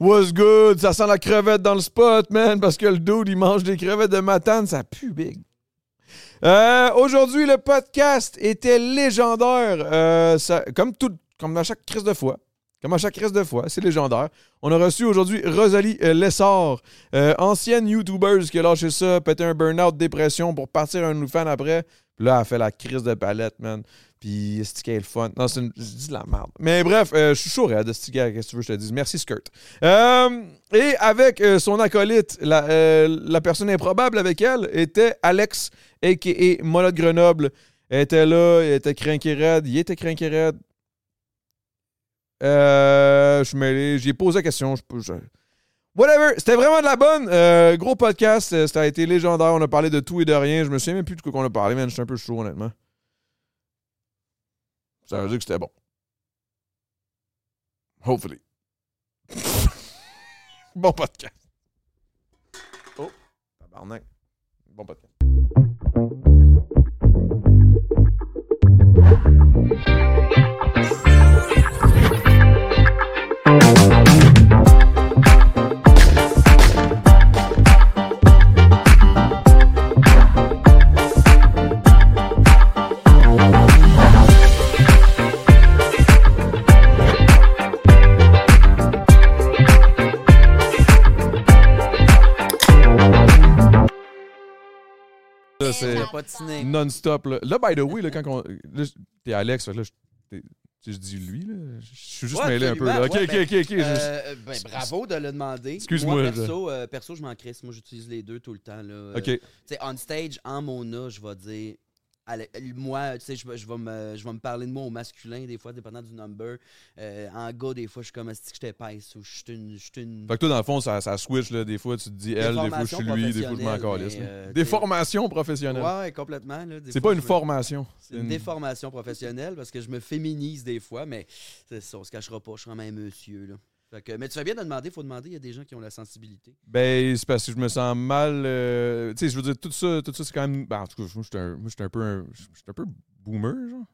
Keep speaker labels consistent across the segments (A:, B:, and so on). A: What's good? Ça sent la crevette dans le spot, man, parce que le dude, il mange des crevettes de matane, ça pue big. Euh, Aujourd'hui, le podcast était légendaire. Euh, ça- comme, tout, comme à chaque crise de fois. Comme à chaque crise de fois, c'est légendaire. On a reçu aujourd'hui Rosalie euh, Lessard, euh, ancienne YouTubeuse qui a lâché ça, pété un burn-out, dépression pour partir à un fan après. Puis là, elle a fait la crise de palette, man. Puis, c'est qu'elle est le fun. Non, c'est une... je dis de la merde. Mais bref, euh, je suis chaud, Red, qu'est-ce que tu veux que je te dise? Merci, Skirt. Euh, et avec euh, son acolyte, la, euh, la personne improbable avec elle était Alex, a.k.a. Mola de Grenoble. Elle était là, il était crinqué raide, il était crinqué raide. Euh, je suis mêlé, j'ai posé la question, je peux... je- Whatever, c'était vraiment de la bonne. Euh, gros podcast, euh, ça a été légendaire. On a parlé de tout et de rien. Je me souviens même plus de quoi qu'on a parlé, man. Je suis un peu chaud, honnêtement. Ça veut dire que c'était bon. Hopefully. bon podcast. Oh, tabarnak. Bon podcast. Là, c'est
B: T'as pas de ciné.
A: non-stop. Là. Là, by the way, là, quand on... là, je- t'es Alex, fait que là, je... t'es- tu sais, je dis lui, là. Je suis juste
B: Ouais,
A: mêlé un peu. Là.
B: absolument.
A: Ok,
B: Ouais,
A: ok, ok, ok. je-
B: Euh, ben, bravo de le demander.
A: Excuse-moi,
B: Moi,
A: je-
B: perso, euh, perso, je m'en crisse. Moi, j'utilise les deux tout le temps. Là. Euh,
A: Ok.
B: Tu sais, on stage, en mona, je vais dire. allez, moi, tu sais, je vais- je vais me je vais me parler de moi au masculin, des fois, dépendant du number. Euh, en gars, des fois, je suis comme si j'étais épaisse ou je suis une. Je suis une...
A: Fait que toi, dans le fond, ça, ça switch, là. Des fois, tu te dis elle, des fois, je suis lui, des fois, je m'en
B: Formation
A: calisse. là.
B: professionnelle, mais, euh,
A: des
B: t'es-
A: formations professionnelles.
B: Ouais, ouais, complètement. là.
A: c'est
B: Des fois,
A: pas
B: je
A: une
B: me-
A: formation.
B: C'est une déformation professionnelle parce que je me féminise des fois, mais c'est ça, on se cachera pas, je suis quand même monsieur. Là. Fait que- mais tu fais bien de demander, il faut demander, il y a des gens qui ont la sensibilité.
A: Ben, c'est parce que je me sens mal. euh, tu sais, je veux dire, tout ça, tout ça c'est quand même. Ben, en tout cas, moi, je suis un, moi, je suis un peu un, je suis un peu boomer, genre.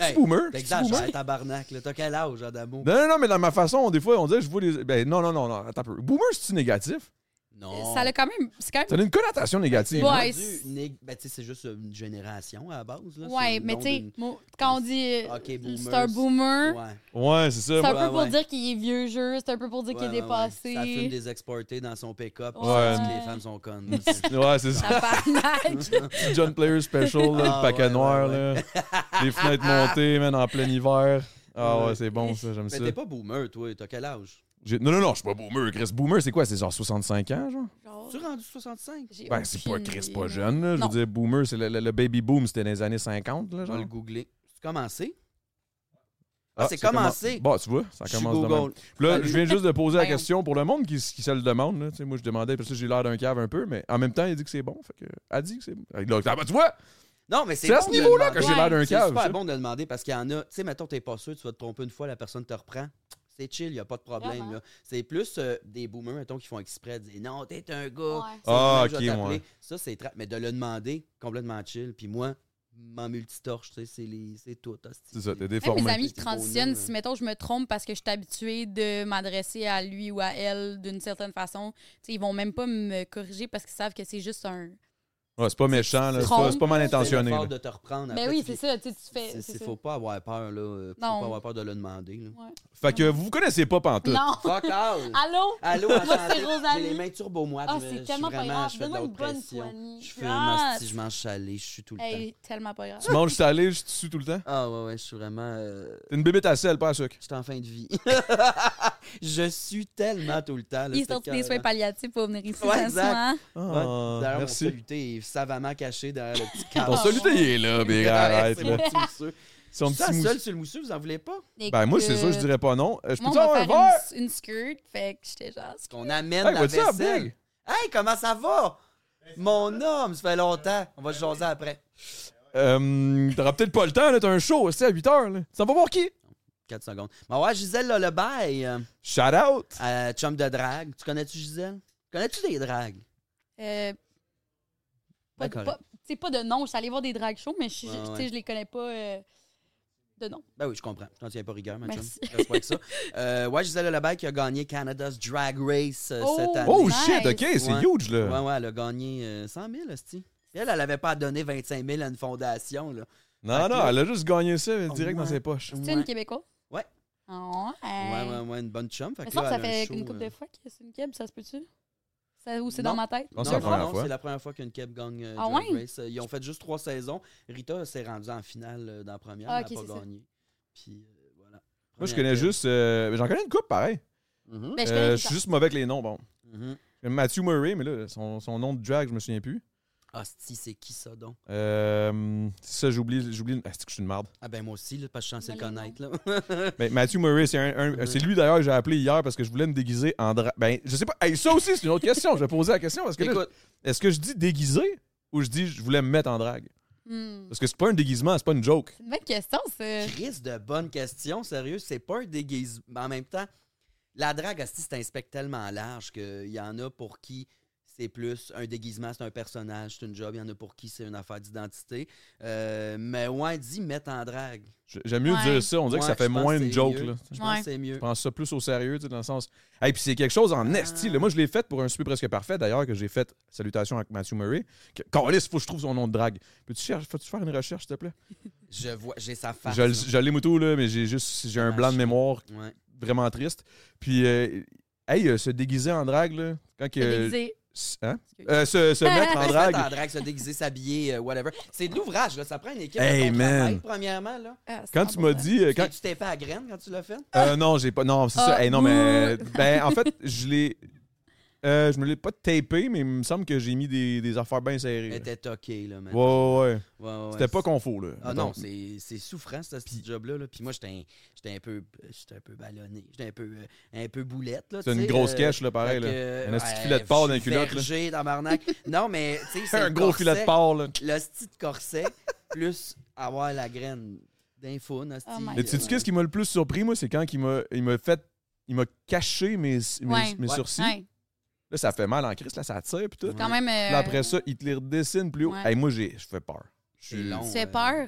B: Hey,
A: boomer? Je suis boomer?
B: T'exagères, tabarnak, là. t'as quel âge, Adamo?
A: Non, non, non, mais dans ma façon, des fois, on dit, je vois les. Ben, non, non, non, non, attends un peu. Boomer, c'est-tu négatif?
B: Non.
C: Ça l'a quand même. C'est quand
A: Ça
C: même.
A: a une connotation négative.
C: Ouais.
A: hein?
B: Rendu
C: c'est-
B: nég- ben, tu sais, c'est juste une génération à la base. Là. C'est
C: Ouais,
B: le
C: mais
B: nom
C: tu sais,
B: d'une-
C: moi, quand on dit
B: Ok,
C: euh, c'est
B: boomer,
C: un
B: c'est-
C: boomer,
B: Ouais.
A: Ouais, c'est ça.
C: c'est un
A: moi.
C: peu pour
B: ouais.
C: dire qu'il est vieux jeu, c'est un peu pour dire qu'il
B: Ouais,
C: est
B: ouais, ouais.
C: dépassé.
B: Ça fume des exportés dans son pick-up.
C: Ouais.
B: puis Ça dit que les femmes sont connes. là, c'est-
A: Ouais, c'est ça.
C: Tabarnak.
A: Petit John Player Special, là,
B: Ah,
A: le paquet
B: ouais,
A: noir,
B: ouais,
A: là. Les fenêtres montées, man, en plein hiver. Ah ouais,
B: Ouais.
A: c'est bon, ça, j'aime
B: mais
A: ça.
B: t'es pas boomer, toi. T'as quel âge?
A: J'ai- Non, non, non, je suis pas boomer. Chris Boomer, c'est quoi? C'est genre 65 ans, genre?
C: Genre,
B: Tu es rendu 65?
C: j'ai
A: Ben, c'est pas
C: aucune
A: Chris,
C: idée.
A: pas jeune, là. Je veux
C: Non.
A: dire, boomer, c'est le, le- le baby boom, c'était dans les années 50, là,
B: Je vais
A: genre.
B: le googler. Tu commencé?
A: Ah,
B: c'est
A: ça
B: commencé.
A: commence- Bon, tu vois, ça
B: Je
A: commence de même.
B: Google.
A: Puis Là,
B: Salut.
A: je viens juste de poser la
C: Voyons.
A: question pour le monde qui, s- qui se le demande, là. Tu sais, moi, je demandais, parce que j'ai l'air d'un cave un peu, mais en même temps, il dit que c'est bon. Fait que, elle dit que c'est bon. Fait que là, ah, ben, tu vois,
B: Non, mais c'est
A: c'est à
B: bon
A: ce
B: de le
A: niveau-là que
B: demander.
A: j'ai l'air d'un
C: Ouais,
B: C'est
A: cave.
B: super
A: ça.
B: bon de le demander parce qu'il y en a. Tu sais, mettons, t'es pas sûr, tu vas te tromper une fois, la personne te reprend. C'est chill, y a pas de problème.
C: Vraiment.
B: là. C'est plus euh, des boomers, mettons, qui font exprès de dire non, t'es un gars.
C: Ouais.
B: c'est le
A: Ah,
B: même, je vais
A: ok,
B: t'appeler.
A: ouais.
B: Ça, c'est tra- Mais de le demander, complètement chill. Puis moi, m'en multitorche, tu sais, c'est les... c'est tout. hostie.
A: C'est ça, t'es
C: Même mes
A: déformé.
C: amis qui
B: C'est beau,
C: transitionnent,
B: là.
C: si mettons je me trompe parce que je suis habituée de m'adresser à lui ou à elle d'une certaine façon, tu sais, ils vont même pas me corriger parce qu'ils savent que c'est juste un.
A: Ouais, c'est pas méchant, là. C'est
C: Trompe.
A: pas, c'est pas mal
B: Tu fais
A: intentionné.
B: l'effort
A: là.
B: de te reprendre.
C: Ben
B: après,
C: oui,
B: puis
C: c'est ça, tu sais, tu fais.
B: c'est-
C: c'est
B: c'est-
C: ça.
B: Faut pas avoir peur, là. euh, Faut
C: Non.
B: pas avoir peur de le demander. là.
A: Fait que vous connaissez pas Pantoute.
C: Non!
B: Fuck all!
C: Allô?
B: Allô,
C: Moi, c'est
B: enchanté.
C: Rosalie.
B: J'ai les mains turbo moites.
C: Ah,
B: je-
C: c'est
B: Ah, je suis
C: tellement pas
B: vraiment-
C: grave.
B: Je fais de
C: Donne-moi une
B: l'autre
C: bonne
B: pression.
C: poignée.
B: Je fume,
C: Ah,
B: hostie, je mange salé, je suis tout le temps.
C: Hey, tellement pas grave.
A: Tu manges salé, je te sue tout le temps?
B: Ah ouais, ouais, je suis vraiment... euh,
A: T'es une bébête à sel, pas à sucre.
B: je suis en fin de vie. je suis tellement tout le temps. là,
C: Il
B: c'est
C: sort des
A: hein.
C: soins
B: écœurant.
C: palliatifs pour venir ici hein.
B: Ouais,
C: s'asseoir.
B: Ouais. D'ailleurs, mon
A: Ah, merci.
B: saluté est savamment caché derrière le petit cadre.
A: Ton saluté, il est là, big, arrête.
B: C'est mon
A: Là.
B: petit mousseux.
A: Son
B: Je suis
A: petit
B: la
A: mousse.
B: seule sur le mousseux, vous en voulez pas?
A: Ben, moi, c'est sûr, je dirais pas non. Euh, Je peux
C: Moi, on
A: te
C: va
A: avoir un verre?
C: faire une, une skirt, fait que j'étais genre...
B: Qu'on amène
A: Hey,
B: la
A: what's up,
B: vaisselle.
A: big?
B: Hey, comment ça va? Mon homme, ça fait longtemps. On va se jaser après.
A: Euh, T'auras peut-être pas le temps, là. T'as un show, c'est à 8 h, là. Ça va voir qui?
B: 4 secondes. Ben ouais, Gisèle Lullaby, euh,
A: Shout out.
B: euh, chum de drague. Tu connais-tu Gisèle? Connais-tu des dragues?
C: Euh,
B: Ben,
C: pas,
B: correct.
C: pas- tu sais, pas de nom, je suis allée voir des drag shows, mais je, je-
B: Ouais,
C: tu sais,
B: ouais.
C: je les connais pas. euh, de nom.
B: Ben oui, je comprends. Je n'en tiens pas rigueur, ma chum.
C: Merci.
B: Reste pas avec ça. Euh, ouais, Gisèle Labaye qui a gagné Canada's Drag Race euh,
C: Oh!
B: cette année.
A: Oh
C: Nice.
A: shit, ok, c'est
B: Ouais.
A: huge là.
B: Ouais, ouais, elle a gagné euh, 100 000, hostie. Puis Elle, elle n'avait pas donné 25 000 à une fondation. Là.
A: Non,
B: Fait que
A: non,
B: là-
A: elle a juste gagné ça mais
B: Oh,
A: direct dans
B: ouais.
A: ses poches.
C: C'est une Québécoise?
B: Ouais.
C: Ah
B: Ouais, ouais,
C: ouais.
B: ouais, une bonne chum. Fait
C: Mais
B: que
C: ça,
B: là,
C: ça
B: elle a un
C: fait
B: show,
C: une couple
B: euh,
C: de fois que c'est une Keb, ça se peut-tu? Ça- Ou c'est
B: Non.
C: dans ma tête?
A: Non,
B: Non,
A: c'est la
B: non,
A: première
B: non,
A: fois.
B: c'est la première fois qu'une Keb gagne euh,
C: Ah
B: Drag
C: ouais?
B: Race. Euh, Ils ont fait juste trois saisons. Rita s'est rendue en finale euh, dans la première,
C: Ah,
B: mais
C: ok,
B: elle n'a
C: c'est
B: pas
C: ça.
B: gagné. Puis euh, voilà.
A: Moi, je
B: Première
A: connais
B: Keb.
A: juste. euh, J'en connais une coupe, pareil.
B: Mhm,
C: Ben, je
A: Euh,
C: connais
A: je
C: ça.
A: suis juste mauvais avec les noms, bon.
C: Ben.
B: mhm.
A: Matthew Murray, mais là, son, son nom de drag, je me souviens plus.
B: Hostie, c'est qui ça donc?
A: Euh, ça, j'oublie. j'oublie ah, c'est que je suis une marde.
B: Ah ben moi aussi, là, parce que je suis censé le
C: Ben, les
B: connaître. Là.
A: Mais Matthew Murray, c'est un, un-
B: Ouais.
A: c'est lui d'ailleurs que j'ai appelé hier parce que je voulais me déguiser en drag. Ben, je sais pas. Hey, ça aussi, c'est une autre question. Je vais poser la question parce que là,
B: Écoute,
A: est-ce que je dis déguisé ou je dis je voulais me mettre en drague?
C: Hmm.
A: Parce que c'est pas un déguisement, c'est pas une joke.
C: C'est une bonne question, ça.
B: Chris, de bonnes questions, sérieux, c'est pas un déguisement. En même temps, la drague, hostie, c'est un spectre tellement large qu'il y en a pour qui c'est plus un déguisement, c'est un personnage, c'est une job. Il y en a pour qui c'est une affaire d'identité. Euh, mais ouais, dit mettre en drague.
A: Je- J'aime mieux
C: Ouais.
A: dire ça. On dirait que
B: Ouais,
A: ça fait
B: je pense
A: moins
B: que
A: une
B: c'est
A: joke.
B: mieux.
A: Là.
B: Je pense
C: Ouais.
B: que c'est mieux.
A: Je pense ça plus au sérieux, tu sais, dans le sens. Et puis c'est quelque chose en esti. là. Moi, je l'ai fait pour un super presque parfait, d'ailleurs, que j'ai fait Salutations avec Matthew Murray. Que- Calisse, faut que je trouve son nom de drague. Peux-tu chercher, faut-tu faire une recherche, s'il te plaît?
B: Je vois, j'ai sa face.
A: Je,
B: là.
A: le- je l'ai moutou, là, mais j'ai juste j'ai un
B: Ah,
A: blanc de
B: shit.
A: mémoire
B: Ouais.
A: vraiment triste. Puis, euh, hey, euh, se déguiser en drague, là, quand que.
C: C'est déguisé.
A: s- hein? Euh, se, se mettre en
B: Se
A: drague.
B: mettre en drague, se déguiser, s'habiller, euh, whatever. C'est de l'ouvrage, là. Ça prend une équipe
A: Hey,
B: de ton
A: man.
B: travail, premièrement, là.
C: Ah, c'est
A: Quand
C: pas
A: tu
C: bon,
A: m'as
C: ça.
A: dit. euh,
B: Est-ce
A: quand-
B: que tu t'es fait à graine quand tu l'as fait?
A: Euh, non, j'ai pas. Non, c'est ça.
C: Ah,
A: Hey, non,
C: ouh.
A: mais. Ben, en fait, je l'ai. euh, je me l'ai pas tapé, mais il me semble que j'ai mis des, des affaires bien
B: Elle
A: serrées. là.
B: était toquée, là, man.
A: Euh. Ouais, ouais, ouais.
B: Ouais, ouais, ouais.
A: C'était pas confort, là.
B: Ah non,
A: Mettons.
B: c'est c'est souffrant, ce petit job-là. là. Puis moi, j'étais un, j'étais un peu j'étais un peu ballonné. J'étais un peu, euh, un peu boulette. là,
A: C'est
B: tu
A: une
B: sais,
A: grosse
B: euh,
A: cache, là, pareil.
B: fait
A: Là.
B: que,
A: Un
B: ouais,
A: petit filet de porc dans les
B: je suis
A: culottes, là.
B: vergé, tabarnak. non, mais tu sais, c'est
A: un
B: le
A: gros filet de
B: corset,
A: porc, là.
B: Le style de corset, plus avoir la graine d'un euh, faune. hostie.
C: Oh my
A: Mais tu sais,
C: Ouais.
A: qu'est-ce qui m'a le plus surpris, moi, c'est quand il m'a il m'a fait. Il m'a caché mes, mes,
C: Ouais.
A: mes
B: Ouais.
A: sourcils.
C: Ouais,
A: Là, ça fait mal en crise, là, ça tire, pis tout.
B: Ouais.
C: quand même. euh,
A: Là, après ça, il te les redessine plus haut.
C: Ouais.
A: Hey, moi, j'ai- je fais peur. Je
B: C'est
A: suis-
B: long.
C: Tu fais peur?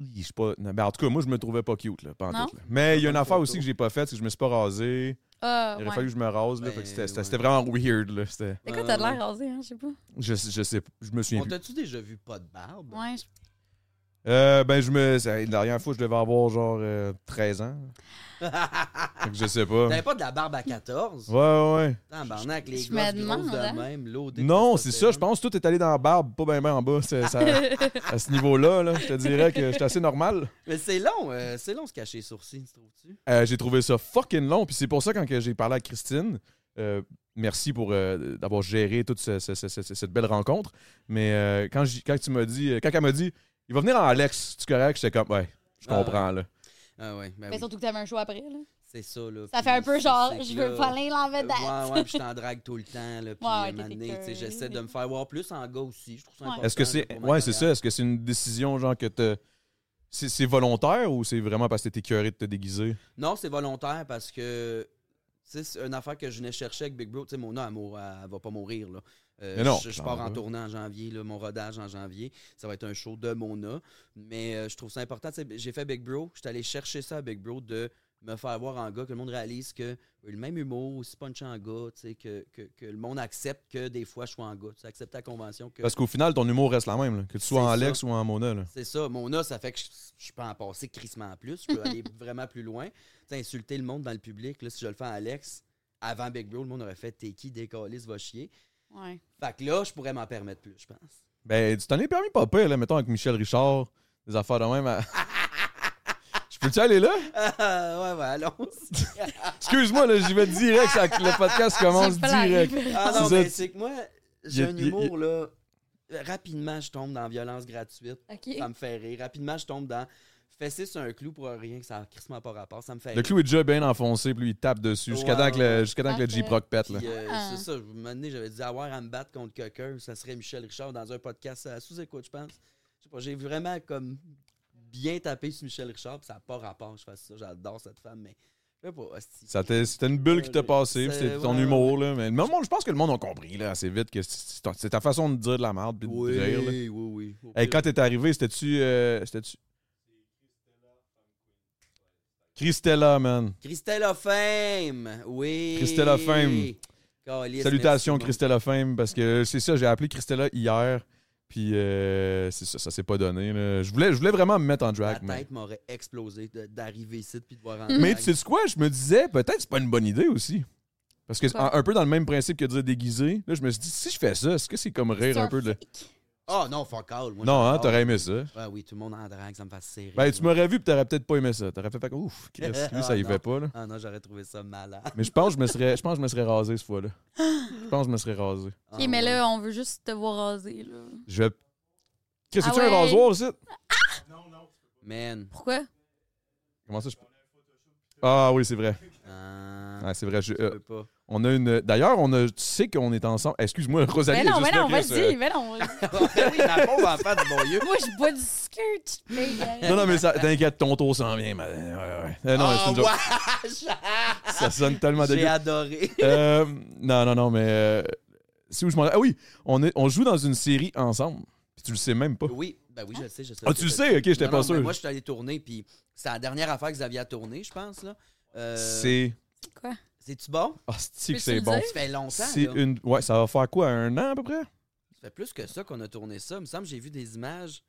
A: Je suis pas. non, ben, en tout cas, moi, je me trouvais pas cute, là, pas en
C: Non?
A: tout, là. Mais il y a une
B: Bonne
A: affaire
B: photo.
A: aussi que j'ai pas faite, c'est que je me suis pas rasé.
C: Ah,
A: Il aurait fallu
C: ouais.
A: que je me rase, là.
B: Ben,
A: fait que c'était- c'était
B: ouais.
A: c'était vraiment weird, là. C'était-
C: T'as quoi, t'as de
B: Ouais,
C: l'air
A: Euh,
C: rasé, hein? Je sais pas.
A: Je, je sais, je me souviens
B: On
A: plus.
B: t'a-tu déjà vu pas de barbe?
C: Ouais,
A: ah
C: je-
A: Euh, ben, je me. c'est- La dernière fois, je devais avoir genre euh, 13 ans. Fait que je sais pas.
B: T'avais pas de la barbe à 14?
A: Ouais, ouais, ouais.
B: Tabarnak, les
C: Je me
B: gosses grosses
C: demande,
B: de
C: hein.
B: même, loadées de
A: Non, c'est ça. Je
B: testostérone.
A: pense que tout est allé dans la barbe, pas bien ben en bas. c'est- ça- à ce niveau-là, là, je te dirais que j'étais assez normal.
B: Mais c'est long, euh, c'est long se cacher les sourcils, tu trouves-tu?
A: Euh, j'ai trouvé ça fucking long. Puis c'est pour ça, quand que j'ai parlé à Christine, euh, merci pour euh, d'avoir géré toute ce- ce- ce- ce- cette belle rencontre. Mais euh, quand, j'y- quand tu m'as dit, euh, quand elle m'a dit, il va venir en Alex, tu correct, j'étais comme, ouais, je
B: Ah,
A: comprends, là.
B: Ah ouais, ben
C: Mais
B: oui,
C: surtout que t'avais un choix après, là.
B: c'est ça, là.
C: Ça
B: Puis
C: fait un peu
B: c'est-
C: genre,
B: c'est que
C: je
B: là, euh,
C: veux voler la vedette.
B: Ouais, ouais, puis je t'en drague tout le temps, là. Puis
C: Ouais,
B: à
C: ouais,
B: un moment donné,
C: t'es
B: tu sais,
C: écoeuré,
B: j'essaie de
C: mais-
B: me faire voir plus en gars aussi. Je trouve ça
C: Ouais.
B: important.
A: Est-ce que
B: là,
A: c'est,
B: pour ma
A: ouais, c'est ça.
B: carrière.
A: Est-ce que c'est une décision, genre, que te. C'est, c'est volontaire ou c'est vraiment parce que t'es curé de te déguiser?
B: Non, c'est volontaire parce que. tu sais, C'est une affaire que je venais chercher avec Big Bro. Tu sais, mon nom, elle, mour- elle va pas mourir. Là. Euh,
A: Mais non,
B: je, je
A: clairement
B: pars en
A: pas.
B: tournant en janvier, là, mon rodage en janvier. Ça va être un show de Mona. Mais euh, je trouve ça important. Tu sais, J'ai fait Big Bro. Je suis allé chercher ça à Big Bro de me faire voir en gars, que le monde réalise que j'ai le même humour, aussi punch en gars, tu sais, que, que, que le monde accepte que des fois je sois en gars. Tu sais, accepte la convention que.
A: Parce qu'au final, ton humour reste la même, là, que tu sois
B: C'est
A: en
B: ça.
A: Alex ou en Mona. Là.
B: C'est ça, mon os, ça fait que je, je peux en passer crissement plus. Je peux aller vraiment plus loin. Tu sais, insulter le monde dans le public, là, si je le fais à Alex, avant Big Bro, le monde aurait fait T'es qui, décaliste, va chier.
C: Ouais.
B: Fait que là, je pourrais m'en permettre plus, je pense.
A: Ben, tu t'en es permis pas pire, là, mettons, avec Michel Richard, des affaires de même. à- Je peux-tu aller là?
B: Ah, ouais, ouais, allons-y.
A: Excuse-moi, là, j'y vais direct. ça- le podcast commence
C: J'ai pas la
A: direct.
C: référence.
B: Ah non,
A: Vous
B: mais
A: êtes-
B: c'est que moi,
A: Y
B: j'ai
A: a-
B: un
A: y a-
B: humour, là. Rapidement, je tombe dans violence gratuite. Ça
C: OK.
B: me fait rire. Rapidement, je tombe dans fesser sur un clou pour rien, que ça a crissement pas rapport. Ça me fait
A: Le
B: rire.
A: clou est déjà bien enfoncé, puis lui, il tape dessus jusqu'à temps
B: Ouais,
A: que le,
B: ouais.
A: jusqu'à temps que le
C: Parfait.
A: J-Proc pète. Là.
B: Puis, euh,
C: Ah.
B: C'est ça, je un moment donné, j'avais dit avoir à me battre contre quelqu'un, ça serait Michel Richard dans un podcast à sous-écoute, je pense. Je sais pas, j'ai vraiment comme bien tapé sur Michel Richard, puis ça n'a pas rapport, que je fasse ça, j'adore cette femme, mais je sais pas, hostie.
A: Ça t'est- C'était une bulle qui t'a passé, puis
B: Euh, C'est-
A: c'était ton
B: ouais, ouais,
A: humour. Là. Mais le monde, je pense que le monde a compris là, assez vite que c'est c'est ta, c'est ta façon de dire de la merde. Puis de
B: Oui,
A: rire, là.
B: oui, oui. Au
A: Hey,
B: pire,
A: quand t'es arrivé, c'était-tu. euh, c'était-tu- Christella, man.
B: Christella Fame, oui.
A: Christella Fame.
B: Calisse,
A: Salutations,
B: merci,
A: Christella Fame, parce que c'est ça, j'ai appelé Christella hier, puis euh, c'est ça, ça s'est pas donné. là. Je, voulais, je voulais vraiment me mettre en
B: bon.
A: drag,
B: La
A: mais...
B: tête m'aurait explosé de- d'arriver ici puis de voir en
A: Mais
B: drag.
A: tu sais quoi, je me disais, peut-être c'est pas une bonne idée aussi. Parce que, c'est
C: Quoi?
A: un un peu dans le même principe que de dire déguisé, là, je me suis dit, si je fais ça, est-ce que c'est comme rire un peu de.
B: Ah non, fuck all. Moi,
A: Non, hein,
B: j'adore.
A: t'aurais aimé ça.
B: Ah oui, tout le monde en drague, ça me fait serrer.
A: Ben, tu m'aurais vu, puis t'aurais peut-être pas aimé ça. T'aurais fait, fait, ouf, Chris, lui, ça y
B: Ah,
A: va
B: non.
A: pas, là.
B: Ah non, j'aurais trouvé ça malade.
A: Mais je pense que je me serais, je pense que je me serais rasé cette fois-là. Je pense que je me serais rasé.
B: Ah
C: Ok, mais
B: ouais.
C: là, on veut juste te voir raser, là.
A: Je vais. Chris,
C: Ah
A: c'est-tu
C: ouais?
A: un rasoir aussi?
B: Man.
C: Pourquoi?
A: Comment ça, je. Ah oui, c'est vrai.
B: Ah,
A: Ah, c'est vrai. je-
B: je
A: euh,
B: peux pas.
A: on a une. D'ailleurs, on a. Tu sais qu'on est ensemble. Excuse-moi, Rosalie.
C: Mais
A: est
C: Ben non, mais
A: juste
C: non,
A: là, Chris, euh.
C: vas-y, mais non.
B: oui, ma pauvre enfant du bon Dieu.
C: Moi, je bois du skirt. Mais,
A: euh, Non, non, mais ça- t'inquiète, ton tour s'en vient. mais- ouais, ouais. Euh, non, mais
C: Ah,
A: c'est une joke.
B: wesh!
A: Ça sonne tellement
B: Ah, J'ai
A: dégueu.
B: adoré.
A: Euh, non, non, non, mais. euh, c'est où je m'en. Ah oui, on, est, on joue dans une série ensemble. Puis tu le sais même pas.
B: Oui, ben oui, je le sais, je sais.
A: Oh. Ah, tu le sais? Ok, j'étais
B: Non,
A: pas
B: non, mais
A: sûr.
B: Moi, je suis allé tourner, puis c'est la dernière affaire que vous aviez à tourner, je pense, là. Euh,
A: C'est.
C: Quoi?
B: C'est-tu bon?
A: Ah, c'est-tu que
C: Peux-tu
A: c'est
C: le
A: bon.
C: dire?
B: Ça fait longtemps,
A: C'est
B: là.
A: une. Ouais, ça va faire quoi, un an à peu près?
B: Ça fait plus que ça qu'on a tourné ça. Il me semble que j'ai vu des images.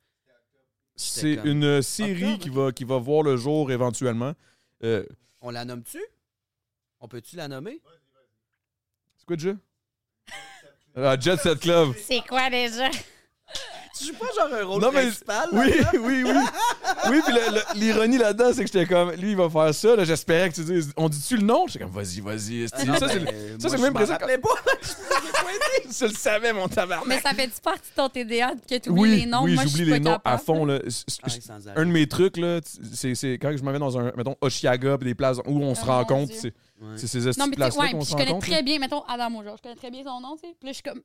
A: C'est
B: comme-
A: une euh, série
B: Octobre,
A: qui va, qui va voir le jour éventuellement. Euh,
B: On la nomme-tu? On peut-tu la nommer?
A: c'est quoi déjà? Ah, Jet Set Club.
C: C'est quoi déjà?
B: Tu joues pas genre un rôle
A: Non, mais-
B: principal? là,
A: Oui,
B: là?
A: oui, oui. Oui, puis le- le- l'ironie là-dedans, c'est que j'étais comme, lui, il va faire ça. là, J'espérais que tu dises, on dit-tu le nom? J'étais comme, vas-y, vas-y.
B: Ah,
A: esti.
B: non,
A: ça, c'est
B: ben,
A: le-
B: euh,
A: ça, c'est
B: moi,
A: le même
B: je
A: principe.
B: m'en rappelais pas.
A: je le savais, mon tabarnak.
C: Mais ça fait du partie de ton TDA que tu oublies
A: Oui,
C: les noms.
A: oui,
C: Moi, je suis
A: j'oublie
C: pas
A: les noms à
C: capable.
A: fond. Là. C-
B: Ah,
A: c-
B: sans arrêt.
A: Un de mes trucs, là, c'est c'est quand je m'en vais dans un, mettons, Oshiaga, pis des places où on se
C: Oh, mon
A: rencontre,
C: Dieu.
A: c'est
B: Ouais.
A: c'est ces
C: Non,
A: estis de
C: mais tu sais,
A: places-là
C: ouais,
A: qu'on
C: puis
A: se
C: je connais
A: rencontre. là.
C: très bien, mettons, Adam genre, je connais très bien son nom, tu sais. Puis là, je suis comme.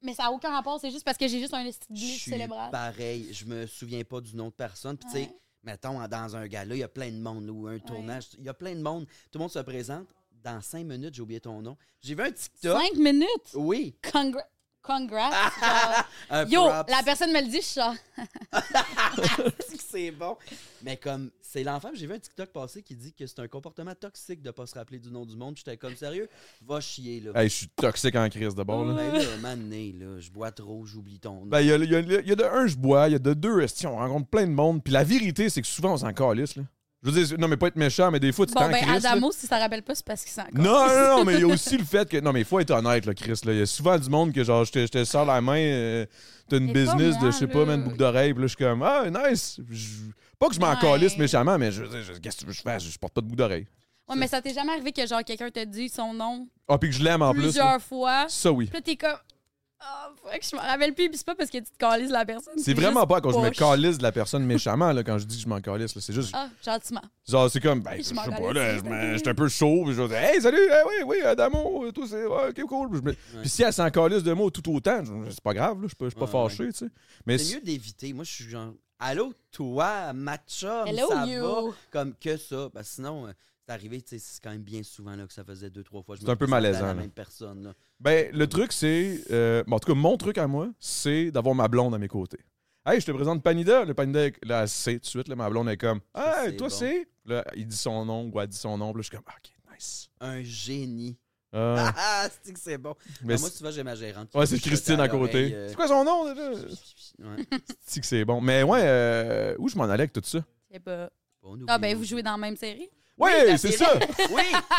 C: Mais ça n'a aucun rapport, c'est juste parce que j'ai juste un esti de
B: Je
C: glitch
B: suis
C: célébral.
B: pareil, je me souviens pas du nom de personne. Puis tu sais, mettons, dans un gala, il y a plein de monde ou un tournage, il y a plein de monde. Tout le monde se présente. Dans cinq minutes, j'ai oublié ton nom. J'ai vu un TikTok.
C: 5 minutes?
B: Oui.
C: Congra- Congrats. genre.
A: Ah,
B: Un
C: Yo,
B: props.
C: la personne me le dit, je suis genre.
B: c'est bon. Mais comme c'est l'enfant, j'ai vu un TikTok passer qui dit que c'est un comportement toxique de pas se rappeler du nom du monde. J'étais comme sérieux, va chier là.
A: Hey, je suis toxique en crise d'abord. là.
B: Ben là, mané, là, je bois trop, j'oublie ton nom.
A: Ben, il y a, il y a- il y a de un, je bois, il y a de deux, esti, on rencontre plein de monde. Puis la vérité, c'est que souvent, on s'en calisse. Là. Je veux dire, non, mais pas être méchant, mais des fois, tu
C: Bon,
A: t'en
C: ben,
A: crisses, là.
C: Adamo, si ça rappelle pas, c'est parce qu'il s'en
A: Non, non, non, mais il y a aussi le fait que. Non, mais il faut être honnête, là, Chris. là. Il y a souvent du monde que, genre, je te, je te sors la main, euh, t'as une
C: Mais pas
A: business
C: moi,
A: de, je sais pas,
C: là.
A: man, boucle d'oreille, puis là, je suis comme, ah, nice. Je- Pas que je m'en
C: Ouais.
A: calisse méchamment, mais je veux dire, je- qu'est-ce que tu veux que je fasse? Je porte pas de boucle d'oreille.
C: Ouais, mais ça t'est jamais arrivé que genre quelqu'un te dit son nom
A: Ah, puis que je l'aime en plus. hein.
C: plusieurs
A: là.
C: fois.
A: Ça, oui.
C: Puis là, t'es comme. Oh, fuck, je m'en rappelle plus. Puis c'est pas parce que tu te calises la personne.
A: C'est vraiment
C: juste
A: pas quand je me
C: poche.
A: calisse de la personne méchamment, là, quand je dis que je m'en calisse. là. C'est juste,
C: Ah, gentiment.
A: Genre, c'est comme, ben, je
C: Je
A: sais
C: m'en
A: pas,
C: allais
A: là,
C: dessus,
A: je
C: ok.
A: me- j'étais un peu chaud, puis je dis, hey, salut, eh oui, oui, Adamo, euh, tout c'est, ouais, ok, cool. Puis, je me- puis si elle s'en calisse de moi tout autant, je- c'est pas grave, là, je suis pas, je suis pas
B: Ouais,
A: fâché, tu sais. Mais
B: C'est
A: si-
B: mieux d'éviter. Moi, je suis genre, allô, toi, matcha,
C: Hello,
B: ça
C: you.
B: va? Comme que ça. Parce que sinon, euh, c'est arrivé, tu sais, c'est quand même bien souvent là, que ça faisait deux, trois fois. je
A: C'est
B: me
A: un peu
B: présentais à
A: malaisant,
B: la
A: là.
B: même personne. là.
A: ben, le truc, c'est, euh, bon, en tout cas, mon truc à moi, c'est d'avoir ma blonde à mes côtés. Hey, je te présente Panida. Le Panida, là, elle sait tout de suite, là, ma blonde est comme,
B: Ça,
A: hey,
B: c'est
A: toi,
B: bon.
A: c'est. Là, il dit son nom, ou elle dit son nom, puis là, je suis comme, Ah, ok, nice.
B: Un génie.
A: Ah,
B: Ah, c'est que c'est bon.
A: mais
B: Ah, moi,
A: c'est-
B: tu vois, j'ai ma gérante. qui
A: ouais,
B: me
A: c'est
B: chuchotait
A: Christine à
B: l'oreille,
A: côté.
B: euh,
A: C'est quoi son nom, déjà?
B: Ouais.
A: C'est que c'est bon. Mais ouais, euh, où je m'en allais avec tout ça?
C: Je sais pas.
B: Bon,
C: Ah,
B: oublie-
C: ben, vous jouez dans la même série?
A: Ouais,
B: la
A: c'est
B: série.
A: ça!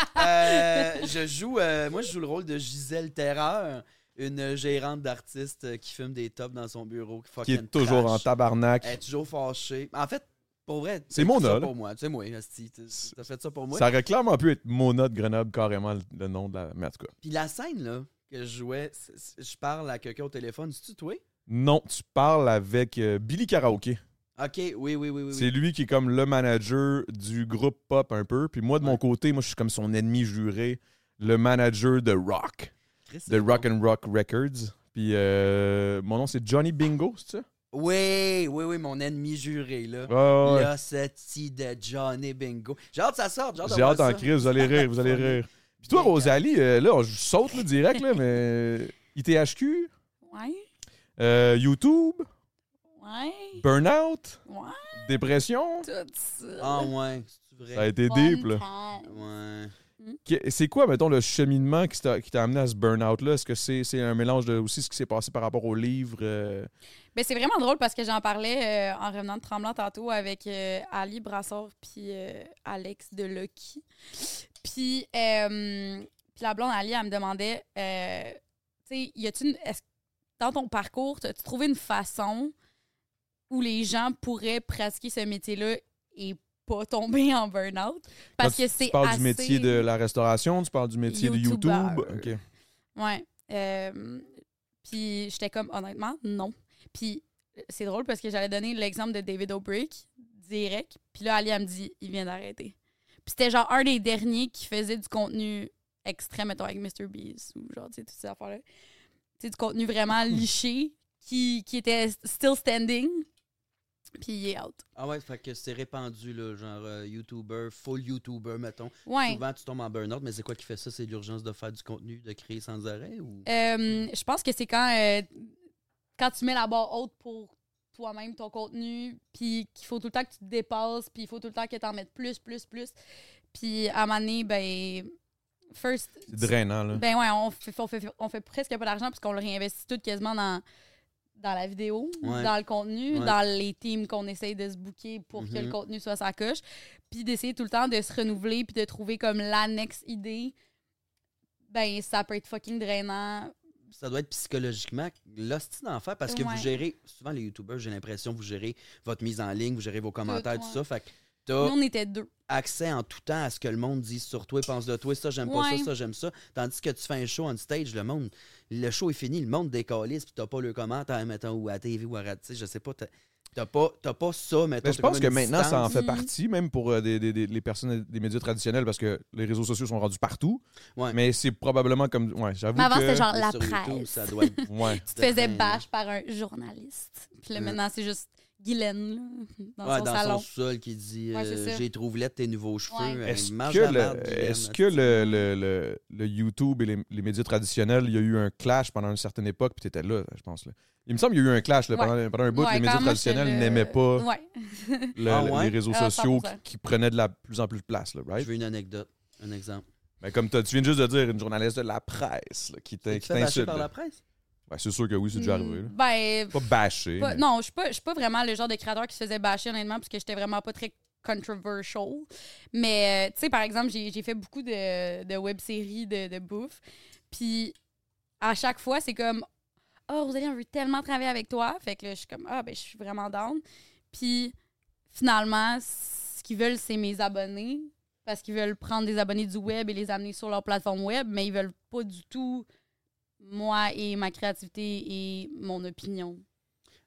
B: Oui, euh, je joue. euh, moi, je joue le rôle de Gisèle Terreur, une gérante d'artiste euh, qui fume des tops dans son bureau.
A: qui
B: fucking
A: est toujours en
B: trash.
A: tabarnak.
B: Elle est toujours fâchée. En fait, pour vrai,
A: C'est
B: t'as
A: mon
B: fait ça
A: Noël.
B: pour moi. Tu sais, moi, hostie, t'as- t'as fait ça pour moi.
A: Ça aurait clairement pu être Mona de Grenoble, carrément, le, le nom de la. Mais en tout cas.
B: Puis la scène, là, que je jouais, c'est- c'est- je parle à quelqu'un au téléphone. C'est-tu toi?
A: Non, tu parles avec euh, Billy Karaoke.
B: Ok, oui, oui, oui, oui. oui.
A: C'est lui qui est comme le manager du groupe pop un peu. Puis moi, de mon
B: Ouais.
A: côté, moi, je suis comme son ennemi juré, le manager de rock,
B: Chris, c'est
A: de Rock
B: bon.
A: and Rock Records. Puis euh, mon nom, c'est Johnny Bingo, c'est ça?
B: Oui, oui, oui, mon ennemi juré, là.
A: Ouais, ouais.
B: Là, cette idée de Johnny Bingo. J'ai hâte que ça sorte. J'ai hâte, de
A: J'ai
B: voir
A: hâte en
B: ça.
A: crise, vous allez rire, vous allez rire. Puis toi,
B: Bien
A: Rosalie, euh, là, on- je saute le direct, là, mais euh, ITHQ,
C: Ouais.
A: euh, YouTube,
C: Ouais.
A: Burnout,
C: Ouais.
A: Dépression.
C: Tout ça.
B: Ah ouais. Si tu vrai.
A: Ça a été deep, là.
B: Ouais.
A: Que- C'est quoi, mettons, le cheminement qui t'a qui t'a amené à ce burn-out-là? Est-ce que c'est c'est un mélange de aussi ce qui s'est passé par rapport au livre? euh?
C: Ben, c'est vraiment drôle parce que j'en parlais euh, en revenant de Tremblant tantôt avec euh, Ali Brassard puis euh, Alex de Lucky. Puis, euh, puis la blonde Ali, elle me demandait euh, Tu sais, y a-tu une. est-ce- dans ton parcours, tu trouvé une façon où les gens pourraient pratiquer ce métier-là et pas tomber en burn-out? Parce
A: Quand
C: que
A: tu-
C: c'est
A: Tu parles
C: assez-
A: du métier de la restauration, tu parles du métier
C: YouTubeur.
A: de YouTube. OK.
C: Ouais. Euh, puis j'étais comme, honnêtement, non. Puis c'est drôle parce que j'allais donner l'exemple de David O'Brick direct. Puis là, Ali, elle me dit, il vient d'arrêter. Puis c'était genre un des derniers qui faisait du contenu extrême, mettons, avec Mr. Beast ou genre, tu sais, toutes ces affaires-là. Tu sais, du contenu vraiment liché qui, qui était still standing. Puis il est out.
B: Ah ouais, fait que c'est répandu, là, genre euh, YouTuber, full YouTuber, mettons.
C: Ouais.
B: Souvent, tu tombes en burn-out, mais c'est quoi qui fait ça? C'est l'urgence de faire du contenu, de créer sans arrêt? Ou...
C: Euh, je pense que c'est quand, euh, quand tu mets la barre haute pour toi-même, ton contenu, puis qu'il faut tout le temps que tu te dépasses, puis il faut tout le temps que tu en mettes plus, plus, plus. Puis à un moment donné, ben, first,
A: C'est drainant, là.
C: ben ouais, on fait, on fait, on fait presque pas d'argent parce qu'on le réinvestit tout quasiment dans, dans la vidéo,
B: Ouais.
C: dans le contenu,
B: Ouais.
C: dans les teams qu'on essaye de se booker pour que le
B: Mhm.
C: contenu soit sa coche. Puis d'essayer tout le temps de se renouveler puis de trouver comme la next idée. Ben, ça peut être fucking drainant.
B: Ça doit être psychologiquement l'hostie d'en faire parce que
C: Ouais.
B: vous gérez, souvent les YouTubers, j'ai l'impression, vous gérez votre mise en ligne, vous gérez vos commentaires, tout,
C: ouais.
B: ça. Fait que
C: Nous,
B: t'as
C: on était deux.
B: accès en tout temps à ce que le monde dit sur toi, pense de toi, ça, j'aime pas
C: Ouais.
B: ça, ça, j'aime ça. Tandis que tu fais un show on stage, le monde, le show est fini, le monde décalisse, puis t'as pas le commentaire, mettons, ou à TV ou à radio, tu sais, je sais pas, t'as- t'as pas, t'as pas ça, mettons.
A: Mais Ben, je
B: t'as
A: pense
B: comme
A: que
B: une
A: maintenant, ça en
B: distance.
A: fait
C: Mm.
A: partie, même pour euh, des, des- des- les personnes des médias traditionnels, parce que les réseaux sociaux sont rendus partout.
B: Ouais.
A: Mais c'est probablement comme. Ouais, j'avoue.
C: Mais avant,
A: que-
C: c'était genre
B: Mais
C: la
B: sur YouTube,
C: presse.
B: ça doit être-
A: Ouais.
C: Tu te faisais
B: Ben,
C: bâche par un journaliste. Puis là,
B: Ouais.
C: maintenant, c'est juste Guylaine, là, dans
B: ouais,
C: son
B: dans
C: salon.
B: son sol qui dit
C: Ouais, c'est
B: euh,
C: ça.
B: J'ai trouvé tes nouveaux cheveux.
C: Ouais.
B: euh,
A: Est-ce
B: mange
A: que,
B: la
A: le,
B: merde, Guylaine,
A: est-ce que le, le- le- le YouTube et les, les médias traditionnels, il y a eu un clash pendant une certaine époque, puis t'étais là, je pense. là. Il me semble qu'il y a eu un clash là,
C: Ouais.
A: pendant, pendant un bout,
C: Ouais,
A: les
C: quand
A: médias
C: moi, j'étais
A: traditionnels
C: le-
A: n'aimaient pas
C: Ouais.
A: le-
B: Ah ouais?
A: les réseaux
C: Ah,
A: sociaux qui,
C: 100%.
A: qui prenaient de la plus en plus de place, là,
B: Je
A: right?
B: veux une anecdote, un exemple.
A: Mais comme t'as- tu viens juste de dire, une journaliste de la presse là, qui t'in-
B: Tu
A: qui
B: te fais bâcher
A: t'insulte.
B: par
A: là.
B: la presse?
A: Ouais, c'est sûr que oui, c'est déjà arrivé. là.
C: Mm, Ben,
A: Pas bâché.
C: pas-
A: mais-
C: non, je suis pas, je suis pas vraiment le genre de créateur qui se faisait bâcher, honnêtement, parce que j'étais vraiment pas très controversial. Mais, euh, tu sais, par exemple, j'ai j'ai fait beaucoup de, de web-séries de, de bouffe. Puis, à chaque fois, c'est comme Oh, Rosalie, on veut tellement travailler avec toi. Fait que là, je suis comme Ah, ben, je suis vraiment down. Puis, finalement, ce qu'ils veulent, c'est mes abonnés. Parce qu'ils veulent prendre des abonnés du web et les amener sur leur plateforme web, mais ils veulent pas du tout moi et ma créativité et mon opinion.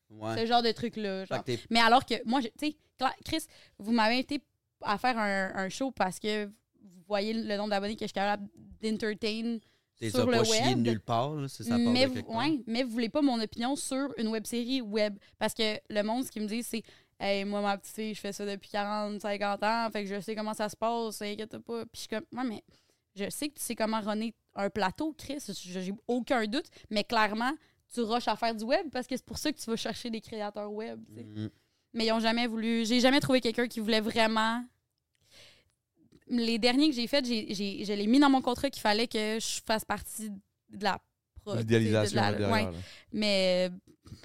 B: Ouais.
C: Ce genre de truc-là.
B: Fait
C: genre.
B: que t'es-
C: Mais alors que moi, je- tu sais, Cla- Chris, vous m'avez invité à faire un, un show parce que vous voyez le nombre d'abonnés que je suis capable d'entertain.
B: t'es
C: sur
B: pas
C: le
B: chié de
C: web,
B: nulle part, là, c'est ça part
C: Mais,
B: de
C: vous-
B: quelque part.
C: ouais, mais vous voulez pas mon opinion sur une web série web. Parce que le monde, ce qu'ils me disent, c'est Hey, moi, ma petite fille, je fais ça depuis 40, 50 ans, fait que je sais comment ça se passe, inquiète pas. Puis je suis comme Ouais, mais je sais que tu sais comment runner un plateau, Chris, je- j'ai aucun doute, mais clairement, tu rushes à faire du web parce que c'est pour ça que tu vas chercher des créateurs web. tu sais.
B: Mhm.
C: mais ils ont jamais voulu. J'ai jamais trouvé quelqu'un qui voulait vraiment. Les derniers que j'ai faits, j'ai, j'ai- je l'ai mis dans mon contrat qu'il fallait que je fasse partie de la pro-
A: L'idéalisation
C: de la-
A: là, derrière.
C: ouais.
A: là.
C: Mais euh,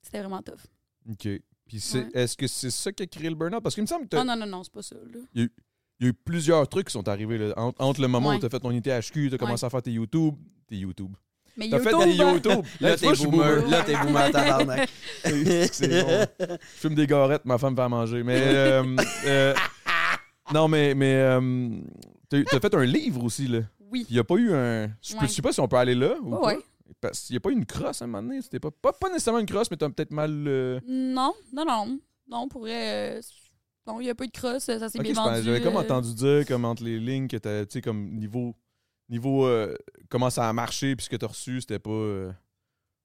C: c'était vraiment tough.
A: OK. Puis c'est-
C: Ouais. Ah
A: est-ce que c'est ça qui a créé le burn-out? Parce qu'il me semble que t'as-
C: Non, non, non, non, c'est pas ça. là.
A: il y a eu plusieurs trucs qui sont arrivés là, entre, entre le moment
C: Ouais.
A: où tu as fait ton ITHQ, tu as commencé à faire tes YouTube. Tes YouTube.
C: Mais
A: T'as fait
C: YouTube,
A: des
C: hein.
A: YouTube.
B: Là,
A: tu vois, je
B: t'es
A: suis
B: boomer.
C: boomer.
B: Là, t'es boomer en tabarnak.
A: c'est bon. Je fume des garettes, ma femme fait à manger. Mais. euh, euh, non, mais. mais euh, t'as t'as fait un livre aussi, là.
C: Oui.
A: Il n'y a pas eu un. Je ne
C: Ouais.
A: sais pas si on peut aller là. Ou
C: Ouais,
A: pas.
C: ouais.
A: Parce qu'il n'y a pas eu une crosse à un moment donné. C'était pas, pas, pas nécessairement une crosse, mais tu as peut-être mal. euh,
C: Non, non, non. Non, pour vrai, euh, non, il n'y a pas eu de cross, ça s'est
A: Ok,
C: bien
A: je pense-
C: vendu.
A: J'avais comme
C: euh,
A: entendu dire, comme entre les lignes, que t'as, tu sais, comme niveau, niveau euh, comment ça a marché, puis ce que t'as reçu, c'était pas. euh,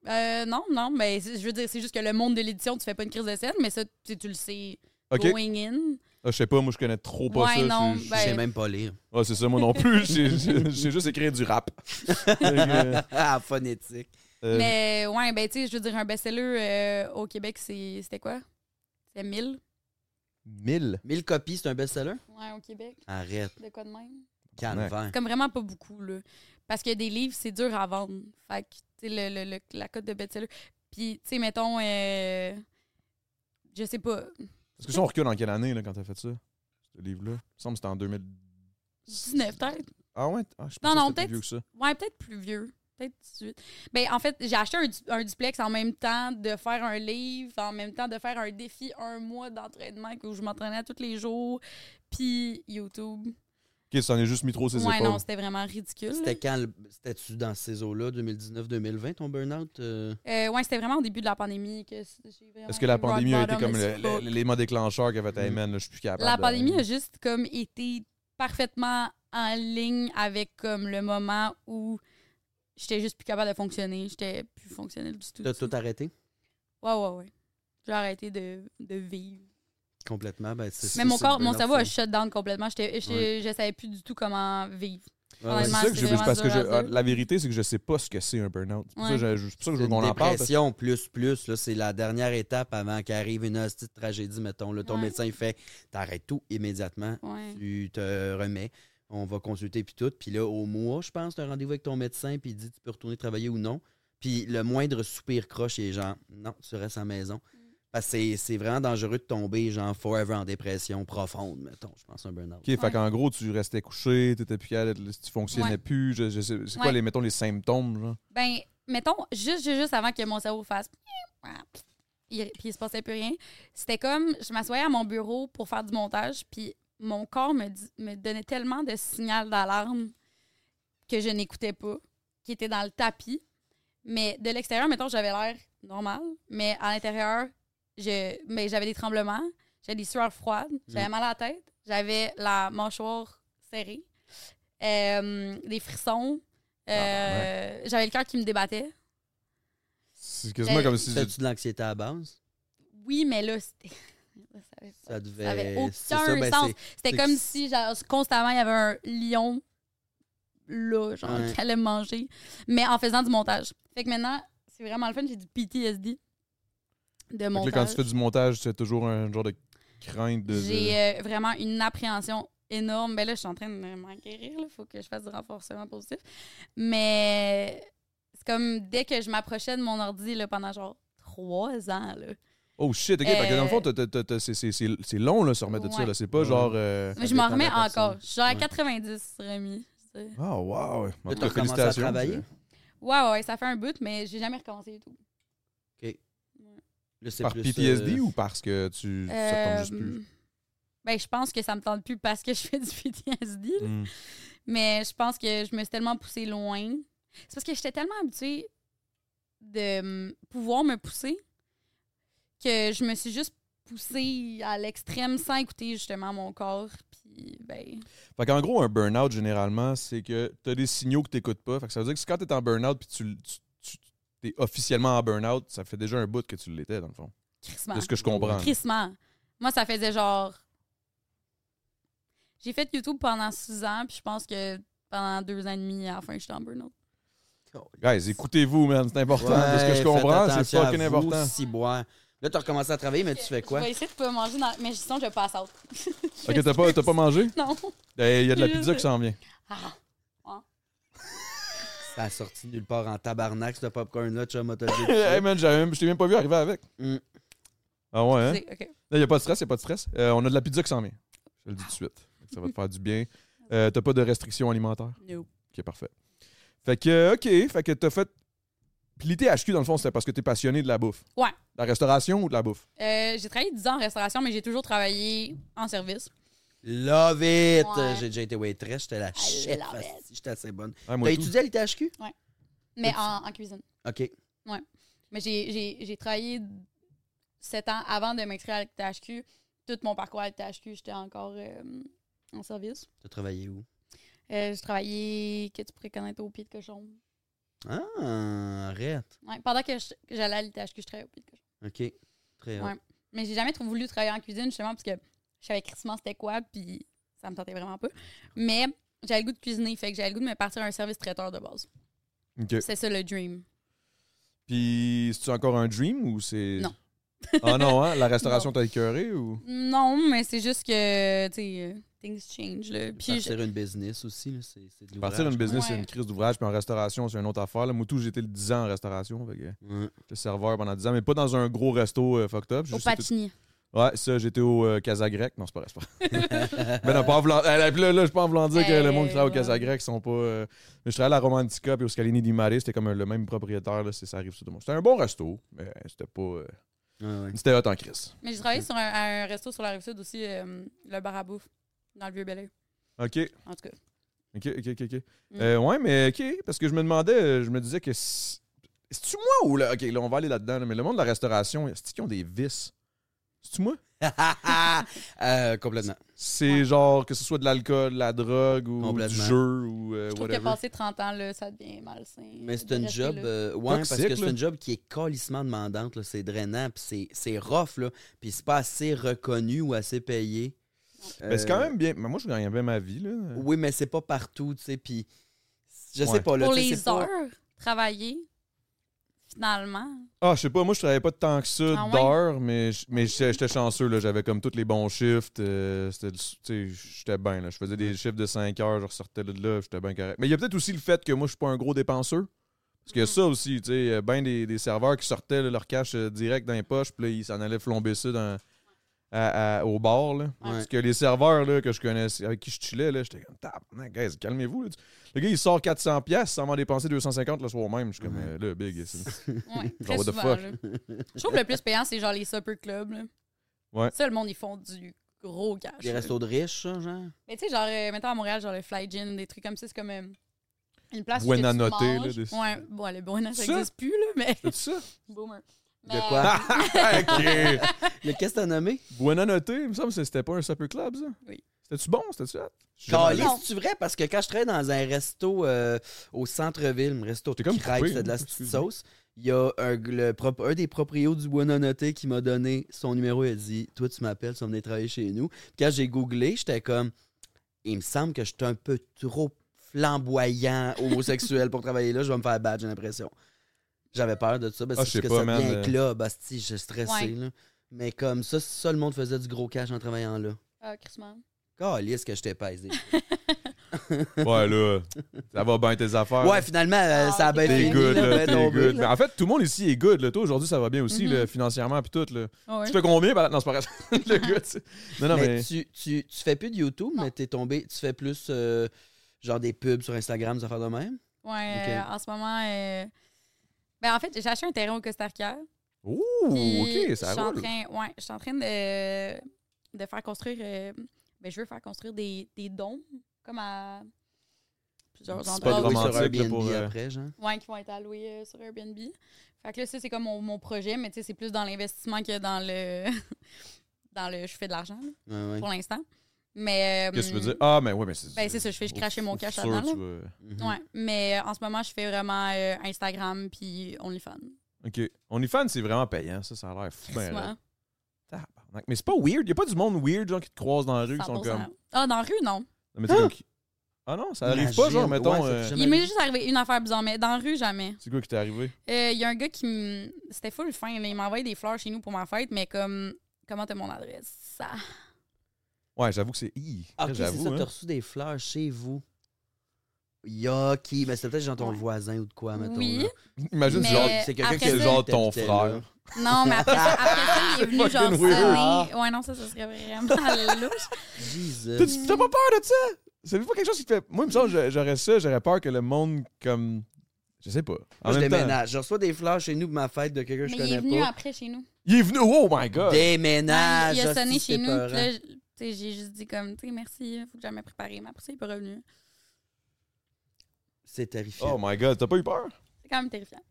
C: euh, non, non, mais c'est- je veux dire, c'est juste que le monde de l'édition, tu fais pas une crise de scène, mais ça, tu, tu le sais
A: Ok,
C: going in.
A: Ah, je sais pas, moi je connais trop pas
C: Ouais,
A: ça.
C: non,
A: je- je-
B: Je
C: ben-
B: sais même pas lire.
A: Ah, c'est ça, moi non plus. J'ai j'ai- j'ai juste écrit du rap. Euh,
B: Ah, phonétique.
A: euh,
C: Mais ouais, ben tu sais, je veux dire, un best-seller euh, au Québec, c'est- c'était quoi? C'était 1000.
A: 1000.
B: 1000 copies, c'est un best-seller?
C: Ouais, au Québec.
B: Arrête,
C: De quoi de même?
B: calvaire.
C: C'est comme vraiment pas beaucoup, là. Parce que des livres, c'est dur à vendre. Fait que, tu sais, le, le- le- la cote de best-seller. Puis, tu sais, mettons, euh, je sais pas,
A: Parce que ça, on recule en quelle année là, quand t'as fait ça, ce livre-là? Il me semble que c'était en 2000.
C: 19 peut-être.
A: Ah ouais? Ah, je
C: Non,
A: pensais que
C: non,
A: c'était plus
C: peut-être-
A: vieux que ça.
C: Ouais, peut-être plus vieux. Peut-être 18. Ben, en fait, j'ai acheté un, du- un duplex en même temps de faire un livre, en même temps de faire un défi un mois d'entraînement où je m'entraînais tous les jours, puis YouTube.
A: Ok, ça en est juste mis trop ses
C: Ouais,
A: épaules.
C: non, c'était vraiment ridicule.
B: C'était quand? le- C'était-tu dans ces eaux-là, 2019-2020, ton burn-out? euh?
C: Euh, ouais, c'était vraiment au début de la pandémie que c- j'ai vraiment.
A: Est-ce que la
C: eu rock
A: pandémie a été
C: bottom
A: comme
C: as
A: le-
C: fuck.
A: le- l'élément déclencheur qui a fait Hey
B: Mm.
A: man, là, je suis plus capable?
C: La
A: de-
C: pandémie a juste comme été parfaitement en ligne avec comme le moment où j'étais juste plus capable de fonctionner, j'étais plus fonctionnelle du tout.
B: T'as tout arrêté?
C: Ouais, ouais, ouais. J'ai arrêté de, de vivre.
B: Complètement, ben c'est
C: Mais
B: c'est-
C: mon
B: c'est
C: corps,
B: le
C: mon
B: burn-out,
C: cerveau a
B: c'est-
C: shut down complètement. J'étais- j'étais- Je savais plus du tout comment vivre.
B: Ouais, ouais.
A: C'est
C: Honnêtement,
A: ça que
C: c'est
A: je veux,
C: vraiment
A: parce que
C: dur à
A: je- ah,
C: dire.
A: la vérité, c'est que je sais pas ce que c'est un burn-out. C'est pour ça que je- c'est pour ça que je veux
B: C'est une
A: qu'on en parle. parce-
B: dépression plus plus là, c'est la dernière étape avant qu'arrive une hostie de tragédie mettons là, ton
C: Ouais.
B: médecin il fait t'arrêtes tout immédiatement,
C: Ouais.
B: tu te remets, on va consulter puis tout, puis là au mois je pense tu as rendez-vous avec ton médecin puis il dit tu peux retourner travailler ou non. Puis le moindre soupir croche il est genre non, tu restes à la maison.
C: Mm.
B: Parce que c'est- c'est vraiment dangereux de tomber genre forever en dépression profonde mettons, je pense un burn-out.
A: Ok, fait qu'en gros, tu restais couché, t'étais plus capable, tu fonctionnais
C: Ouais.
A: plus. je- je sais- c'est quoi
C: Ouais.
A: les, mettons, les symptômes? Genre?
C: Ben, mettons, juste, juste, juste avant que mon cerveau fasse. il- Puis il se passait plus rien. C'était comme, je m'assoyais à mon bureau pour faire du montage, puis mon corps me, di- me donnait tellement de signaux d'alarme que je n'écoutais pas, qui était dans le tapis. Mais de l'extérieur, mettons, j'avais l'air normal, mais à l'intérieur, je, mais j'avais des tremblements, j'avais des sueurs froides, j'avais mal à la tête, j'avais la mâchoire serrée, euh, des frissons, euh, j'avais le cœur qui me débattait.
A: C'est quasiment
C: Ben,
A: comme si.
B: T'as-tu de l'anxiété à base?
C: Oui, mais là, c'était. ça avait pas-
B: Ça devait.
C: Ça avait aucun
B: c'est ça, ben,
C: sens.
B: c'est-
C: C'était
B: c'est
C: comme
B: que-
C: si genre, constamment il y avait un lion là, genre,
B: Ouais.
C: qui allait me manger, mais en faisant du montage. Fait que maintenant, c'est vraiment le fun, j'ai du PTSD de
A: Fait que là,
C: montage.
A: quand tu fais du montage, tu as toujours un genre de crainte de. de-
C: J'ai euh, vraiment une appréhension énorme. Ben là, je suis en train de m'en guérir. Il faut que je fasse du renforcement positif. Mais c'est comme dès que je m'approchais de mon ordi là, pendant genre trois ans, là,
A: Oh shit, ok, fait que dans le fond, t'as-
C: Euh,
A: t'as- t'as- t'as- c'est- c'est c'est- c'est long là, se remettre de ça.
C: Ouais.
A: là. C'est pas
B: Ouais.
A: genre. euh,
C: Mais je
B: dépend
C: m'en
B: de la
C: remets
B: personne.
C: encore. Je suis genre à
B: Ouais.
C: 90 remis. je sais.
A: Ah, wow! En tout
B: Là,
A: cas,
B: t'as recommencé à travailler.
C: Ouais, ouais, ouais, ça fait un bout, mais j'ai jamais recommencé du tout.
B: Là, c'est
A: Par
B: plus,
A: PTSD
B: euh,
A: ou parce que tu. Ça te tente juste
C: Euh,
A: plus.
C: Ben, je pense que ça me tente plus parce que je fais du PTSD. là.
A: Mm.
C: Mais je pense que je me suis tellement poussée loin. C'est parce que j'étais tellement habituée de mm, pouvoir me pousser que je me suis juste poussée à l'extrême sans écouter justement mon corps. Puis, ben,
A: Fait qu'en gros, un burn-out, généralement, c'est que t'as des signaux que t'écoutes pas. Fait que ça veut dire que si quand t'es en burn-out puis tu, tu, tu- t'es officiellement en burn-out, ça fait déjà un bout que tu l'étais, dans le fond.
C: crissement.
A: De ce que je comprends.
C: Crissement. Moi, ça faisait genre. J'ai fait YouTube pendant six ans, puis je pense que pendant deux ans et demi, à la fin, j'étais en burn-out.
A: Guys, écoutez-vous, man, c'est important. de ce que je
B: faites
A: comprends, c'est
B: attention à
A: fucking
B: vous,
A: important.
B: ciboire. Là, t'as recommencé à travailler, mais tu fais quoi?
C: Je vais essayer de pas manger, dans... mais sinon, je passe out.
A: Ok, t'as pas, t'as pas mangé? Ben,
C: Non.
A: Il y a de la pizza qui s'en vient.
C: Ah.
B: Ça a sorti nulle part en tabarnak, ce popcorn-là, chum, t'as dit.
A: hey man, j'avais même- je t'ai même pas vu arriver avec.
B: Mm.
A: Ah ouais, hein?
C: C'est- ok.
A: Il n'y a pas de stress, il a pas de stress. Euh, on a de la pizza qui s'en vient. Je te le dis tout de suite. Ça va te faire du bien. Euh, t'as pas de restrictions alimentaires?
C: No.
A: Ok, parfait. Fait que, ok, fait que t'as fait. Puis l'ITHQ, dans le fond, c'était parce que t'es passionné de la bouffe.
C: Ouais.
A: De la restauration ou de la bouffe?
C: Euh, j'ai travaillé 10 ans en restauration, mais j'ai toujours travaillé en service.
B: Love it!
C: Ouais.
B: J'ai déjà été waitress, j'étais la chef.
C: love it.
B: asti, J'étais assez bonne.
A: Ah, moi
B: T'as
A: tout.
B: étudié à l'ITHQ?
C: Mais en, en cuisine.
B: OK.
C: Mais j'ai- j'ai j'ai travaillé 7 ans avant de m'inscrire à l'THQ. Tout mon parcours à l'THQ, j'étais encore euh, en service.
B: T'as travaillé où?
C: Euh, j'ai travaillé, que tu pourrais connaître, au pied de cochon.
B: Ah, arrête.
C: Ouais, pendant que je- que j'allais à l'ITHQ, je travaillais au pied de cochon.
B: OK. Très bien.
C: Ouais. Mais j'ai jamais trop voulu travailler en cuisine, justement, parce que je savais crissement c'était quoi, puis ça me tentait vraiment pas. Mais j'avais le goût de cuisiner, fait que j'avais le goût de me partir à un service traiteur de base.
A: Ok.
C: C'est ça le dream.
A: Puis, c'est-tu encore un dream ou c'est.
C: Non.
A: Ah non, hein? La restauration t'a écœuré ou.
C: Non, mais c'est juste que, tu sais, euh, things change, là. Puis, je-
B: Partir une business aussi, là, c'est c'est de l'ouvrage.
A: Partir d'une business, c'est
C: Ouais.
A: une crise d'ouvrage, puis en restauration, c'est une autre affaire. Là. Moi, tout, j'étais le 10 ans en restauration. Fait que j'étais
B: Ouais.
A: serveur pendant 10 ans, mais pas dans un gros resto euh, fucked up.
C: au
A: Juste été-
C: patini.
A: Ouais, ça, j'étais au euh, Casa Grec. Non, c'est pas vrai, c'est pas. ben non, pas en voulant... eh, là, puis là, là, je peux en voulant dire que le monde qui travaille au
C: Eh,
A: Casa
C: ouais.
A: Grec sont pas. euh, Mais je travaillais à la Romantica puis au Scalini di Mare, c'était comme euh, le même propriétaire, là, c'est ça arrive sur tout le monde. C'était un bon resto, mais c'était pas. euh,
B: Ouais, ouais.
A: C'était hot en crise.
C: Mais j'ai travaillé sur un, à un resto sur la rive sud aussi, euh, le bar à bouffe, dans le vieux Bel Air.
A: OK.
C: En tout cas.
A: OK, OK, OK. ok.
C: Mm.
A: Euh, ouais, mais OK, parce que je me demandais, euh, je me disais que. si- C'est-tu moi ou là? OK, là, on va aller là-dedans, là, mais le monde de la restauration, c'est-tu qui ont des vices? C'est-tu moi?
B: Euh, complètement.
A: C'est genre que ce soit de l'alcool, de la drogue ou du
B: Complètement.
A: jeu ou euh,
C: Je trouve que
A: whatever.
C: passer 30 ans, là, ça devient malsain.
B: Mais c'est
C: de
B: un
C: rester
B: job,
C: là.
B: euh, ouais, parce
A: Toxique,
B: que c'est
A: là.
B: un job qui est calissement demandante, là. c'est drainant, puis c'est- c'est rough, là. puis c'est pas assez reconnu ou assez payé.
A: Ben, c'est quand
B: Euh,
A: même bien. Mais moi, je gagnais bien ma vie. Là.
B: Oui, mais c'est pas partout, tu sais, puis je
A: Ouais.
B: sais pas, là,
C: Pour
B: tu sais,
C: les
B: c'est pas-
C: heures travaillées, finalement.
A: Ah, je sais pas, moi, je travaillais pas tant que ça
C: Ah ouais?
A: d'heures, mais, j- mais j'étais j'étais chanceux. là. J'avais comme tous les bons shifts. euh, c'était le- tu sais, j'étais bien. là. Je faisais des shifts de 5 heures, je ressortais de là, j'étais bien correct. Mais il y a peut-être aussi le fait que moi, je suis pas un gros dépenseur. Parce que
C: Mhm.
A: ça aussi, tu sais, ben des, des serveurs qui sortaient là, leur cash euh, direct dans les poches, puis là, ils s'en allaient flomber ça dans- à- à- au bar. Là.
B: Ouais.
A: Parce que les serveurs là, que je connaissais, avec qui je chillais, là, j'étais comme, tabarnak, guys, calmez-vous. là. Le gars, il sort 400$ piastres sans m'en dépenser 250$ le soir même. Je suis comme,
B: Ouais.
A: euh, là, big. c'est-
C: Ouais,
A: Genre,
C: très
A: Bah, what the
C: souvent.
A: fuck?
C: là. Je trouve que le plus payant, c'est genre les supper clubs. Là.
A: Ouais.
C: Ça, le monde, ils font du gros cash.
B: Des
C: là.
B: restos de riches, ça, genre.
C: Mais tu sais, genre, euh, mettons à Montréal, genre le Fly Gin, des trucs comme ça, c'est comme euh, une place où.
A: Buena
C: tu
A: Notte, là,
C: manges.
A: des-
C: Ouais, bon, le Buena, ça
A: Ça?
C: n'existe plus, là, mais.
A: C'est ça?
C: Boomer.
B: De
C: Mais-
B: quoi?
A: Ah! ok.
B: Mais qu'est-ce que t'as nommé?
A: Buena noté, il me semble que c'était pas un supper club, ça.
C: Oui.
A: C'était-tu bon? C'était-tu hot? J'ai jamais
B: Calé,
A: allé.
B: c'est-tu vrai? Parce que quand je travaillais dans un resto euh, au centre-ville, un resto
A: T'es
B: de
A: comme
B: crêpes,
A: coupé,
B: c'était de
A: hein,
B: la petite
A: excuse-moi.
B: sauce, il y a un, le prop- un des proprios du Buona Noté qui m'a donné son numéro. Il a dit Toi, tu m'appelles, tu vas venir travailler chez nous. Puis quand j'ai googlé, j'étais comme Il me semble que j'étais un peu trop flamboyant homosexuel pour travailler là, je vais me faire battre, j'ai l'impression. J'avais peur de ça, parce
A: Ah,
B: que
A: je
B: c'est
A: sais
B: que
A: pas,
B: ça
A: man,
B: devient un
A: euh.
B: club, hostie, je suis stressé.
C: Ouais.
B: là. Mais comme ça, ça, le monde faisait du gros cash en travaillant là.
C: Ah, crissement.
B: Calisse que j'étais paisé.
A: Ouais, là. Ça va bien tes affaires.
B: Ouais, finalement, euh,
C: Ah,
B: ça a bien
C: t'es
A: T'es
B: fini.
A: good,
B: là,
A: là.
B: ben
A: T'es
B: tombé,
A: good.
B: là.
A: Mais en fait, tout le monde ici est good, là. Toi, aujourd'hui, ça va bien aussi,
C: Mhm.
A: là, financièrement, puis tout, là.
C: Ah ouais.
A: Tu fais combien? par- Non, c'est pas vrai. le gars, tu sais. Non, non,
B: mais
A: mais.
B: Tu, tu, tu fais plus de YouTube, mais t'es tombé, tu fais plus euh, genre des pubs sur Instagram, des affaires de même.
C: Ouais,
B: Ok.
C: euh, en ce moment. euh, Ben, en fait, j'ai acheté un terrain au Costa Rica.
A: Ouh,
C: Puis,
A: ok,
C: je
A: ça
C: suis en
A: roule.
C: train, ouais, je suis en train de, de faire construire. euh, ben, je veux faire construire des, des dômes, comme à plusieurs
A: C'est
B: Ah
A: pas
C: endroits.
B: oui,
C: où-
A: romantique,
B: sur
A: là,
B: Airbnb
A: pour, euh,
B: après, genre.
C: Ouais, qui vont être alloués euh, sur Airbnb. Fait que là, ça, c'est comme mon, mon projet, mais tu sais, c'est plus dans l'investissement que dans le. dans le. Je fais de l'argent, là,
B: Ouais, ouais.
C: pour l'instant. Mais. euh,
A: Qu'est-ce que tu veux dire? Ah, mais ouais, mais c'est.
C: Ben, c'est ça, je fais- je
A: au-
C: crachais mon
A: au
C: cash
A: futur,
C: là-dedans,
A: tu vas-
B: Mhm.
C: Ouais, mais euh, en ce moment, je fais vraiment euh, Instagram puis OnlyFans.
A: Ok. OnlyFans, c'est vraiment payant, ça, ça a l'air fou. ben, là.
C: souvent.
A: Tabarnak. Mais c'est pas weird. Y a pas du monde weird, genre, qui te croise dans la rue, qui sont
C: 100%.
A: comme.
C: Ah, dans la rue, non.
A: Non, mais c'est
B: Hein?
A: comme qui- Ah non, ça arrive pas, genre,
B: Imagine.
A: mettons.
B: Ouais, ça,
A: euh,
B: jamais
C: Il m'est
B: vu.
C: juste arrivé une affaire bizarre, mais dans la rue, jamais.
A: C'est quoi qui t'est arrivé?
C: Euh, Il y a un gars qui me. C'était full fin, là. Il m'a envoyé des fleurs chez nous pour ma fête, mais comme. Comment t'as mon adresse? Ça.
A: Ouais, j'avoue que c'est. Hi,
B: Ah, Ok, c'est
A: j'avoue.
B: ça,
A: hein.
B: t'as reçu des fleurs chez vous. Yoki, mais c'était peut-être genre ton
C: Ouais.
B: voisin ou de quoi, mettons.
C: Oui.
B: là.
A: Imagine,
C: Mais
A: Ah, genre,
B: c'est quelqu'un
C: après
A: qui est
C: ça-
A: genre ton
B: T'habitais
A: frère.
C: Non, mais après ça, après ça, il est venu
A: C'est
C: genre
A: fucking weird.
B: Ah.
C: sonner. Ouais, non, ça, ça serait vraiment louche.
A: T'as
B: Jesus.
A: dit, T'as pas peur de ça? C'est pas quelque chose qui te fait. Moi, il me semble que j'aurais ça, j'aurais peur que le monde, comme. Je sais pas. En
B: Moi, je
A: même temps,
B: déménage. Je reçois des fleurs chez nous pour ma fête de quelqu'un
C: Mais
B: que je
C: il est
B: connais
C: venu
B: pas.
C: après chez nous.
A: Il est venu. Oh my god!
B: Déménage.
C: il a
B: hostie,
C: sonné
B: c'est
C: chez nous,
B: peurant.
C: puis là, je- tu sais, j'ai juste dit comme, tu sais, merci, faut que j'aille me préparer. Mais après ça, il est pas revenu.
B: C'est terrifiant.
A: Oh my god, t'as pas eu peur?
C: C'est quand même terrifiant.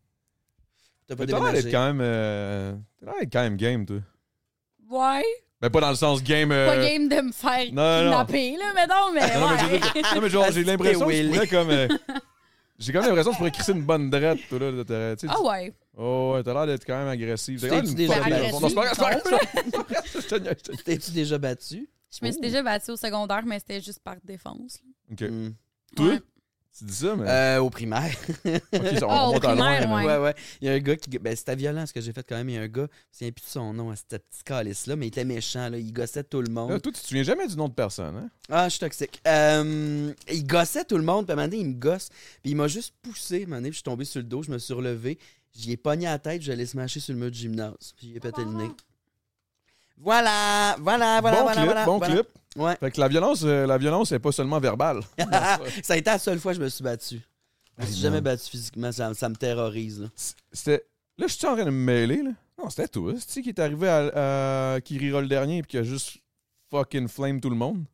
B: T'as pas
A: T'as l'air d'être
B: déménagé.
A: quand même. euh, T'as l'air d'être quand même game, toi.
C: Ouais,
A: Mais pas dans le sens game. euh,
C: pas game de me faire
A: non, non, non.
C: kidnapper, là, mais non, mais
A: Non, non, mais je veux
C: ouais.
A: dire Non, mais genre, j'ai
B: Parce que
A: l'impression que tu
B: Ah, Willy.
A: pourrais comme. euh, J'ai quand même l'impression que tu pourrais crisser une bonne drette, toi, là. de te- tu sais,
C: Ah ouais.
A: Oh, ouais, t'as l'air d'être quand même agressif.
B: Tu
A: T'as l'air
B: t'es-tu
A: d'une
B: déjà
A: fucking
B: agressif,
A: enfant. Non, c'est pas vrai, c'est pas vrai,
C: donc,
A: c'est pas vrai, je te niaise, je te niaise.
B: T'es-tu déjà battu?
C: Je me suis
A: Ouh.
C: déjà battue au secondaire, mais c'était juste par défense. là.
A: Ok. Ben.
B: Hmm.
A: Toi?
C: Ouais.
A: Tu dis ça, mais.
B: Euh, oh, au primaire.
A: Ok, ça, on
C: Ah, au
A: remonte à loin.
C: primaire,
A: là.
C: ouais.
B: Ouais, ouais. Il y a un gars qui. Ben, c'était violent ce que j'ai fait quand même. Il y a un gars, je me souviens plus de son nom à ce petit calice-là, mais il était méchant, là. Il gossait tout le monde.
A: Là, toi, tu te souviens jamais du nom de personne, hein?
B: Ah, je suis toxique. Euh, il gossait tout le monde. Puis à un moment donné, il me gosse. Puis il m'a juste poussé. À un moment donné, puis je suis tombé sur le dos. Je me suis relevé. J'y ai pogné la tête. Je l'ai smashé sur le mur du gymnase. Puis j'ai pété le nez. Voilà, voilà, voilà,
A: bon
B: voilà.
A: clip,
B: voilà,
A: bon
B: voilà.
A: clip.
B: Ouais.
A: Fait que la violence, euh, la violence n'est pas seulement verbale.
B: ça a été la seule fois que je me suis battu. Je me suis
A: Ah,
B: jamais
A: non.
B: battu physiquement. Ça, ça me terrorise, là.
A: C'était. Là, je suis en train de me mêler, là. Non, c'était toi, cest qui est arrivé à. à- qui rira le dernier et qui a juste fucking flame tout le monde?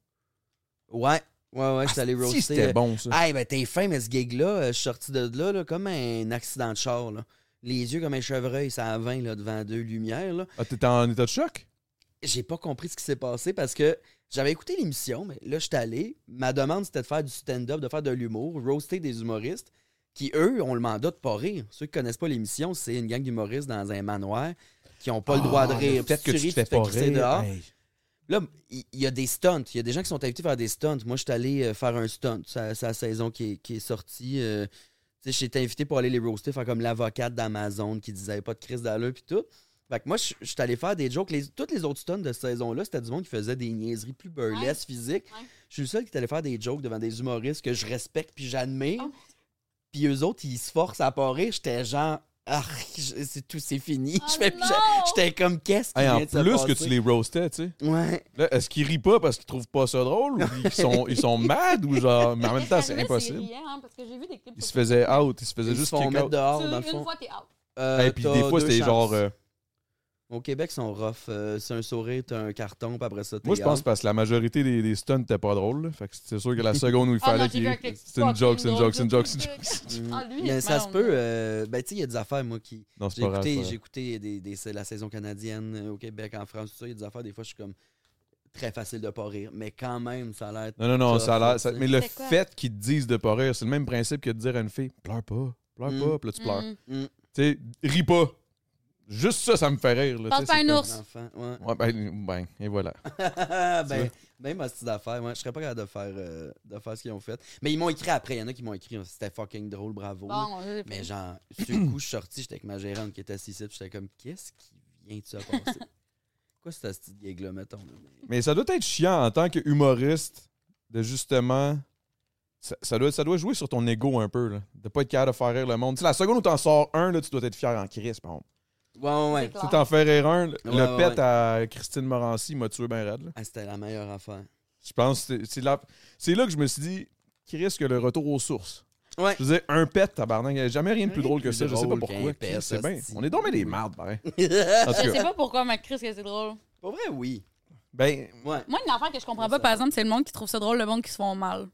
B: Ouais, ouais, ouais. Je suis allé
A: Ah, si,
B: roaster. euh,
A: c'était bon, ça.
B: Hey, ben t'es fin, mais ce gig-là, euh, je suis sorti de là, là, comme un accident de char. Là. Les yeux comme un chevreuil, ça a 20 là, devant deux lumières. Là.
A: Ah, t'étais en état de choc?
B: J'ai pas compris ce qui s'est passé parce que j'avais écouté l'émission, mais là, je suis allé. Ma demande, c'était de faire du stand-up, de faire de l'humour, roaster des humoristes qui, eux, ont le mandat de pas rire. Ceux qui connaissent pas l'émission, c'est une gang d'humoristes dans un manoir qui ont pas le droit de
A: Ah,
B: rire.
A: Peut-être
B: Si
A: que tu
B: ris,
A: te fais
B: fais
A: pas
B: crisser
A: rire.
B: dehors.
A: Hey.
B: Là, il il y a des stunts. Il y a des gens qui sont invités à faire des stunts. Moi, je suis allé euh, faire un stunt. C'est la saison qui est, qui est sortie. euh, tu sais, j'étais invité pour aller les roaster, faire comme l'avocate d'Amazon qui disait pas de crise d'allure puis tout. Fait que moi, je je suis allé faire des jokes. Les, toutes les autres stunts de cette saison-là, c'était du monde qui faisait des niaiseries plus burlesques, physiques.
C: Ouais.
B: Je suis le seul qui est allé faire des jokes devant des humoristes que je respecte puis j'admire.
C: Oh.
B: Puis eux autres, ils se forcent à pas rire. J'étais genre, ah, je- c'est tout, c'est fini.
C: Oh
B: Je fais plus-
C: non!
B: J'étais comme, qu'est-ce qui
A: Hey, en
B: vient de se
A: plus que tu
B: passer?
A: les roastais, tu sais.
B: Ouais.
A: Là, est-ce qu'ils rient pas parce qu'ils trouvent pas ça drôle ou ils sont, ils sont mad ou genre. Mais en même temps, c'est
C: Arrivé,
A: impossible.
C: riant, hein, parce que j'ai vu des clips
A: Ils se
C: sur
A: faisaient out, ils se faisaient
B: Ils
A: juste
B: se font
A: kick
B: mettre
A: out.
B: dehors,
C: Tu-
B: dans le
C: Une
B: fond.
C: fois, t'es out.
B: Euh,
A: Et puis
B: t'as
A: des fois,
B: deux
A: c'était
B: chances.
A: genre. euh,
B: Au Québec, ils sont rough. Euh, c'est un sourire, t'as un carton, puis après ça, t'es
A: Moi, je pense
B: out.
A: parce que la majorité des, des stunts n'étaient pas drôles. là. Fait que c'est sûr que la seconde où il
C: Ah non,
A: fallait
C: j'ai vu
A: qu'il.
C: un clip.
A: C'est une joke, c'est une
C: Fucking
A: joke, c'est une joke, c'est une joke.
C: drôle.
A: c'est une joke.
B: Mm.
C: Ah, lui,
B: Mais ça
C: ben
B: se
C: non,
B: peut.
C: lui.
B: euh, ben, tu sais, il y a des affaires, moi, qui.
A: Non, c'est
B: J'ai
A: pas grave.
B: écouté, j'ai
A: c'est pas
B: écouté des, des- c'est la saison canadienne euh, au Québec, en France, tout ça. Il y a des affaires, des fois, je suis comme très facile de pas rire. Mais quand même, ça a l'air.
A: grave. Non, non, non,
B: Ça,
A: ça a l'air. ça-
B: c'est-
A: Mais le
C: C'est quoi?
A: fait qu'ils te disent de pas rire, c'est le même principe que de dire à une fille pleure pas, pleure
B: Mm.
A: pas, puis là, tu pleures.
C: Mhm.
A: Tu sais, ris pas. Juste ça, ça me fait rire. là,
C: Pense
A: tu sais,
C: pas à
A: c'est
C: un
A: comme-
C: ours.
B: Enfant, ouais.
A: Ouais, ben, ben, et voilà.
B: ben, même ma petite affaire, ouais, je serais pas capable de faire, euh, de faire ce qu'ils ont fait. Mais ils m'ont écrit après. Il y en a qui m'ont écrit. C'était fucking drôle, bravo.
C: Bon, euh,
B: Mais genre, sur le coup, je suis sorti, j'étais avec ma gérante qui était assise ici, puis j'étais comme, qu'est-ce qui vient de se passer? Quoi, cette petite gag-là, mettons? là? Mais-
A: Mais ça doit être chiant en tant qu'humoriste de justement. Ça, ça doit, ça doit jouer sur ton ego un peu, là, de pas être capable de faire rire le monde. Tu sais, la seconde où t'en sors un, là, tu dois être fier en crise, par exemple.
B: Ouais, ouais,
C: c'est
B: ouais.
C: clair.
A: Si t'en fais rire un, le
B: ouais,
A: pet
B: ouais.
A: à Christine Morancy m'a tué bien raide. là.
B: Ah, c'était la meilleure affaire.
A: Je pense que c'est- c'est là, c'est là que je me suis dit, qui risque le retour aux sources.
B: Ouais.
A: Je veux dire, un pet, tabarnak, il n'y a jamais rien de plus
B: Rien
A: drôle
B: de
A: que
B: plus
A: ça. Je sais pas
B: drôle
A: pourquoi.
B: qu'un pet,
A: C'est
B: ça,
A: bien.
B: c'est-
A: On est tombé des mardes, pareil. En tout
C: Je
A: cas,
C: sais pas pourquoi, ma Chris, que c'est drôle.
B: Pas vrai, oui.
A: ben,
B: Ouais.
C: Moi, une affaire que je comprends pas, par exemple, c'est le monde qui trouve ça drôle, le monde qui se font mal.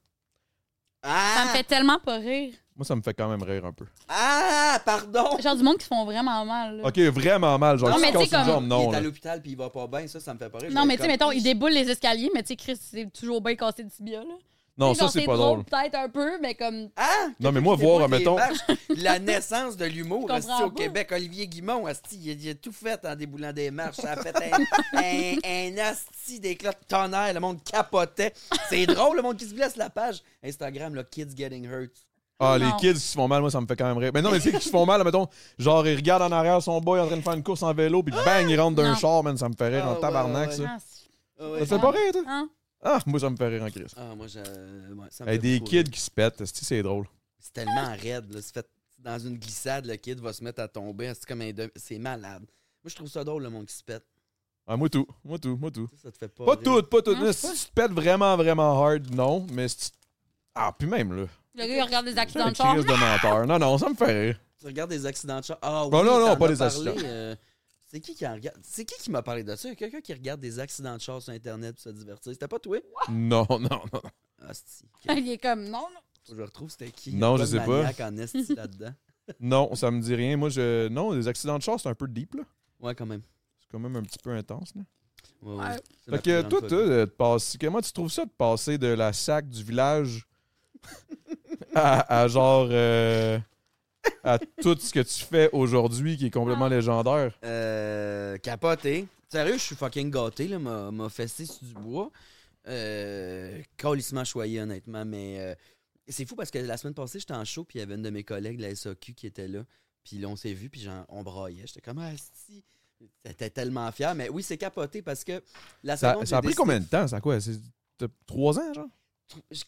C: Ça me
B: Ah!
C: fait tellement pas rire.
A: moi, ça me fait quand même rire un peu.
B: Ah! Pardon!
C: Genre du monde qui se font vraiment mal. là.
A: Ok, vraiment mal. Genre,
C: Non,
A: tu
C: mais
A: te casses
C: tu sais,
A: une
C: comme-
A: jambe,
B: il
A: non.
B: est
A: là.
B: à l'hôpital puis il va pas bien, ça, ça me fait pas rire.
C: Non,
B: Je
C: mais
B: vais
C: tu sais,
B: être
C: mettons,
B: comme,
C: il déboule les escaliers, mais tu sais, Chris, c'est toujours bien cassé le tibia, là.
A: Non,
C: Tu sais,
A: ça,
C: genre,
A: c'est pas drôle.
C: Peut-être un peu, mais comme.
B: Ah!
A: Non, mais moi, voir,
B: Des
A: mettons.
B: vaches, la naissance de l'humour
C: Je comprends
B: asti, au
C: pas.
B: Québec. Olivier Guimont, asti, il, a- il a tout fait en déboulant des marches. Ça a fait un, un, un asti d'éclat de tonnerre. Le monde capotait. C'est drôle, le monde qui se blesse la page. Instagram, là, Kids Getting Hurt.
A: Ah,
C: Non.
A: les kids qui se font mal, moi, ça me fait quand même rire. Mais non, mais tu sais, qui se font mal, mettons, genre, ils regardent en arrière son boy en train de faire une course en vélo, puis bang, ils rentrent d'un
C: Non.
A: char, man, ça me fait rire
B: Ah,
A: en
B: ouais,
A: tabarnak,
B: ouais.
A: ça.
C: Ah, c'est-
B: Ah,
A: Ça
B: ouais.
A: te fait pas rire, toi?
C: hein?
A: Ah, moi, ça me fait rire en crise.
B: Ah, moi, je. ouais, ça me
A: Hey,
B: fait
A: des
B: beaucoup
A: kids
B: rire.
A: qui se pètent, esti, c'est drôle.
B: C'est tellement raide. Là. C'est fait dans une glissade, le kid va se mettre à tomber. asti, comme un demi- C'est malade. Moi, je trouve ça drôle, le monde qui se pète.
A: Ah, moi, tout. Moi, tout. Moi, tout.
B: Ça, ça te fait pas.
A: Pas
B: rire.
A: toutes, pas toutes.
C: Non, je
A: si
C: sais pas.
A: tu te pètes vraiment, vraiment hard, non. Mais si tu- Ah, puis même, là.
C: Le gars, il regarde des
A: C'est
C: accidents
A: un
C: de char.
A: crise de menteur. Non, non, ça me fait rire.
B: Tu regardes des accidents de char. Ah oui,
A: Bon, non, non,
B: t'en
A: pas
B: as
A: des
B: parlé,
A: accidents.
B: euh, c'est qui qui en regarde C'est qui qui m'a parlé de ça Il y a quelqu'un qui regarde des accidents de char sur internet pour se divertir. C'était pas toi
A: Non, non, non.
B: Asti. ok.
C: Il est comme, non, non.
B: Faut que je retrouve c'était qui
A: Non,
B: Quoi
A: je
B: de
A: sais pas.
B: maniaque en esti là-dedans.
A: Non, ça me dit rien. Moi, je. Non, les accidents de char, c'est un peu deep, là.
B: Ouais, quand même.
A: C'est quand même un petit peu intense, là.
B: Ouais, ouais.
C: Ouais.
B: C'est ma
A: Fait
B: plus
A: que
B: grande
A: toi,
B: phobie.
A: toi, euh, de te passer- comment tu trouves ça de passer de la sac du village à, à genre euh, à tout ce que tu fais aujourd'hui qui est complètement légendaire?
B: Euh, capoté. Sérieux, je suis fucking gâté, là. M'a m'a fessé sur du bois. Euh, colissement choyé, honnêtement, mais euh, c'est fou parce que la semaine passée, j'étais en show, puis il y avait une de mes collègues de la SAQ qui était là. Puis là, on s'est vu, puis genre, on braillait. J'étais comme, ah, si. J'étais tellement fier. Mais oui, c'est capoté parce que la
A: Ça,
B: seconde,
A: ça a
B: j'ai
A: pris
B: décidé-
A: combien de temps? Ça a quoi? C'est t'as trois ans, genre?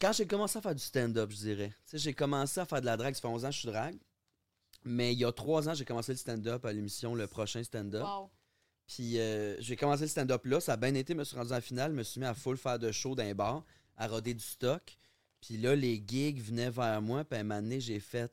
B: quand j'ai commencé à faire du stand-up, je dirais. Tu sais, j'ai commencé à faire de la drague. Ça fait 11 ans que je suis drague. Mais il y a trois ans, j'ai commencé le stand-up à l'émission Le Prochain Stand-up.
C: Wow.
B: Puis euh, j'ai commencé le stand-up là. Ça a bien été. Je me suis rendu en finale. Je me suis mis à full faire de show dans les bars, à roder du stock. Puis là, les gigs venaient vers moi. Puis à un moment donné, j'ai fait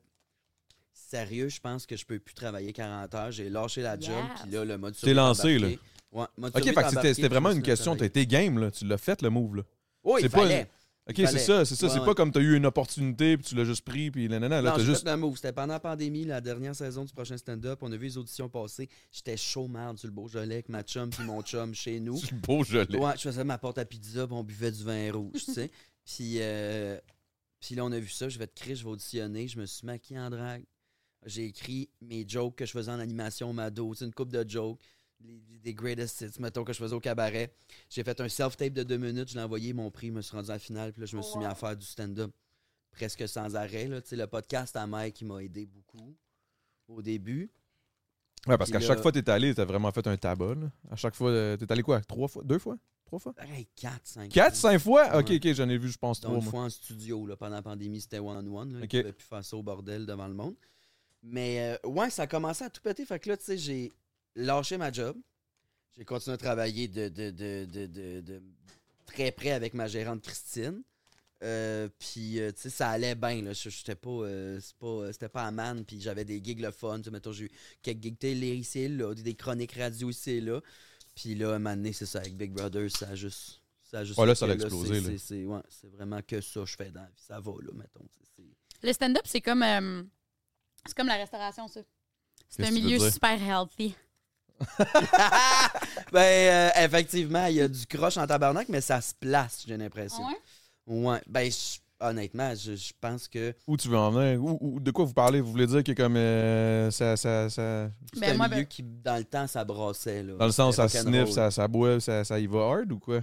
B: sérieux, je pense que je peux plus travailler 40 heures. J'ai lâché la job.
C: Yes.
B: Puis là, le mode
A: T'es lancé, là.
B: Ouais, mode
A: Ok, fait que c'était- c'était vraiment une question. T'as été game, là. Tu l'as fait, le move, là.
B: Oui,
A: c'est
B: il
A: pas une-
B: fallait.
A: Ok,
B: Il
A: c'est
B: fallait.
A: ça, c'est ça.
B: Ouais,
A: c'est pas
B: ouais.
A: comme t'as eu une opportunité, puis tu l'as juste pris, puis nanana. Là,
B: Non,
A: t'as
B: j'ai
A: juste.
B: fait un move. C'était pendant la pandémie, la dernière saison du prochain stand-up. On a vu les auditions passer. J'étais chaud marde sur le Beaujolais avec ma chum puis mon chum chez nous.
A: Du beau gelé.
B: Ouais, je faisais ma porte à pizza, puis on buvait du vin rouge, tu sais. Puis, euh, puis là, on a vu ça. Je vais te crier, je vais auditionner. Je me suis maquillé en drague. J'ai écrit mes jokes que je faisais en animation, ma dos, une coupe de jokes. les- Des greatest hits, mettons, que je faisais au cabaret. J'ai fait un self-tape de deux minutes, je l'ai envoyé, mon prix, je me suis rendu en finale, puis là, je me suis mis à faire du stand-up presque sans arrêt. Là. Tu sais, Le podcast à Mike, qui m'a aidé beaucoup au début.
A: Ouais, parce
B: Puis
A: qu'à
B: là-
A: chaque fois que t'es allé, t'as vraiment fait un tabac, là. À chaque fois, euh, t'es allé quoi? Trois fois? Deux fois? Trois fois?
B: Hey, 4, 5.
A: Quatre, cinq fois? Ok,
B: Ouais.
A: ok, j'en ai vu, je pense,
B: Donc,
A: trois,
B: une
A: moi.
B: fois en studio, là, pendant la pandémie, c'était one-on-one. là.
A: Ok.
B: Ils pouvaient plus faire ça au bordel devant le monde. Mais euh, ouais, ça a commencé à tout péter. Fait que là, tu sais, j'ai lâché ma job. J'ai continué à travailler de, de- de- de- de- de très près avec ma gérante Christine. Euh, puis, euh, tu sais, ça allait bien. là. Je- J'étais pas, euh, c'est pas, euh, c'était pas à man. Puis j'avais des gigs le fun. Tu sais, mettons, j'ai eu quelques gigs télé ici et là, des chroniques radio ici et là. Puis là, à un moment donné, c'est ça, avec Big Brother, ça a juste. Ça a juste
A: Ouais, là, ça
B: été,
A: l'a explosé,
B: c'est-
A: là.
B: C'est c'est- ouais, c'est vraiment que ça je fais dans la vie. Ça va, là, mettons. tu sais, c'est-
C: Le stand-up, c'est comme, euh, c'est comme la restauration, ça. C'est
A: Qu'est-ce
C: un
A: que tu veux
C: milieu
A: dire?
C: super healthy.
B: Ah ben, euh, effectivement, il y a du croche en tabarnak, mais ça se place, j'ai l'impression.
C: Ah
B: Ouais. Ben, je- honnêtement, je, je pense que
A: Où tu veux en venir? Où- où- de quoi vous parlez? Vous voulez dire que comme euh, ça, ça, ça-
B: c'est
C: Ben,
B: un
C: moi,
B: milieu
C: ben-
B: qui, dans le temps, ça brassait. Là.
A: Dans le sens, ça
B: C'était rock'n'roll.
A: sniff, ça, ça boit, ça, ça y va hard ou quoi?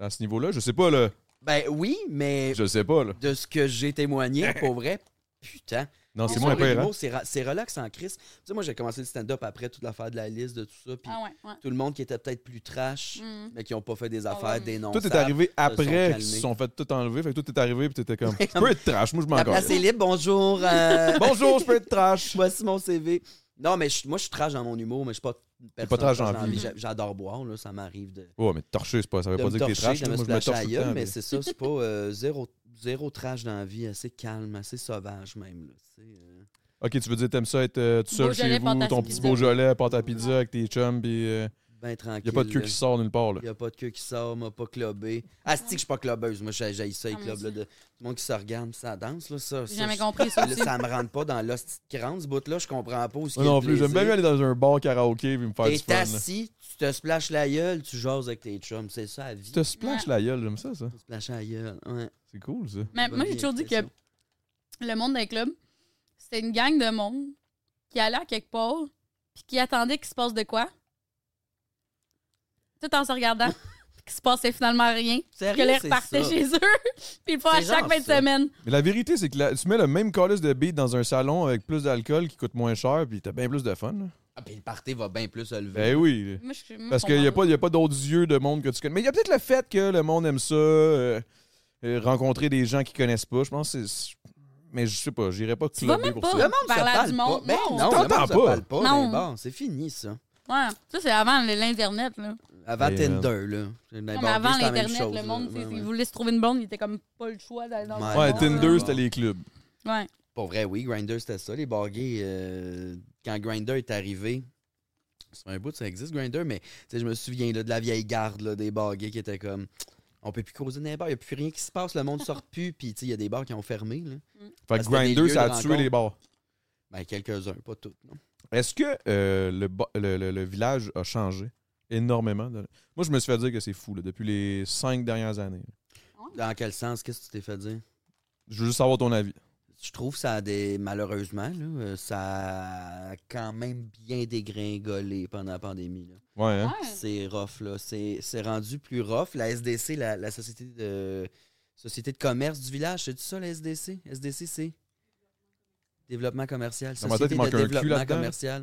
A: À ce niveau-là? Je sais pas, là.
B: Ben oui, mais
A: Je sais pas, là.
B: de ce que j'ai témoigné, pour vrai, putain.
A: Non, c'est
B: Sur
A: moins
B: les
A: pire, hein?
B: mots, C'est ra- c'est relax en crise. Tu sais, moi, j'ai commencé le stand-up après toute l'affaire de la liste, de tout ça. Puis
C: Ah ouais, ouais.
B: tout le monde qui était peut-être plus trash,
C: Mm.
B: mais qui n'ont pas fait des
C: Ah
B: affaires,
C: ouais.
B: des noms.
A: Tout est arrivé après
B: calmés.
A: qu'ils se sont fait tout enlever. Fait que tout est arrivé, puis t'étais comme. Je peux être trash, moi, je m'en
B: La
A: calisse.
B: place est libre, bonjour. euh,
A: Bonjour, je peux être trash.
B: Voici mon CV. Non, mais je- moi, je suis trash dans mon humour, mais je suis pas. une personne
A: pas trash dans la
B: la
A: vie.
B: J'a- J'adore boire, là, ça m'arrive de.
A: Ouais, Oh, mais torcher, c'est pas, ça veut
B: de
A: pas
B: me
A: dire que t'es
B: torcher,
A: trash.
B: de
A: là.
B: me
A: Moi, je me
B: splasher
A: torche
B: à
A: tout le
B: gueule,
A: temps,
B: mais
A: puis-
B: c'est ça, c'est pas euh, zéro, zéro trash dans la vie, assez calme, assez sauvage même. là, tu sais, euh.
A: Ok, tu veux dire, t'aimes ça être euh, tout seul
C: Beaujolais,
A: chez
C: pâte
A: vous,
C: à
A: ton
C: pizza.
A: petit Beaujolais, pâte à pizza avec tes chums, pis
B: ben tranquille.
A: y a pas de queue
B: là.
A: qui sort nulle part, là.
B: Il a pas de queue qui sort, m'a pas clubé. Ah, c'est que je suis pas clubeuse. Moi, j'ai j'ai ça, les
C: Ah,
B: clubs.
C: mon
B: Là, de, tout le monde qui se regarde, puis ça danse. Là, ça,
C: J'ai
B: ça,
C: jamais
B: je-
C: compris ça
B: là,
C: aussi.
B: ça me rentre pas dans l'hostie de crâne, ce bout-là. Je comprends pas où ce
A: Moi
B: qu'il y a
A: non
B: de
A: plus, j'aime bien
B: plaisir.
A: mieux aller dans un bar karaoké puis me faire du
B: T'es
A: fun. là.
B: assis, tu te splashes la gueule, tu jases avec tes chums. C'est ça, la vie.
A: Tu te splashes la gueule, j'aime ça, ça.
B: Tu te splashes la gueule. Ouais.
A: C'est cool, ça.
C: Mais
B: Bonne
C: moi, j'ai toujours dit que
B: expression.
C: le monde d'un club, c'était une gang de monde qui allait à quelque part puis qui attendait qu'il se passe de quoi. Tout en se regardant. puis qu'il se passait finalement rien. Que
B: Sérieux,
C: les
B: c'est
C: repartaient
B: ça.
C: chez eux. puis le font à
B: C'est
C: chaque
B: genre
C: fin de
B: ça.
C: semaine.
A: Mais la vérité, c'est que la- tu mets le même callus de beat dans un salon avec plus d'alcool qui coûte moins cher, puis t'as bien plus de fun. là.
B: Ah, puis le party va bien plus se lever.
A: Ben oui.
C: Moi, je- moi,
A: Parce
C: je
A: qu'il n'y a
C: comprends
A: pas, y a pas d'autres yeux de monde que tu connais. Mais il y a peut-être le fait que le monde aime ça, euh, euh, rencontrer des gens qui connaissent pas. Je pense que c'est. Mais je sais pas, j'irai pas
C: Tu vas
A: clubber
C: même
A: pour ça.
C: pas
B: Le monde
C: parler
B: se
C: à
B: parle
C: du
B: pas.
C: monde.
B: Ben
C: Non.
B: non, le monde
A: T'entends
B: se
A: pas.
B: parle pas. dans les
C: Non.
B: bars. C'est fini, ça.
C: Ouais. Ça, c'est avant le- l'Internet, là.
B: Avant
A: Et, euh,
B: Tinder, là. Dans les
C: Non,
B: bars
C: mais
B: gays, Eh,
C: avant
B: c'est la même
C: l'Internet,
B: chose,
C: le
B: là.
C: monde,
B: Ouais,
C: s'il
B: ouais.
C: voulait se trouver une blonde, il était comme pas le choix d'aller dans le
B: Ouais.
A: Ouais,
C: bar,
A: Tinder,
C: là.
A: c'était les clubs.
C: Ouais.
B: Pour vrai, oui, Grinder, c'était ça. Les barguets, quand Grinder est arrivé, c'est un bout, ça existe, Grinder, mais tu sais, je me souviens là, de la vieille garde là, des barguets qui étaient comme. On peut plus causer dans les bars, il n'y a plus rien qui se passe, le monde sort plus, puis tu sais, il y a des bars qui ont fermé. Là.
A: Fait que
B: Parce que Ah, c'était des
A: Grindr,
B: lieux
A: ça
B: de
A: a tué
B: rencontre.
A: les bars.
B: Ben, quelques-uns, pas toutes. Non?
A: Est-ce que euh, le, ba- le, le- le village a changé énormément? de- Moi, je me suis fait dire que c'est fou là, depuis les cinq dernières années.
B: Dans quel sens, qu'est-ce que tu t'es fait dire?
A: Je veux juste savoir ton avis.
B: Je trouve que ça a des. Malheureusement, là, euh, ça a quand même bien dégringolé pendant la pandémie. là.
A: Ouais,
C: Ah.
A: hein?
C: Ouais.
B: C'est rough, là. C'est c'est rendu plus rough. La SDC, la, la Société de Société de commerce du village, c'est ça la SDC? SDC, c'est développement commercial.
A: Dans ma tête,
B: Société
A: il manque
B: de
A: un cul
B: développement
A: là-dedans.
B: commercial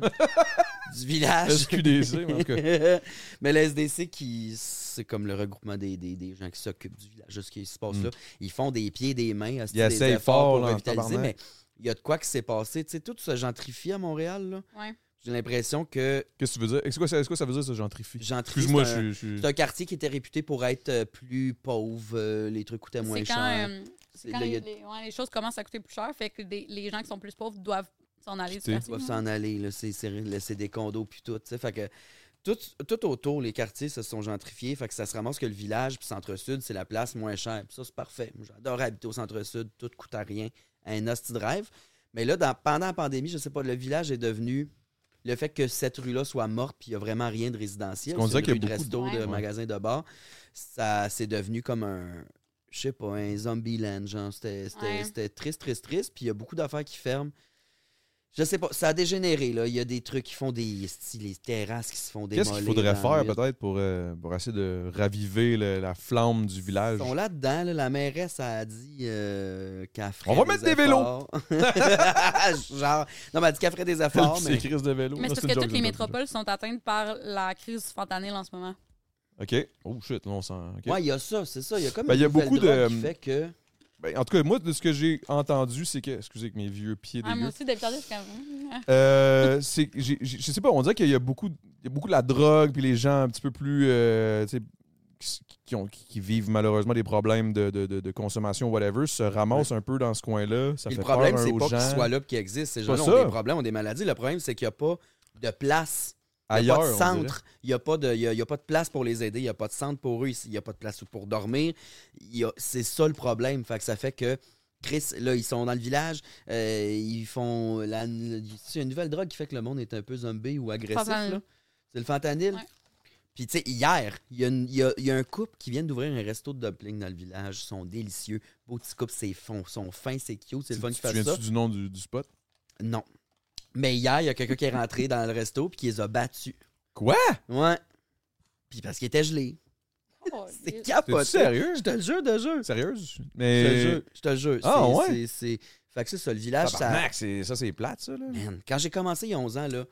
B: du village.
A: SQDC, mais en tout cas.
B: mais la SDC, qui, c'est comme le regroupement des, des, des gens qui s'occupent du village, de ce qui se passe
A: Mm.
B: là. Ils font des pieds, des mains, hostie,
A: Ils
B: des
A: essayent fort,
B: efforts
A: là,
B: pour
A: en
B: revitaliser, mais
A: tabarnak.
B: il y a de quoi qui s'est passé. Tu sais, tout se gentrifie à Montréal. là.
C: Ouais.
B: J'ai l'impression que
A: Qu'est-ce que tu veux dire? Est-ce que, ça- est-ce que ça veut dire, ça, gentrifie?
B: gentrifie.
A: Excuse-moi,
B: c'est un-
A: je suis... je
B: C'est
A: suis-
B: un quartier qui était réputé pour être euh, plus pauvre, euh, les trucs coûtaient moins
C: C'est quand,
B: cher.
C: euh, c'est
B: Là,
C: quand
B: il y
C: les,
B: a-
C: les- ouais, les choses commencent à coûter plus cher, fait que des- les gens qui sont plus pauvres doivent s'en aller.
A: Quitter.
C: du quartier.
B: Ils doivent s'en aller, là, c'est, c'est- là, c'est des condos puis tout, tu sais, fait que tout, tout autour, les quartiers se sont gentrifiés, fait que ça se ramasse que le village puis centre-sud, c'est la place moins chère. Puis ça, c'est parfait. Moi, J'adore habiter au centre-sud, tout coûte à rien, un hostie de rêve. Mais là, dans- pendant la pandémie, je sais pas, le village est devenu le fait que cette rue-là soit morte, puis il n'y a vraiment rien de résidentiel.
A: Parce qu'on
B: c'est
A: dirait
B: une
A: qu'il y a
B: rue de
C: beaucoup de-
B: resto, de
A: Ouais.
B: magasin de bar, ça c'est devenu comme un, je sais pas, un zombie land, genre. C'était c'était-
C: Ouais.
B: c'était triste, triste, triste. Puis il y a beaucoup d'affaires qui ferment. Je sais pas, ça a dégénéré, là. Il y a des trucs qui font des esti, les terrasses qui se font démolir.
A: Qu'est-ce qu'il faudrait
B: dans
A: faire,
B: le-
A: peut-être, pour, euh, pour essayer de raviver le- la flamme du
B: Ils
A: village?
B: sont là-dedans, là. La mairesse a dit euh, qu'elle ferait
A: On va mettre des
B: efforts. genre, non, mais elle dit qu'elle ferait des efforts,
A: C'est
B: mais...
A: crise de vélo. Non, une
C: Mais c'est parce que
A: joke,
C: toutes
A: c'est
C: les
A: une joke,
C: métropoles sont atteintes par la crise fentanyl en ce moment.
A: c'est une joke. OK. Oh, shit, là, on sent... ok.
B: Ouais, il y a ça, c'est ça. Il y a comme
A: Ben, il y a
B: une nouvelle
A: beaucoup
B: drogue
A: de-
B: qui fait que...
A: Ben, en tout cas, moi, de ce que j'ai entendu, c'est que... Excusez avec mes vieux pieds
C: Ah, moi
A: dégueux.
C: aussi, d'habitude, je suis comme. Ah.
A: Euh, c'est- j'ai- j'ai- je sais pas, on dirait qu'il y a beaucoup, il y a beaucoup de la drogue, puis les gens un petit peu plus. euh, tu sais, qui, qui ont- qui- qui vivent malheureusement des problèmes de, de- de- de consommation, whatever, se ramassent un peu dans ce coin-là. Ça
B: Puis
A: fait
B: le problème,
A: peur hein,
B: c'est
A: aux
B: pas
A: gens.
B: qu'ils soient là et qu'ils existent. Ces
A: Pas
B: gens-là
A: ça.
B: ont des problèmes, ont des maladies. Le problème, c'est qu'il n'y a pas de place. Il n'y a
A: ailleurs.
B: pas de
A: on dirait.
B: centre. Il n'y a, pas de- il y a- il y a pas de place pour les aider. Il n'y a pas de centre pour eux. Il n'y a pas de place pour dormir. Il y a- C'est ça le problème. Fait que ça fait que Chris, là, ils sont dans le village. euh, ils font. la- C'est une nouvelle drogue qui fait que le monde est un peu zombie ou agressif.
C: Fentanyl.
B: là. C'est le fentanyl.
C: Ouais.
B: Puis, tu sais, hier, il y, a une- il y a- il y a un couple qui vient d'ouvrir un resto de dumplings dans le village. Ils sont délicieux. Beau petit couple, c'est fin, sont fins, c'est cute. C'est le fun
A: Tu
B: qu'ils
A: tu
B: fassent ça.
A: viens-tu du nom du, du spot?
B: Non. Mais hier, il y a quelqu'un qui est rentré dans le resto puis qui les a battus.
A: Quoi?
B: Ouais. Puis parce qu'ils étaient gelés.
C: Oh,
B: C'est
C: yes.
A: T'es
B: capoté.
A: sérieux?
B: Je te le jure de jeu.
A: Sérieuse?
B: Je te le
A: Mais.
B: jure. Je te le jure.
A: Euh, Ah,
B: C'est-
A: ouais?
B: c'est- c'est- Fait que c'est ça, le village, ça...
A: Tabarnak, c'est- ça, c'est plate, ça. Là.
B: Man, quand j'ai commencé il y a 11 ans, là,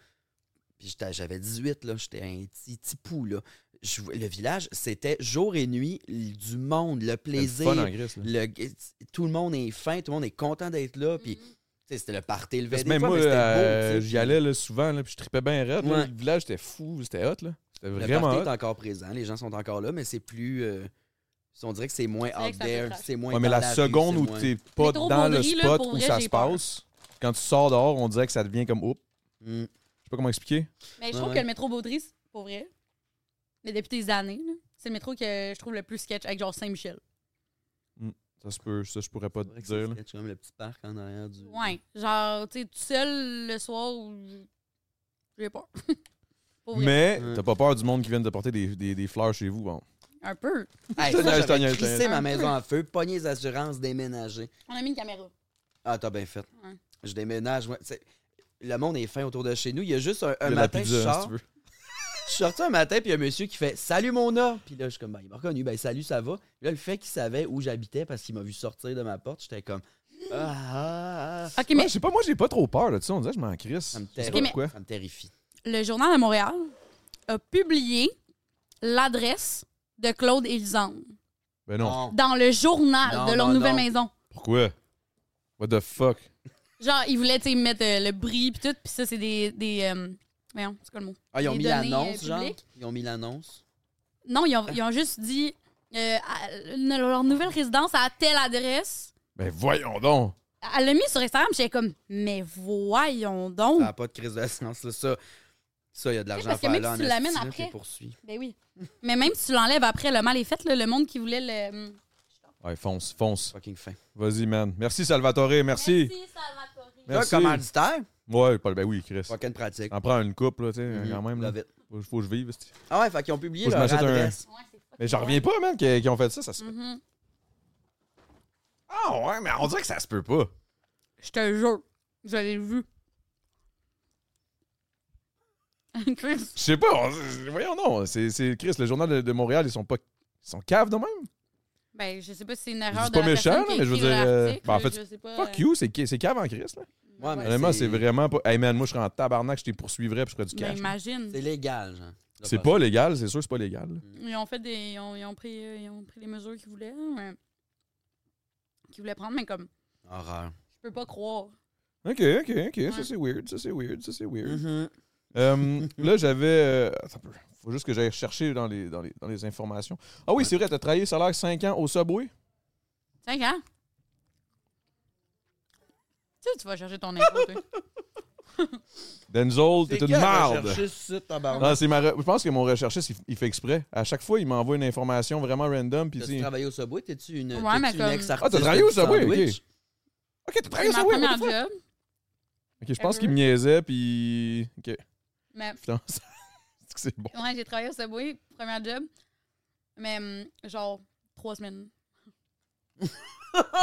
B: puis j'étais- j'avais 18, là, j'étais un petit, petit pou, là. Je- le village, c'était jour et nuit l- du monde, le
A: C'est le
B: plaisir.
A: fun en Grèce, là.
B: le- tout le monde est fin, tout le monde est content d'être là. Puis,
C: Mm.
B: tu sais, c'était le party, le
A: Parce
B: verre
A: que même
B: fois,
A: moi,
B: mais c'était
A: euh,
B: beau, tu sais,
A: j'y allais là, souvent, là, puis je tripais bien raide. là.
B: Ouais.
A: Le village, c'était fou, c'était hot. là. C'était
B: Le
A: vraiment
B: party
A: hot.
B: est encore présent, les gens sont encore là, mais c'est plus. euh, on dirait que c'est moins
C: vrai
B: out
C: que ça fait
B: there,
C: trash.
B: c'est moins.
A: Ouais, mais
B: dans
A: la,
B: rue,
A: seconde
B: c'est
A: où
B: moins-
A: t'es pas
C: Métro
A: dans le
C: Bondry, là,
A: spot
C: pour
A: où
C: vrai,
A: ça
C: j'ai
A: se
C: peur.
A: passe, quand tu sors dehors, on dirait que ça devient comme oups. Je
B: Mm.
A: sais pas comment expliquer.
C: Mais
B: Ouais,
C: je trouve
B: ouais.
C: que le métro Baudry, c'est pour vrai, mais depuis des années, là, c'est le métro que je trouve le plus sketch avec genre Saint-Michel.
A: Ça se peut, ça je pourrais pas
B: C'est
A: te
B: vrai que
A: dire. là.
B: c'est sketch, comme le petit parc en arrière du.
C: Ouais. Genre, tu sais, tout seul le soir, où j'ai peur. pour vrai.
A: Mais
B: Ouais.
A: t'as pas peur du monde qui vient de porter des, des- des fleurs chez vous. Bon.
C: Un peu.
B: Hey,
A: Je te
B: ça,
A: niaise, je te niaise,
B: j'aurais
A: je te
B: crissé
C: niaise.
B: ma maison en feu, pogné les assurances, déménager.
C: On a mis une caméra.
B: Ah, t'as bien fait.
C: Ouais.
B: Je déménage. ouais, tu sais, Le monde est fin autour de chez nous. Il y a juste un, un
A: Il y a de la
B: matin, je
A: pizza, hein, si
B: sors.
A: tu veux.
B: Je suis sorti un matin, puis il y a un monsieur qui fait Salut Mona. Puis là, je suis comme, ben, il m'a reconnu, ben salut, ça va. Puis là, le fait qu'il savait où j'habitais parce qu'il m'a vu sortir de ma porte, j'étais comme, ah, ah, ah.
C: OK,
A: Ouais,
C: mais
A: Je sais pas, moi j'ai pas trop peur là, tu sais, on dirait que je m'en crisse.
B: Ça me
A: Je sais
B: terrifie.
A: pas
C: mais-
A: pourquoi.
B: Ça me terrifie.
C: le Journal de Montréal a publié l'adresse de Claude et Lisanne
A: Ben non.
B: Non.
C: dans le journal
B: Non,
C: de leur
B: non,
C: nouvelle
B: non.
C: maison.
A: Pourquoi? What the fuck?
C: Genre, ils voulaient, tu sais, mettre euh, le bris puis tout, puis ça, c'est des. des euh, voyons, c'est quoi le mot?
B: Ah, ils ont
C: Les
B: mis
C: données,
B: l'annonce,
C: euh,
B: genre.
C: publiques.
B: Ils ont mis l'annonce.
C: Non, ils ont, ils ont juste dit euh, à- ne- leur nouvelle résidence à telle adresse.
A: Ben voyons donc!
C: Elle l'a mis sur Instagram, j'étais comme, mais voyons donc.
B: Ça n'a pas de crise de sens, là. Ça, ça, il y a de l'argent à
C: parce que
B: faire
C: même
B: là.
C: si
B: en
C: tu l'amènes
B: esti, là,
C: après-
B: t'es poursuivi.
C: Ben oui. mais même si tu l'enlèves après, le mal est fait, là, le monde qui voulait le. hum.
A: Ouais, fonce, fonce.
B: Fucking fin.
A: Vas-y, man. Merci, Salvatore, merci.
C: Salvatore.
A: Merci.
B: Là, commanditaire,
A: Ouais, Paul, ben oui, Chris.
B: fucking pratique. Mhm.
A: T'en prends une coupe, là, tu sais,
B: Mm-hmm.
A: quand même. Là.
B: Love it.
A: Faut, faut que je vive. c'est-
B: Ah ouais, fait qu'ils ont publié
A: Faut que je
B: leur
A: m'achète un-
B: adresse.
C: Ouais, c'est fucking
A: Mais j'en
C: bon.
A: reviens pas, man, qu'ils qu'ils ont fait ça. ça se...
C: Mhm.
A: Ah ouais, mais on dirait que ça se peut pas.
C: Je te jure, je l'ai vu. Chris,
A: Je sais pas, on- voyons non, c'est c'est- Chris, le journal de, de Montréal, ils sont pas ils sont caves de même.
C: Ben, je sais pas si c'est une
A: dis
C: erreur de
A: pas
C: la
A: méchant,
C: personne qui
A: mais je veux
C: écrit
A: dire, euh,
C: l'article,
A: ben, en fait,
C: je sais pas,
A: Fuck
C: euh,
A: you, c'est qui- c'est cave en Christ, là.
B: Ouais, mais
A: Honnêtement, c'est
B: c'est-
A: vraiment pas. Hey man, moi, je serais en tabarnak, je t'ai poursuivrais puis je ferais du
C: Ben,
A: cash.
C: imagine.
B: C'est légal, genre. de
A: C'est
B: faire
A: pas légal, c'est sûr, c'est pas légal. là.
C: Ils ont fait des. Ils ont, ils ont pris, euh, ils ont pris les mesures qu'ils voulaient. hein, mais- Qu'ils voulaient prendre, mais comme.
B: ça. Horreur.
C: Je peux pas croire.
A: Ok, ok, ok, ça
C: Ouais.
A: c'est weird, ça c'est weird, ça c'est weird.
B: Mhm.
A: Euh, là, j'avais. euh, attends un peu. Faut juste que j'aille chercher dans les, dans, les, dans les informations. Ah oui, c'est vrai, t'as travaillé salaire 5 ans au Subway?
C: 5 ans? Tu sais, tu vas chercher ton info,
A: Ben,
C: toi.
A: Denzel, t'es
B: C'est
A: une
B: quand
A: marde! Ah,
B: rechercher ce site, tabarnak?
A: Non, c'est ma re- Je pense que mon recherchiste, il, il fait exprès. À chaque fois, il m'envoie une information vraiment random. Puis
B: T'as-tu
A: c'est...
B: travaillé au Subway? T'es-tu une,
C: Ouais, mais
B: t'es-tu une
C: comme-
B: ex-artiste?
A: Ah, t'as travaillé au
B: de
A: Subway, ok.
B: sandwich?
A: Ok, t'as travaillé
C: C'est
A: au
C: ma
A: Subway!
C: première
A: what the fuck?
C: job.
A: Ok, je pense qu'il me niaisait, puis. Ok,
C: Mais,
A: putain, ça- c'est que c'est bon.
C: ouais, j'ai travaillé au Subway, première job. Mais, hum, genre, trois semaines.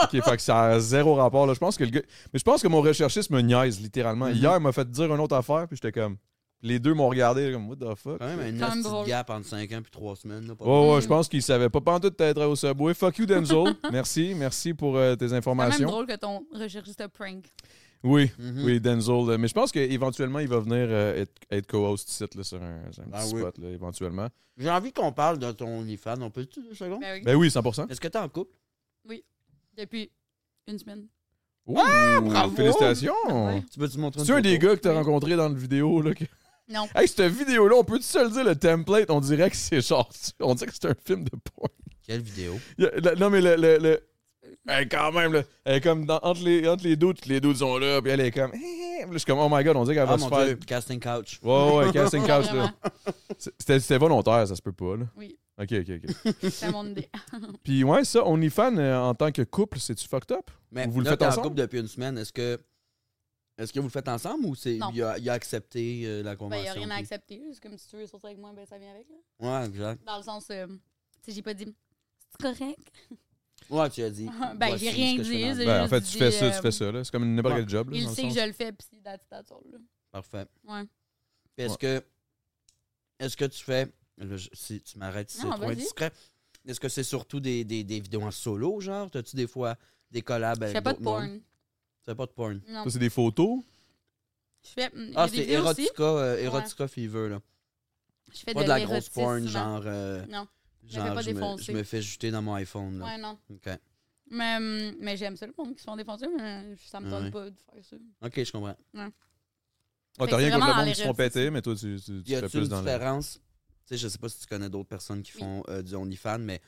A: Ok, fait que ça a zéro rapport, là. Je pense que le gars. Mais je pense que mon recherchiste me niaise, littéralement.
B: Mhm.
A: Hier, il m'a fait dire une autre affaire, puis j'étais comme. Les deux m'ont regardé, comme, what the fuck?
B: Quand même, un
C: Quand même
B: nasty
C: drôle.
B: gap entre 5 ans puis 3 semaines. Là, pas
A: Ouais, ouais,
C: Mm.
A: je pense qu'il savait pas pantoute t'être au Subway. Fuck you, Denzel. merci, merci pour euh, tes
C: C'est quand même
A: informations.
C: drôle que ton recherchiste prank.
A: Oui,
B: Mhm.
A: oui, Denzel. euh, Mais je pense qu'éventuellement, il va venir euh, être, être co-host ici, là, sur un, sur un
B: Ah
A: petit
B: oui.
A: spot, là, éventuellement.
B: J'ai envie qu'on parle de ton OnlyFans. On peut-tu deux secondes?
C: Ben oui.
A: Ben oui, 100%.
B: Est-ce que t'es en couple?
C: Depuis une semaine.
A: Ouh,
B: Ah, bravo!
A: Félicitations!
C: Ouais.
B: Tu peux-tu montrer
A: C'est un des
B: photo?
A: gars que t'as
C: Oui.
A: rencontré dans le vidéo, là. que-
C: Non.
A: Hey, cette vidéo-là, on peut-tu se le dire, le template? On dirait que c'est genre... On dirait que c'est un film de porn.
B: Quelle vidéo?
A: Il y a- la- non, mais le. le, le- elle est quand même, là. Elle est comme dans- entre, les, entre les deux, toutes les deux sont là, puis elle est comme. Puis là, je suis comme, oh my god, on dirait qu'elle va
B: Ah,
A: se
B: mon
A: faire.
B: Dieu, casting couch.
A: Ouais, ouais, casting
B: Ah,
A: couch, là.
C: Vraiment,
A: C'est- C'était c'était volontaire, ça se peut pas, là.
C: Oui.
A: Ok, ok, ok.
C: C'était mon idée. Ben,
A: puis ouais, ça, OnlyFans, euh, en tant que couple, c'est-tu fucked up?
B: Mais
A: Vous le
B: là,
A: faites
B: t'es en
A: ensemble?
B: couple depuis une semaine. Est-ce que est-ce que vous le faites ensemble ou c'est
C: Non.
B: il a, il a accepté euh, la
C: Ben, il
B: convention?
C: n'y a rien à
B: puis-
C: accepter. C'est comme si tu veux sortir avec moi, ben ça vient avec. Là.
B: Ouais, exact.
C: Dans le sens, euh, tu sais, j'ai pas dit, c'est correct.
B: Ouais, tu as dit.
C: Ben,
B: voici
C: j'ai rien
B: ce que je fais
C: dit,
B: dans-
C: c'est-
A: Ben, en
C: juste
A: fait, tu
C: dit,
A: fais ça, tu
C: euh,
A: fais ça, là. C'est comme n'importe
B: ouais.
A: quel job, là.
C: Il
A: dans le
C: sait que
A: sens.
C: je le fais, pis c'est that's, that's all, là.
B: Parfait.
C: Ouais.
B: Puis est-ce
A: Ouais.
B: que est-ce que tu fais là, je- si tu m'arrêtes si c'est
C: Non,
B: trop
C: vas-y.
B: indiscret. Est-ce que c'est surtout des, des, des vidéos en solo, genre? T'as-tu des fois des collabs
C: Je
B: avec
C: fais pas de
B: Ben, d'autres mondes?
C: porn.
B: Tu fais pas de porn.
C: Non.
A: Ça, c'est des photos.
C: Je fais. mm,
B: Ah,
C: j'ai des
B: c'est
C: vidéos aussi.
B: Erotica, euh, Erotica Fever, là.
C: Je fais
B: Pas de, la grosse
C: l'érotisme.
B: porn, genre, euh,
C: Non. Je me fais
B: genre
C: pas
B: je, me,
C: défoncer.
B: je me fais jeter dans mon iPhone. Là.
C: Ouais, non.
B: OK.
C: Mais, hum, mais j'aime ça, le monde qui se font défoncer, mais ça me tente
B: Ouais.
C: pas de faire ça.
B: OK, je comprends.
A: Oh,
C: Fait
A: t'as
C: que
A: rien
C: c'est
A: contre le
C: vraiment
A: monde
C: dans
A: qui se font
C: les réseaux
A: péter, mais toi, tu, tu, tu
B: Y
A: fais
B: a-t-il une
A: plus dans le.
B: différence? Tu sais, je sais pas si tu connais d'autres personnes qui
C: Oui.
B: font euh, du OnlyFans, mais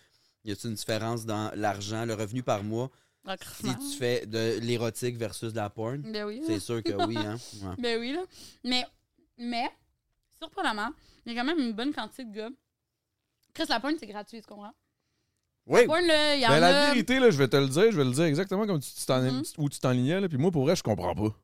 B: y a-t-il une différence dans l'argent, le revenu par mois,
C: Ah,
B: si tu fais de l'érotique versus de la porn?
C: Ben oui. là.
B: C'est sûr que oui, hein? Ouais.
C: Ben oui, là. Mais, mais, surprenamment, il y a quand même une bonne quantité de gars. Chris, la porn, c'est gratuit, tu comprends?
B: Oui!
C: Porn, là, il y en
A: Ben, la
C: a.
A: vérité, là, je vais te le dire, je vais le dire exactement comme tu tu t'en,
C: Mhm.
A: où tu t'enlignais, là. Puis moi, pour vrai, je comprends pas.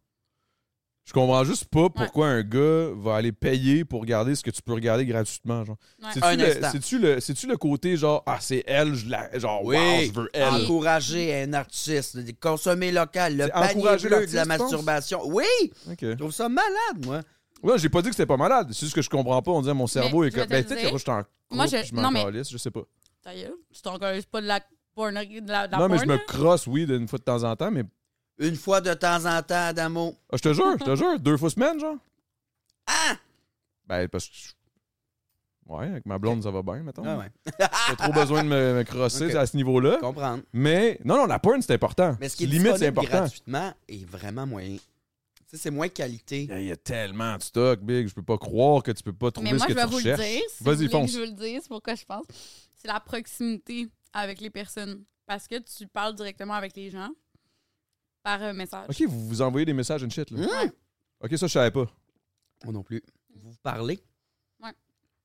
A: Je comprends juste pas pourquoi un gars va aller payer pour regarder ce que tu peux regarder gratuitement, genre.
C: Ouais.
A: C'est-tu,
B: Un
A: le,
B: instant.
A: c'est-tu le, c'est-tu le côté, genre, ah, c'est elle, je la, genre,
B: Oui.
A: wow, je veux elle.
C: Ah,
B: Encourager un artiste, de consommer local, le
A: C'est
B: panier
A: encourager
B: bleu de la
A: l'artiste, tu penses?
B: masturbation. Oui!
A: Ok.
B: Je trouve ça malade, moi.
A: Ouais, j'ai pas dit que c'était pas malade. C'est juste que je comprends pas. On dirait mon cerveau
C: Mais
A: est
C: je vais
A: comme,
C: te
A: ben,
C: le
A: peut-être
C: dire.
A: que je suis en
C: Moi,
A: couple,
C: je-
A: je m'en
C: non, mais-
A: calisse, je sais pas.
C: Ta gueule, tu t'en colles pas de la porn. De la, de la
A: non, mais je
C: porn,
A: me
C: là.
A: crosse, oui, d'une fois de temps en temps, mais
B: Une fois de temps en temps, Adamo.
A: Ah, je te jure, je te jure, deux fois semaine, genre.
B: Ah!
A: Ben, parce que. je- Ouais, avec ma blonde, ça va bien, mettons.
B: Ah ouais.
A: J'ai pas trop besoin de me, me crosser
B: Ok.
A: à ce niveau-là.
B: Comprendre.
A: Mais, non, non, la porn, c'est important.
B: Mais ce qui est
A: Limite, c'est
B: disponible
A: important.
B: gratuitement est vraiment moyen. Tu sais, c'est moins qualité.
A: Il y a- il y a tellement de stock, Big. Je peux pas croire que tu peux pas trouver
C: Mais moi,
A: ce que
C: je vais
A: tu
C: vous le
A: recherches.
C: dire. si vous
A: Vas-y,
C: voulez
A: fonce.
C: Que je veux le dire, c'est pourquoi je pense. C'est la proximité avec les personnes. Parce que tu parles directement avec les gens par euh, message.
A: Ok, vous vous envoyez des messages and
C: Mmh.
A: shit, là.
B: Hum!
A: Ok, ça, je savais pas.
B: Moi non plus. Vous vous parlez.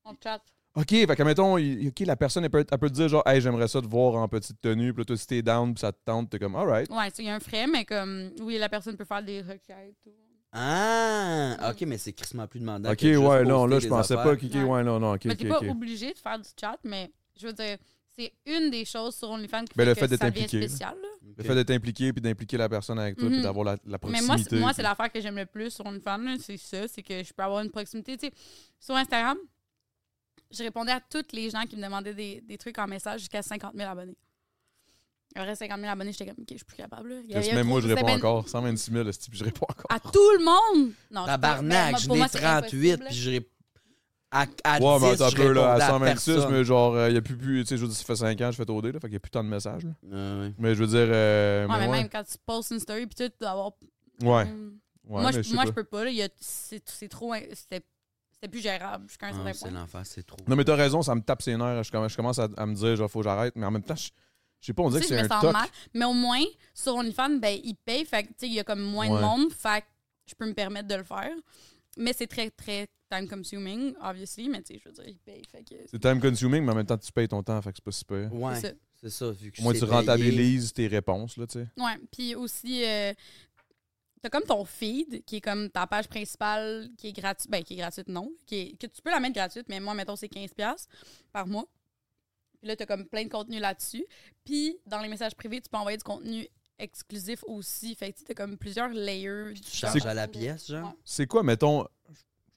C: On chat.
A: Ok, fait que, mettons, il- ok, la personne, elle peut, elle peut te dire, genre, hey, j'aimerais ça te voir en petite tenue. Puis là, toi, si t'es down, puis ça te tente, t'es comme, alright.
C: Ouais, tu sais, il y a un frais, mais comme, oui, la personne peut faire des requêtes. ou- Mmh.
B: Ah! Ok, mais c'est crissement plus demandant.
A: Ok,
B: que juste
A: ouais,
B: poster
A: non, là,
B: des
A: je pensais
B: affaires.
A: pas. Ok, ok,
C: Ouais.
A: ouais, non, non, ok,
C: mais
A: ok,
C: Ben, t'es pas
A: ok.
C: obligé de faire du chat, mais je veux dire, c'est une des choses sur OnlyFans qui
A: Ben,
C: fait
A: le
C: que
A: fait d'être
C: ça devient
A: impliqué, là.
C: spécial. là.
A: Le
B: Ok.
A: fait d'être impliqué, puis d'impliquer la personne avec toi, puis
C: Mhm.
A: d'avoir la, la
C: Mais
A: proximité.
C: moi, c'est- moi, c'est
A: puis-
C: l'affaire que j'aime le plus sur OnlyFans, là, c'est ça, c'est que je peux avoir une proximité. Tu sais, sur Instagram, je répondais à toutes les gens qui me demandaient des, des trucs en message jusqu'à 50 000 abonnés. Après 50 000 abonnés, j'étais comme, OK, je suis plus capable. là. Il y
A: Chris,
C: avait
A: Même moi, je
C: trop-
A: réponds
C: c'est ben-
A: encore. 126 000, esti, puis je réponds encore.
C: À tout le monde! Non,
B: Tabarnak, je
C: pour moi,
B: n'ai
C: c'est
B: 38,
C: impossible, là.
B: puis je rép- à, à
A: Ouais, mais
B: 10,
A: attends un
B: je
A: peu, là, à
B: répondais à
A: 126,
B: personne.
A: mais genre, euh, il n'y a plus, plus tu sais, je veux dire, ça fait 5 ans, je fais OD, là, fait qu'il n'y a plus tant de messages, là.
B: Ah, Ouais, ouais.
A: Mais je veux dire, euh,
C: Ouais,
A: mais
C: mais
A: ouais.
C: même quand tu postes une story, puis tout, tu dois avoir.
A: Ouais,
C: Hum.
A: ouais,
C: moi,
A: mais
C: je,
A: je sais
C: moi
A: pas.
C: je peux pas. là. Il y a- C'est c'est trop. in- C'était c'était plus gérable jusqu'à un
B: Ah,
C: certain
B: c'est
C: point.
B: l'enfer, c'est trop.
A: Non, mais t'as raison, ça me tape ses nerfs. Je commence, je commence à, à me dire, genre, faut que j'arrête. Mais en même temps, je je sais pas, on dirait
C: Tu
A: que
C: sais,
A: c'est
C: je me
A: un
C: sens
A: toc.
C: mal. Mais au moins, sur OnlyFans, ben, ils payent. Fait que, tu sais, il y a comme moins
A: Ouais.
C: de monde. Fait que je peux me permettre de le faire. Mais c'est très, très time consuming, obviously. Mais tu sais, je veux dire, ils payent. Fait que.
A: C'est time consuming, mais en même temps, tu payes ton temps, fait que c'est pas super.
B: Ouais,
C: C'est ça.
B: c'est ça. Vu que
A: Au moins,
B: c'est
A: tu
B: payé.
A: rentabilises tes réponses, là, tu sais.
C: Ouais. Puis aussi, euh, t'as comme ton feed, qui est comme ta page principale, qui est gratuite. Ben, qui est gratuite, non. Qui est- que tu peux la mettre gratuite, mais moi, mettons, c'est 15$ par mois. Puis là, t'as comme plein de contenu là-dessus. Puis dans les messages privés, tu peux envoyer du contenu exclusif aussi. Fait que tu as comme plusieurs layers.
B: Tu charges
A: C'est-
B: à la pièce, genre.
C: Ouais.
A: C'est quoi, mettons. je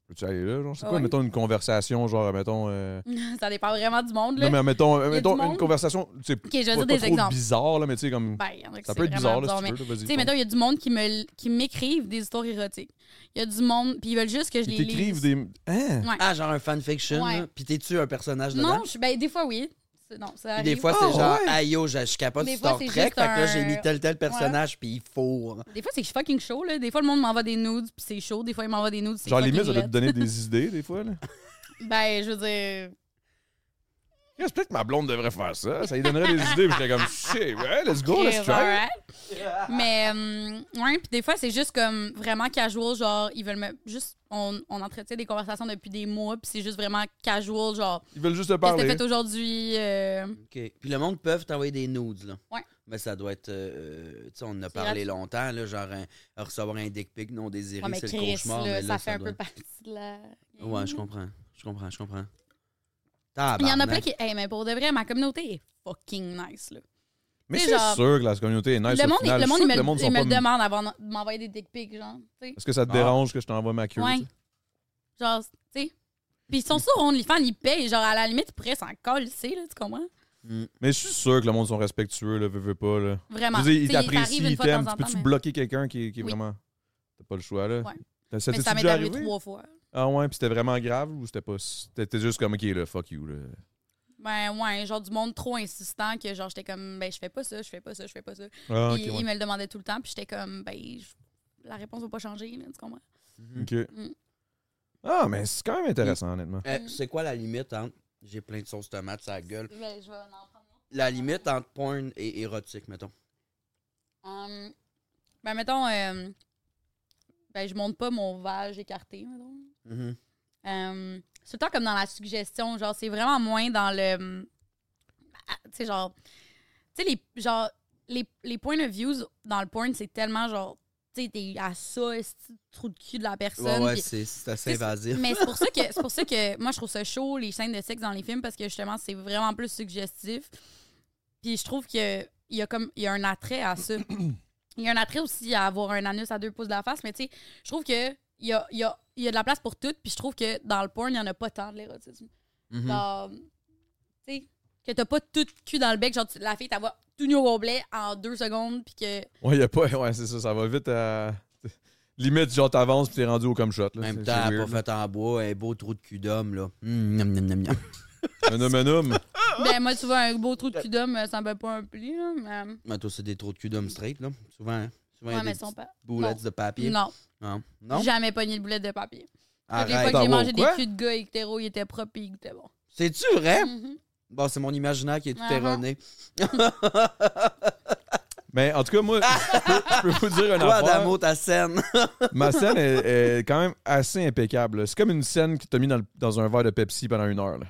A: Peux-tu aller là, genre? C'est
C: Ah
A: quoi,
C: ouais.
A: mettons, une conversation, genre, mettons. euh,
C: ça dépend vraiment du monde, là.
A: Non, mais mettons, euh,
C: du
A: mettons une
C: monde.
A: conversation, tu sais,
C: OK, je vais
A: pas,
C: dire
A: pas
C: des
A: trop
C: exemples.
A: bizarre, là, mais tu sais, comme.
C: Ben, il y en a qui
A: Ça
C: c'est
A: peut être
C: vraiment
A: bizarre, là, si
C: mais-
A: tu veux, là,
C: Tu
A: vas-y.
C: sais, mettons, il y a du monde qui me l- qui m'écrivent des histoires érotiques. Il y a du monde, puis ils veulent juste que je
A: Ils
C: les lise.
A: t'écrivent des. Hein?
C: Ouais.
B: Ah, genre un fanfiction,
C: Ouais.
B: là. Puis t'es-tu un personnage dedans?
C: Non, je, ben, des fois, oui. C'est- Non, ça
B: Puis
C: arrive.
B: des fois,
A: Ah,
B: c'est genre,
A: ouais.
B: aïe, yo, je, je capote
C: Des
B: sur
C: fois,
B: Star
C: c'est
B: Trek, fait
C: juste
B: que là,
C: un-
B: j'ai mis tel tel personnage, puis il faut.
C: Des fois, c'est que je suis fucking chaud, là. Des fois, le monde m'envoie des nudes, puis c'est chaud. Des fois, il m'envoie des nudes, c'est
A: Genre,
C: fucking
A: limite, ça doit te
C: laid.
A: donner des idées, des fois, là.
C: Ben, je veux dire...
A: Yes, Peut-être que ma blonde devrait faire ça. Ça lui donnerait des idées. Puis j'étais comme, shit, ouais, let's go,
C: Ok,
A: let's try.
C: alright. Mais, euh, ouais, puis des fois, c'est juste comme vraiment casual, genre, ils veulent me. Juste, on, on entretient des conversations depuis des mois, puis c'est juste vraiment casual, genre,
A: Ils veulent juste te
C: qu'est-ce que
A: parler.
C: t'as fait aujourd'hui? Euh,
B: OK. Puis le monde peut t'envoyer des nudes, là.
C: Ouais.
B: Mais ça doit être. euh, tu sais, on en a
C: C'est
B: parlé
C: gratuit.
B: longtemps, là, genre un- recevoir un dick pic non désiré,
C: ouais, mais
B: c'est le
C: Chris,
B: cauchemar.
C: là,
B: mais
C: ça
B: là,
C: fait un
B: doit-
C: peu partie de la.
B: Ouais, je comprends. Je comprends, je comprends.
C: Il y en a
B: Tabarnak.
C: plein qui. Hey, mais pour de vrai, ma communauté est fucking nice, là.
A: Mais
C: Tu sais,
A: c'est
C: genre,
A: sûr que la communauté est nice.
C: le,
A: au
C: monde,
A: final.
C: le monde,
A: Je
C: il
A: suis sûr
C: me,
A: que le monde
C: il
A: sont
C: me
A: pas-
C: le demande avant de m'envoyer des dick pics, genre, tu sais.
A: Est-ce que ça te
B: Ah.
A: dérange que je t'envoie ma queue?
C: Ouais.
A: tu sais?
C: Genre, tu sais. Puis ils sont sur OnlyFans, ils payent. Genre, à la limite, ils pourraient s'en colisser, là, tu comprends?
B: Mm.
A: Mais je suis sûr que le monde sont respectueux, là, veut, veut pas, là. Je
C: Vraiment.
A: veux dire,
C: Tu
A: ils
C: sais, t'arrive
A: t'apprécient,
C: une
A: ils
C: fois de
A: t'aiment.
C: temps en
A: Tu peux-tu
C: temps, mais-
A: bloquer quelqu'un qui, qui est
C: Oui.
A: vraiment. T'as pas le choix, là.
C: Ouais.
A: T'as- Ça
C: Mais
A: t'es-tu
C: ça m'est
A: déjà
C: arrivé
A: arrivé?
C: trois fois.
A: Ah ouais, puis c'était vraiment grave ou c'était pas. T'étais juste comme, ok, là, fuck you, là.
C: Ben ouais, genre du monde trop insistant que genre j'étais comme ben je fais pas ça, je fais pas ça, je fais pas ça.
A: Ah,
C: Puis
A: ok,
C: il
A: ouais.
C: me le demandait tout le temps, puis j'étais comme ben je- la réponse va pas changer, là, tu comprends
B: Mhm.
A: Ok.
C: Mm.
A: Ah, mais c'est quand même intéressant, honnêtement.
B: Euh, c'est quoi la limite entre. J'ai plein de sauce tomate sur la gueule.
C: Ben, je vais en prendre.
B: La limite entre porn et érotique, mettons.
C: Hum, ben mettons euh, ben je monte pas mon vage écarté mettons.
B: Mhm.
C: Euh, c'est tout le temps comme dans la suggestion, genre, c'est vraiment moins dans le. hum, Ah, Tu sais, genre. Tu sais, les, genre, les, les points de views dans le porn, c'est tellement genre. Tu sais, t'es à ça, esti de trou de cul de la personne.
B: Ouais, ouais,
C: puis-
B: c'est c'est assez
C: Tu sais,
B: invasif.
C: mais c'est pour ça que c'est pour ça que moi je trouve ça chaud les scènes de sexe dans les films parce que justement c'est vraiment plus suggestif. Puis je trouve que il y a comme il y a un attrait à ça. Il y a un attrait aussi à avoir un anus à deux pouces de la face, mais tu sais, je trouve que il y a, il y, a, il y a de la place pour tout, puis je trouve que dans le porn, il n'y en a pas tant de l'érotisme.
B: Mhm.
C: Genre, tu sais, que t'as pas tout de cul dans le bec, genre tu- la fille, t'as voix tout nu au complet en deux secondes, puis que.
A: Ouais, y a pas. Ouais, c'est ça, ça va vite à. Limite, genre, t'avances pis t'es rendu au comme shot. Là.
B: En
A: C'est-
B: même temps,
A: c'est
B: elle a
A: weird.
B: pas fait en bois, un beau trou de cul d'homme, là. Mm, miam, miam, miam, miam.
A: Un homme, un homme.
C: ben, moi, tu vois, un beau trou de cul d'homme, euh, ça me fait pas un pli, là, mais.
B: Mais toi, c'est des trous de cul d'homme straight, là. Souvent, hein. Souvent, il y
C: Ouais,
B: a
C: mais
B: des
C: ils sont
B: petites
C: pas.
B: boulettes
C: non.
B: de papier.
C: Non,
B: Non. Non?
C: jamais pogné de boulette de papier. Toutes les fois
B: Arrête.
C: que j'ai
A: Attends,
C: mangé des
A: quoi?
C: culs de gars hétéro, ils étaient propres et ils goûtaient bon.
B: C'est-tu vrai?
C: Mhm.
B: Bon, c'est mon imaginaire qui est tout
C: Uh-huh.
B: erroné.
A: Mais en tout cas, moi, je peux, je peux vous dire une
B: Toi,
A: affaire.
B: Adamo, ta scène.
A: Ma scène est, est quand même assez impeccable. là. C'est comme une scène qui t'a mis dans, le- dans un verre de Pepsi pendant une heure. Là.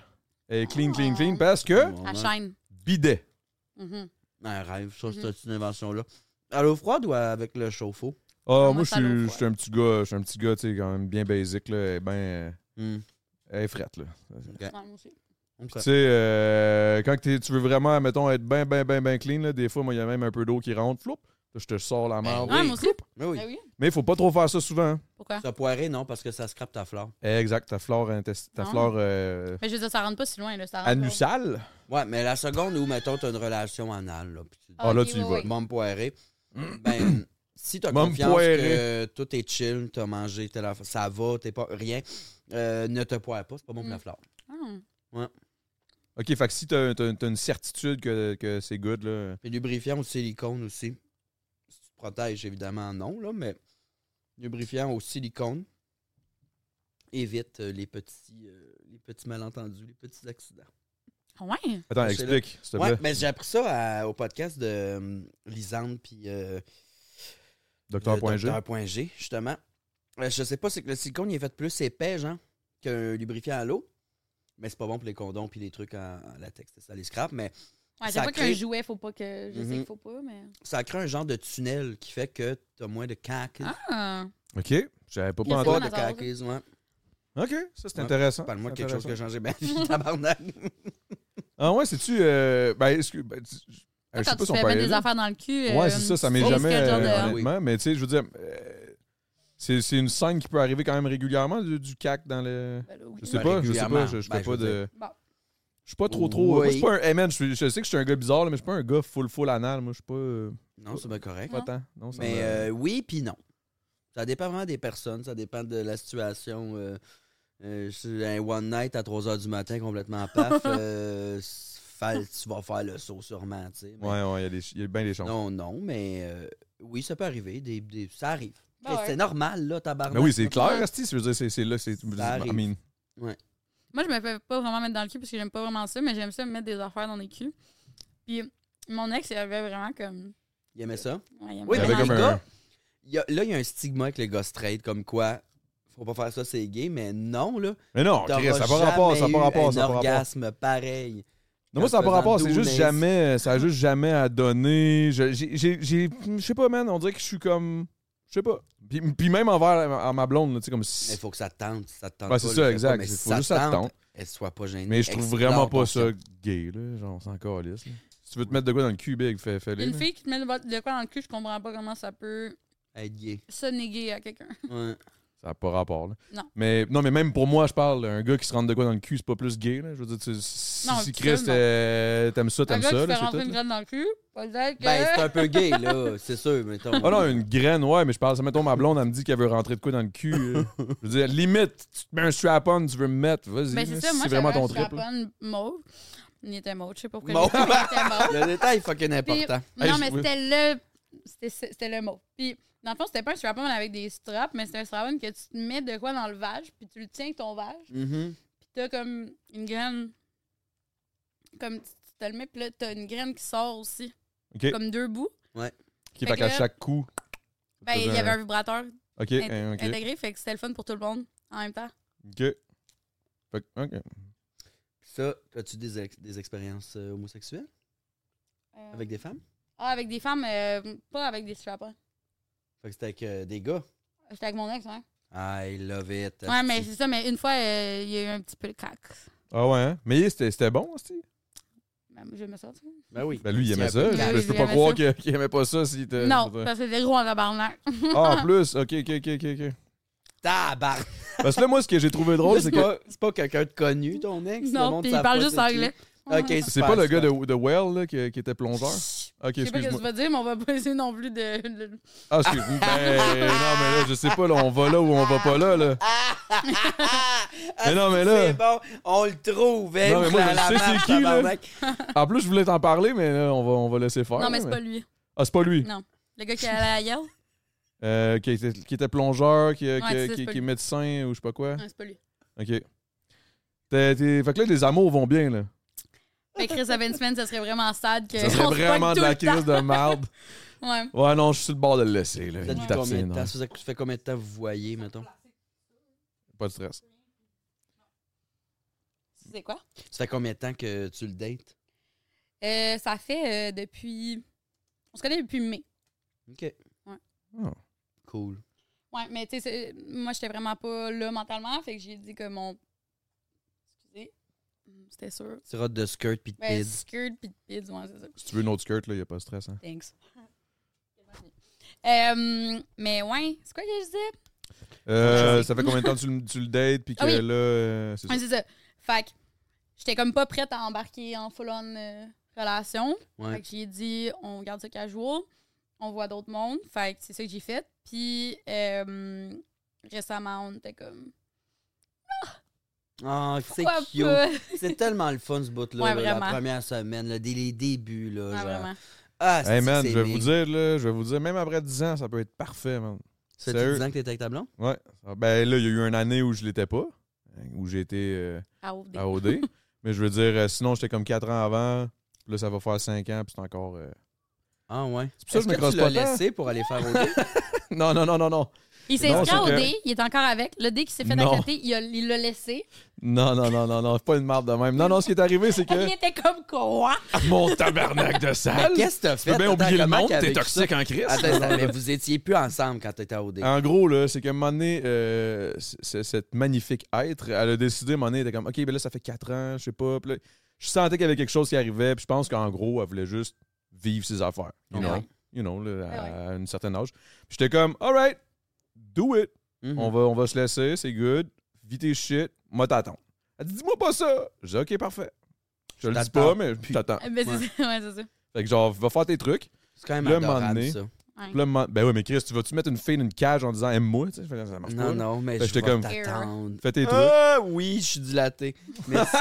A: Et clean, clean, clean, parce que
B: Mon
C: La
B: Dieu.
C: chaîne.
A: bidet.
C: Mhm.
B: Un rêve, ça,
C: Mhm.
B: c'est une invention-là. À l'eau froide ou avec le chauffe-eau?
A: Ah,
C: Moi,
A: moi, je
C: ça l'eau
A: suis- je
C: froide.
A: suis un petit gars, je suis un petit gars, tu sais, quand même bien basic, là, et ben, euh,
B: Mm.
A: et frette, là.
C: Ouais, moi aussi.
B: Ok.
A: Tu sais, euh, quand t'es- tu veux vraiment, mettons, être bien, bien, bien, bien clean, là, des fois, moi, il y a même un peu d'eau qui rentre, floup, Je te sors la merde.
C: Ouais, moi aussi.
B: Mais oui.
C: Ben oui.
A: Mais il faut pas trop faire ça souvent. hein.
C: Pourquoi?
B: Ça poiré, non, parce que ça scrape ta fleur.
A: Exact, ta flore, intest- ta
C: Non. Ah,
A: flore euh,
C: Mais je veux dire, ça rentre pas si loin, là. Ça rentre pas.
A: anusale.
B: Ouais, mais la seconde où, mettons, t'as une relation anale, là, puis tu
A: Ah, là,
C: ok,
A: tu y
C: oui,
A: vas.
C: oui.
B: Mom poiré. Ben, si t'as
A: Mom
B: confiance
A: poirée.
B: que tout est chill, t'as mangé, t'as la- ça va, t'es pas rien, euh, ne te poire pas, c'est pas bon pour la
C: Mm.
B: flore.
C: Ah.
A: OK, fait que si t'as as, une certitude que, que c'est good, là.
B: Puis lubrifiant au silicone aussi. Si tu te protèges, évidemment, non, là, mais lubrifiant au silicone évite euh, les petits euh, les petits malentendus, les petits accidents.
C: Ah, Ouais.
A: Attends,
B: C'est
A: explique, s'il te plaît.
B: Ouais, mais j'ai appris ça à- au podcast de euh, Lisande puis euh,
A: Docteur
B: le
A: point G.
B: Dr. G, justement. Euh, je sais pas, c'est que le silicone il est fait plus épais, genre, qu'un lubrifiant à l'eau. Mais c'est pas bon pour les condoms puis les trucs en, en latex, ça les scrape, mais
C: Ouais, c'est
B: Ça
C: pas
B: crée-
C: qu'un jouet, faut pas que. Je sais
B: Mhm.
C: qu'il faut pas, mais.
B: ça crée un genre de tunnel qui fait que t'as moins de caca.
A: Euh,
C: Ah!
A: OK, j'avais pas
C: Il y a
A: pensé.
B: pas
C: ça
B: de
C: dans ta
B: caca, ouais.
A: OK, ça, c'est
B: Ouais,
A: intéressant.
B: Parle-moi de
A: C'est
B: quelque chose
A: Ah, intéressant.
B: qui a changé ma vie, tabarnak.
A: Ah ouais, c'est-tu... euh, ben, excuse... ben, tu- je sais
C: Quand
A: pas
C: tu
A: si
C: te
A: on
C: fais
A: peut
C: mettre
A: aller
C: des
A: là.
C: affaires dans le cul.
A: Ouais,
C: euh,
A: c'est ça, ça m'est
C: tu sais,
A: jamais...
C: quel genre de-
A: euh,
B: Ah oui.
A: honnêtement, mais tu sais, je veux dire... euh, c'est c'est une scène qui peut arriver quand même régulièrement, du, du cac dans le...
C: Ben là, oui.
A: Je sais
B: Ben,
A: pas, je sais pas,
B: régulièrement.
A: je, je
B: Ben,
A: fais
B: je
A: pas
B: veux
A: de...
C: Bon.
A: Je suis pas trop trop...
B: Oui.
A: Je suis pas un... Hey, man, je, suis- je sais que je suis un gars bizarre, là, mais je suis pas un gars full full anal. Moi, je suis pas... euh,
B: Non, c'est bien correct.
A: Pas tant. Non, ça
B: Mais
A: me-
B: euh, oui, puis non. Ça dépend vraiment des personnes, ça dépend de la situation. euh, euh, c'est un one night à 3 h du matin complètement paf, euh, s- fa- tu vas faire le saut sûrement. tu sais. Mais
A: Ouais, ouais, il y a des- il y, a bien des chances.
B: Non, non, mais euh, oui, ça peut arriver. Des, des- ça arrive.
C: Ben
B: Et
C: ouais.
B: C'est normal, là, tabarnak.
A: Mais Ben oui, c'est clair, Asti. Je veux dire, c'est- c'est là, c'est.
B: Ça arrive.
A: I mean,
C: Moi, je me fais pas vraiment mettre dans le cul parce que j'aime pas vraiment ça, mais j'aime ça me mettre des affaires dans les culs. Puis mon ex, il avait vraiment comme.
B: Il aimait ça.
C: Ouais, il aime
B: Oui,
A: Il y
C: vraiment
A: avait
B: mais
A: comme
B: les
A: un-
B: gars, il y a- là, il y a un stigma avec les gars straight, comme quoi, faut pas faire ça, c'est gay, mais non, là.
A: Mais non, Chris,
B: t'auras
A: ça n'a pas rapport, ça n'a
B: jamais
A: pas
B: eu
A: rapport, ça n'a
B: un
A: pas rapport.
B: orgasme pareil.
A: Non, moi, ça n'a pas rapport, c'est juste
B: 72,
A: jamais, euh, ça a juste jamais à donner. Je j'ai- j'ai- j'ai- je sais pas, man, on dirait que je suis comme, je sais pas. Puis, puis même envers à ma blonde, là, tu sais, comme
B: Mais
A: si.
B: il faut que ça te tente. Si ça te tente
A: Ouais,
B: pas,
A: Ben, c'est
B: le
A: ça,
B: fais
A: exact.
B: pas, mais
A: Il
B: si
A: faut juste que ça te tente.
B: Elle soit pas gênée.
A: Mais je trouve
B: Explore
A: vraiment pas
B: ton
A: ça
B: sens.
A: gay, là. Genre, c'est encore lisse, là. Si tu veux te mettre de quoi dans le cul, big, fais- fais-le.
C: Une
A: là.
C: fille qui te met de de quoi dans le cul, je comprends pas comment ça peut
B: Être gay.
C: se néguer à quelqu'un.
B: Ouais.
A: Ça n'a pas rapport, là.
C: Non.
A: Mais, non, mais même pour moi, je parle, là, un gars qui se rentre de quoi dans le cul, c'est pas plus gay, là. Je veux dire, tu- si,
C: Non,
A: si
C: puis ça,
A: Chris,
C: non.
A: euh, t'aimes ça,
C: Un
A: t'aimes
C: gars qui
A: ça,
C: se fait
A: là, c'est
C: rentrer
A: tout,
C: une
A: là.
C: graine dans le cul, peut-être que.
B: Ben, c'est un peu gay, là. C'est sûr, mettons.
A: Ah non, une graine, ouais, mais je parle, ça mettons ma blonde, elle me dit qu'elle veut rentrer de quoi dans le cul. euh. Je veux dire, limite, tu te mets un strap-on, tu veux me mettre, vas-y.
C: Ben,
A: là,
C: c'est ça,
A: si
C: moi,
A: c'est vraiment ton trip.
C: trip.
A: là.
C: mauve. Il était mauve, je sais pas pourquoi.
B: Mauve.
C: j'ai dit qu'il était mauve.
B: Le détail est fucking important.
A: Hey,
C: non,
A: je-
C: mais
A: oui.
C: c'était le. C'était c'était le mot. Puis, dans le fond, c'était pas un strap-on avec des straps, mais c'était un strap-on que tu te mets de quoi dans le vage, puis tu le tiens avec ton vage, puis
B: Mhm.
C: t'as comme une graine. Comme tu tu te le mets, puis là, t'as une graine qui sort aussi.
A: Ok.
C: Comme deux bouts.
A: Qui fait
C: que
A: qu'à
C: là-
A: chaque coup.
C: Ben,
A: Faisais
C: il y
A: un-
C: avait un vibrateur
A: Ok,
C: int-
A: hein, ok.
C: intégré, fait que c'était le fun pour tout le monde en même temps.
A: Ok. Fait que- ok.
B: Ça, as-tu des, ex- des expériences euh, homosexuelles
C: Euh,
B: avec des femmes?
C: Ah, avec des femmes, euh, pas avec des strap-on.
B: Fait que c'était avec euh, des gars.
C: J'étais avec mon ex, ouais.
B: I love it.
C: Ouais, mais c'est ça, mais une fois, euh, il y a eu un petit peu le crack.
A: Ah ouais, hein? Mais c'était c'était bon, aussi.
C: Ben, Je me sens, tu vois.
B: Ben oui.
A: Ben lui, il aimait
B: Si,
A: ça.
B: après,
C: Ben
A: Je
C: oui,
A: je peux
C: il
A: pas
C: aimait
A: croire
C: ça.
A: que- qu'il aimait Euh, pas ça si t'es-
C: Non, parce que c'était gros en tabarnak.
A: Ah, en plus, ok, ok, ok, ok. ok.
B: Tabarnak.
A: Parce que là, moi, ce que j'ai trouvé drôle, c'est
B: C'est
A: que.
B: pas, c'est pas quelqu'un de connu, ton ex? Le
C: Non,
B: monde
C: puis
B: savent
C: il parle
B: pas
C: juste
B: c'est qui.
C: anglais.
B: Ok, super,
A: C'est pas le gars
B: super.
A: de, de Well là, qui, qui était plongeur? Ok,
C: Je sais pas ce que tu
A: excuse-moi.
C: vas dire, mais on va pas essayer non plus de. de-
A: Ah, excuse-moi. Ben, non, mais là, je sais pas, là, on va là ou on va pas là, là.
B: Ah,
A: Mais non, mais là-
B: C'est bon, on le trouve, hein,
A: Non, mais moi,
B: la-
A: je
B: la
A: sais c'est
B: marche,
A: qui, là.
B: tabarnak.
A: En plus, je voulais t'en parler, mais là, on va, on va laisser faire.
C: Non, mais
A: là,
C: c'est pas lui.
A: Ah, c'est pas lui.
C: Non. Le gars qui est allé à Yale. Non,
A: Euh, qui, était, qui était plongeur, qui, qui-
C: c'est ça,
A: qui-
C: c'est pas
A: qui est
C: lui.
A: médecin ou je sais pas quoi.
C: c'est pas lui.
A: Ok. T'es- t'es- Fait que là, les amours vont bien, là.
C: Mais Chris avait une semaine, ça serait vraiment sad que.
A: Ça serait
C: on se
A: vraiment
C: pogne
A: de la
C: tout le
A: crise de merde.
C: temps. Ouais.
A: Ouais, non, je suis sur le bord de le laisser, là.
B: Ça
A: Il
B: fait
A: tape
B: combien
A: ses
B: de temps?
A: nerfs.
B: Ça fait combien de temps vous voyez, mettons?
A: Pas de stress.
C: C'est quoi?
B: Ça fait combien de temps que tu le dates?
C: Euh, ça fait euh, depuis. On se connaît depuis mai.
B: OK.
A: Oh.
B: Cool.
C: Ouais, mais tu sais, c'est- moi, j'étais vraiment pas là mentalement, fait que j'ai dit que mon. Excusez. Hum, C'était sûr.
B: Tirotte de skirt puis de
C: Ben,
B: pids.
C: skirt pis de pids, ouais, c'est ça.
A: Si tu veux une autre skirt, là, y a pas de stress, hein.
C: Thanks. Euh, mais ouais, c'est quoi que je disais?
A: Euh, ça fait combien de temps que tu, le- tu le dates? Puis que
C: Ah oui.
A: là, euh, c'est ça.
C: Ouais, c'est ça. Fait que j'étais comme pas prête à embarquer en full-on euh, relation. Fait
B: Ouais.
C: que j'ai dit, on garde ça casual, on voit d'autres mondes. Fait que c'est ça que j'ai fait. Puis euh, récemment, on était comme,
B: Ah, c'est
C: pourquoi
B: cute.
C: pas?
B: C'est tellement le fun ce bout-là,
C: Ouais,
B: là, la
C: vraiment.
B: première semaine, là, dès les débuts. Là,
C: Ah,
B: genre.
C: vraiment.
B: Ah, c'est
A: Hey man,
B: c'est
A: je vais vous
B: big.
A: dire, là, je vais vous dire, même après 10 ans, ça peut être parfait, man.
B: Ça fait
A: sérieux.
B: 10 ans que t'étais avec ta blonde?
A: Ouais. Ah, Ben là, il y a eu une année où je l'étais pas, hein, où j'ai été euh,
C: Ah, oh, des-
A: à OD. Mais je veux dire, euh, sinon, j'étais comme 4 ans avant. Puis Là, ça va faire 5 ans, puis c'est encore. euh,
B: Ah ouais.
A: C'est pour ça que je me
B: Est-ce
A: crosse
B: tu
A: pas
B: l'as
A: tant.
B: laissé pour aller faire au
A: Non, non, non, non, non.
C: Il s'est
A: Non,
C: inscrit
A: c'est
C: au
A: que-
C: dé, il est encore avec. Le dé qui s'est fait
A: Non.
C: accepter, il a- il l'a laissé.
A: Non, non, non, non, non. C'est pas une marde de même. Non, non, ce qui est arrivé, c'est que.
C: Il était comme quoi?
A: Mon tabernacle de
B: Mais
A: salle!
B: Qu'est-ce que t'as
A: Tu
B: fait?
A: peux bien
B: Attends,
A: oublier le
B: comment
A: monde, t'es
B: qu'avec
A: toxique en crise.
B: ça- Ah, Attends, attends, mais vous étiez plus ensemble quand t'étais au D.
A: En gros, là, c'est qu'à un moment donné, euh, c- c- cette magnifique être, elle a décidé, à un moment donné, elle était comme, OK, ben là, ça fait quatre ans, je sais pas. Puis là, je sentais qu'il y avait quelque chose qui arrivait, puis je pense qu'en gros, elle voulait juste vivre ses affaires. You
B: Ouais.
A: know, you know là, à,
C: Ah
A: à un certain âge. Puis j'étais comme, all right, do it.
B: Mhm.
A: On, va, on va se laisser, c'est good. Vis tes shit, moi t'attends. Elle dit, dis-moi pas ça. Je dis, OK, parfait. Je le dis
B: t'attends.
A: pas, mais je t'attends.
C: Ben, c'est
B: Ouais.
C: ça. Ouais, c'est ça.
A: Fait que genre, va faire tes trucs.
B: C'est quand même
A: le moment
B: adorable,
A: donné,
B: ça.
A: Puis là, man- ben oui, mais Chris, tu vas-tu mettre une fille dans une cage en disant, aime-moi? Tu sais, Ça marche pas.
B: Non,
A: là.
B: non, mais
A: Ben,
B: je
A: j'étais
B: vais
A: comme-
B: t'attendre.
A: Fais tes trucs.
B: Ah oui, je suis dilaté. Merci.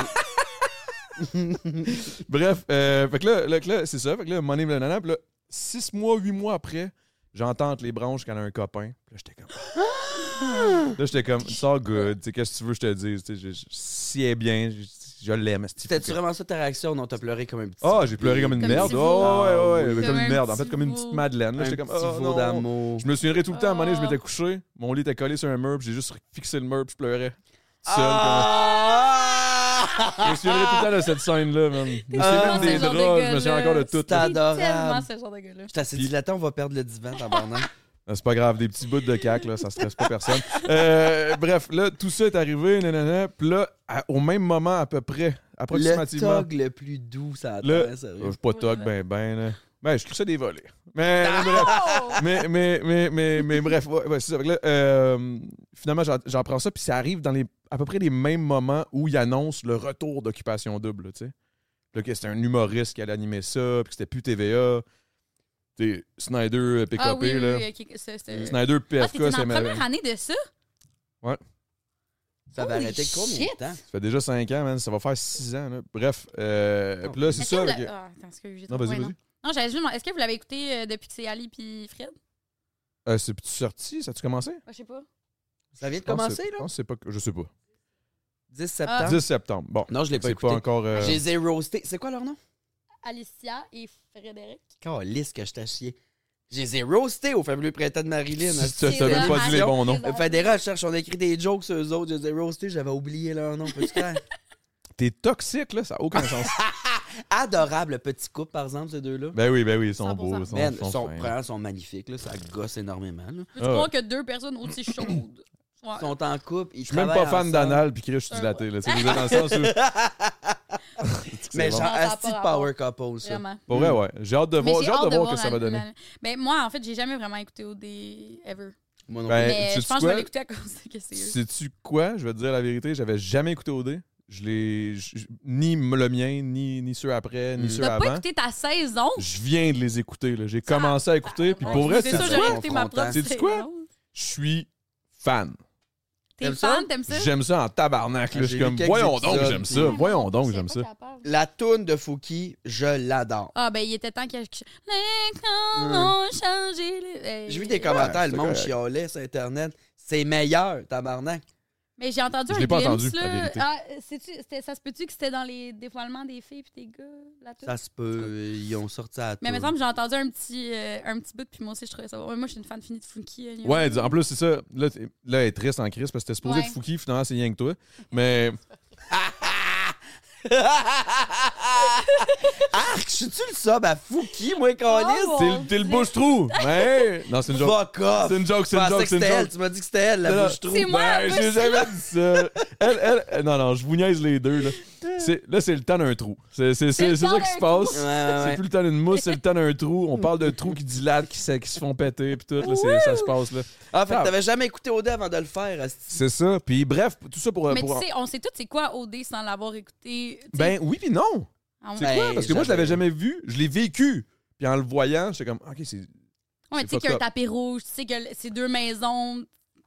A: Bref, euh, fait que là, là, que là, c'est ça. Fait que là, money, blablabla. Puis là, six mois, huit mois après, j'entends entre les branches qu'elle a un copain. Puis là, j'étais comme. là, j'étais comme, it's all good. Tu sais, qu'est-ce que tu veux que je te dise? Tu sais, je- je- si elle est bien, je, je l'aime. esti, faut
B: C'était-tu
A: que-
B: vraiment ça ta réaction? Non, t'as pleuré comme un petit.
A: Ah, j'ai pleuré comme une
C: Comme
A: merde.
C: si vous-
A: Oh, ouais, ouais, ouais,
B: Comme
A: comme
C: un
A: une merde. En
C: petit
A: fait, comme une
C: veau.
A: petite madeleine. Là,
B: un
A: j'étais comme, oh,
B: petit veau
A: non.
B: d'amour.
A: Je me souviendrai tout le temps. À un moment donné, je
C: Ah.
A: m'étais couché, mon lit était collé sur un mur, puis j'ai juste fixé le mur, puis je pleurais. Seul,
C: Ah.
A: comme-
B: Ah!
A: Je me souviendrai tout le temps de cette scène-là, man. Je me
B: tellement
A: souviens même
B: ce
A: des
C: Ah, genre
A: draps,
C: de
A: je me souviens
C: gars-là.
A: encore de tout.
B: T'as
C: C'est tellement
B: adorable.
C: ce genre de gars-là.
B: Je suis assez
A: Puis-
B: dilaté, on va perdre le divan, tabarnak.
A: Ah, C'est pas grave, des petits bouts de cac, là, ça stresse pas personne. Euh, bref, là, tout ça est arrivé, nanana, puis là, à- au même moment à peu près,
B: Le
A: approximativement.
B: tog le plus doux, ça
A: Le-
B: attend,
A: Euh, Je
B: sérieux.
A: suis pas toc, ben, ben, là. Ben, je crissais des volets. Mais, mais bref,
C: Oh!
A: mais, mais, mais, mais, mais bref, ouais, ouais, c'est ça. Fait que là, euh, finalement, j'en- j'en prends ça, puis ça arrive dans les, à peu près les mêmes moments où ils annoncent le retour d'Occupation Double, tu sais. Puis Là, que c'était un humoriste qui allait animer ça, puis que c'était plus TVA. Tu sais, Snyder, euh, pick
C: Ah oui, oui,
A: là.
C: oui, ok, ça, c'était-
A: Snyder,
C: Ah,
A: PFK,
C: c'était dans
A: c'est
C: la
A: ma-
C: première année de ça?
A: Oh,
B: Ça va
C: Holy
B: arrêter combien de
C: shit.
B: temps?
A: Ça fait déjà 5 ans, man. Ça va faire 6 ans. Là. Bref. Euh, puis là, c'est
C: Est-ce que
A: ça.
C: vous
A: fait
C: l'avez-
A: que-
C: Ah, attends, excuse, j'ai
A: Non,
C: trop-
A: vas-y,
C: ouais,
A: vas-y.
C: Non, j'allais juste demander, est-ce que vous l'avez écouté euh, depuis que c'est Ali puis Fred?
A: Euh, c'est tu sorti? Ça a-tu commencé?
C: Ah, je sais pas.
B: Ça vient de
A: Je pense que
B: commencer,
A: c'est- Je
B: là?
A: pense que c'est pas. Je sais pas.
B: 10
C: Ah.
B: septembre?
A: 10 septembre. Bon.
B: Non, je l'ai pas
A: C'est pas
B: écouté.
A: encore. euh,
B: J'ai zéro roasté. C'est quoi leur nom?
C: Alicia et Frédéric.
B: Calisse que je t'ai chié. Je les ai roastés au fabuleux printemps de Marilyn.
A: Si
B: hostie.
A: Ça, ça
C: C'est
A: même pas
C: vraiment
A: dit les bons
C: bizarre.
A: noms.
B: Euh, Federa, je cherche, on a écrit des jokes sur eux autres. Je les ai roastés, j'avais oublié leur nom. Peux-tu croire?
A: T'es toxique, là. Ça n'a aucun sens.
B: Adorable petit couple, par exemple, ces deux-là.
A: ben oui, ben oui, ils sont beaux.
C: 100%.
A: Ils sont,
B: Man,
A: ils sont
B: sont,
A: fins.
B: premièrement, sont magnifiques, là, ça gosse énormément. là.
C: Peux-tu
A: Ah.
C: croire que deux personnes aussi chaudes? Ouais.
B: Ils sont en couple, ils
A: Je suis même
B: travaillent
A: pas fan
B: ensemble.
A: d'anal, puis Chris, je
C: Euh,
A: suis dilaté. Là, tu sais, je veux dire, dans le sens où. C'est
B: Mais
A: bon.
B: genre,
C: Non, ça a
B: asti
C: pas
B: de power couple, ça.
C: Vraiment.
A: Pour vrai, ouais. J'ai hâte de
C: Mais
A: voir,
C: j'ai
A: j'ai hâte de voir
C: voir
A: que ça va
C: la-
A: donner.
C: la- Ben, moi, en fait, j'ai jamais vraiment écouté OD ever.
B: Moi non
A: Ben,
B: plus.
C: Mais
A: sais-tu
C: je pense que je
A: quoi?
C: vais l'écouter à cause de que c'est eux.
A: Sais-tu quoi? Je vais te dire la vérité, j'avais jamais écouté OD. Je l'ai. je- je- Ni le mien, ni, ni ceux après, ni
B: Mm.
A: ceux
C: T'as pas
A: avant.
C: écouté ta saison?
A: Je viens de les écouter. là. J'ai
C: Ça-
A: commencé à écouter. Puis pour vrai,
C: c'est
A: c'est
C: ça,
B: du
C: j'aurais
B: quoi?
C: écouté ma propre
A: C'est du quoi?
C: saison.
A: je suis fan.
C: T'es
B: T'aimes ça?
C: fan, t'aimes ça?
A: J'aime ça en tabarnak. là.
B: Ah,
A: Je suis
B: j'ai
A: comme,
B: vu quelques
A: voyons donc,
B: épisodes,
A: j'aime
B: puis-
A: ça. Voyons donc, j'aime ça.
B: La toune de Fouki, je l'adore.
C: Ah, ben, il était temps que. je- Les temps ont changé. les- Euh, Hey.
B: J'ai vu des commentaires,
A: Ouais,
B: le
A: c'est
B: monde
A: correct.
B: chialait sur Internet. C'est meilleur, tabarnak.
C: Mais j'ai entendu
A: Je
C: un
A: l'ai pas
C: glimpse,
A: entendu, la
C: là.
A: vérité.
C: Ah, sais-tu, c'était- ça se peut-tu que c'était dans les dévoilements des filles puis des gars, la toune?
B: Ça se peut, euh, ils ont sorti à
C: Mais il me semble que j'ai entendu un petit, euh, un petit bout, puis moi aussi, je trouvais ça bon. Ouais, Moi, je suis une fan finie de Funky. anyway.
A: Ouais, dis- en plus, c'est ça. Là, t'es- là, elle est triste en crise parce que t'es supposé
C: Ouais.
A: être Fouki, finalement, c'est rien que toi. Mais
B: Arc, suis-tu le sub à Fouki, moi, Calis?
C: Oh,
A: t'es le- t'es le bouche-trou. Mais hey! non, c'est une joke.
B: Fuck off!
A: C'est une joke, c'est une
B: Je pensais
A: joke,
B: que
A: c'est une
B: c'était elle,
A: joke.
B: tu m'as dit que c'était elle, la
A: Non,
B: bouche trou.
C: C'est moi, la
A: Ben, j'ai
C: bouche
A: jamais dit ça. Elle, elle, elle- non, non, je vous niaise les deux. Là. c'est- là, c'est le temps d'un trou. C'est c'est-
C: le
A: c'est- c'est
C: temps
A: ça qui
C: d'un
A: se passe.
B: Ouais, ouais,
A: C'est
B: ouais.
A: plus le temps d'une mousse, c'est le temps d'un trou. On parle de trous qui dilatent, qui, se- qui se font péter, puis tout. Là, c'est- ça se passe, là.
B: Ah, fait que t'avais jamais écouté Oda avant de le faire. asti.
A: C'est ça. Puis bref, tout ça pour...
C: Mais
A: pour-
C: tu sais, on sait tous c'est quoi OD sans l'avoir écouté. tu sais.
A: ben oui, puis non.
C: Ah,
A: C'est
B: Ben,
A: quoi? Parce que moi, je
B: j'avais-
A: l'avais jamais vu. Je l'ai vécu. Puis en le voyant, j'étais comme, OK, c'est... c'est
C: Ouais, tu sais
A: fucked
C: qu'il y a un
A: up.
C: tapis rouge, tu sais que le- c'est deux maisons.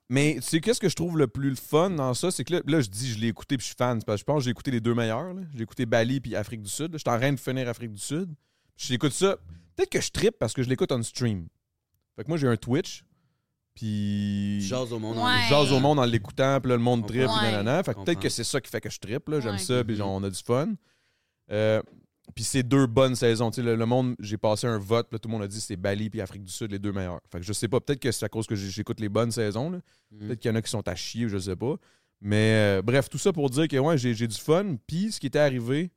A: Mais tu sais, qu'est-ce que je trouve le plus le fun dans ça? C'est que là, là, je dis, je l'ai écouté puis je suis fan. C'est Parce que je pense que j'ai écouté les deux meilleurs. là. J'ai écouté Bali puis Afrique du Sud. là. J'étais en train de finir Afrique du Sud. Puis J'écoute ça. Peut-être que je trippe parce que je l'écoute on stream. Fait que moi, j'ai un Twitch. Puis.
B: Tu jases au monde. en
C: Ouais.
B: ligne.
A: Je jase au monde en l'écoutant, puis là, le monde
B: Comprends.
A: tripe, puis
C: Ouais.
A: nanana. Fait que peut-être
B: Comprends.
A: que c'est ça qui fait que je trippe, là. J'aime
C: Ouais.
A: ça, puis genre, on a du fun. Euh, puis c'est deux bonnes saisons. Tu sais, le, le monde, j'ai passé un vote, puis là, tout le monde a dit c'est Bali puis Afrique du Sud, les deux meilleurs. Fait que je sais pas, peut-être que c'est à cause que j'ai- j'écoute les bonnes saisons, là.
B: Mm.
A: Peut-être qu'il y en a qui sont à chier, ou je sais pas. Mais euh, bref, tout ça pour dire que ouais, j'ai j'ai du fun. Puis ce qui était arrivé.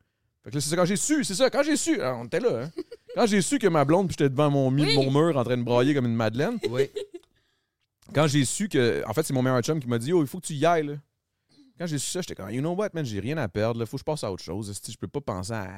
A: Fait que là, c'est ça, quand j'ai su, c'est ça, quand j'ai su. ah, on était là, hein. Quand j'ai su que ma blonde, puis j'étais devant mon, mi-
C: Oui.
A: mon mur en train de brailler comme une madeleine.
B: Oui.
A: Quand j'ai su que. En fait, c'est mon meilleur chum qui m'a dit Oh, il faut que tu y ailles, là. Quand j'ai su ça, j'étais comme You know what, man, j'ai rien à perdre, là. Faut que je passe à autre chose. esti. Je peux pas penser à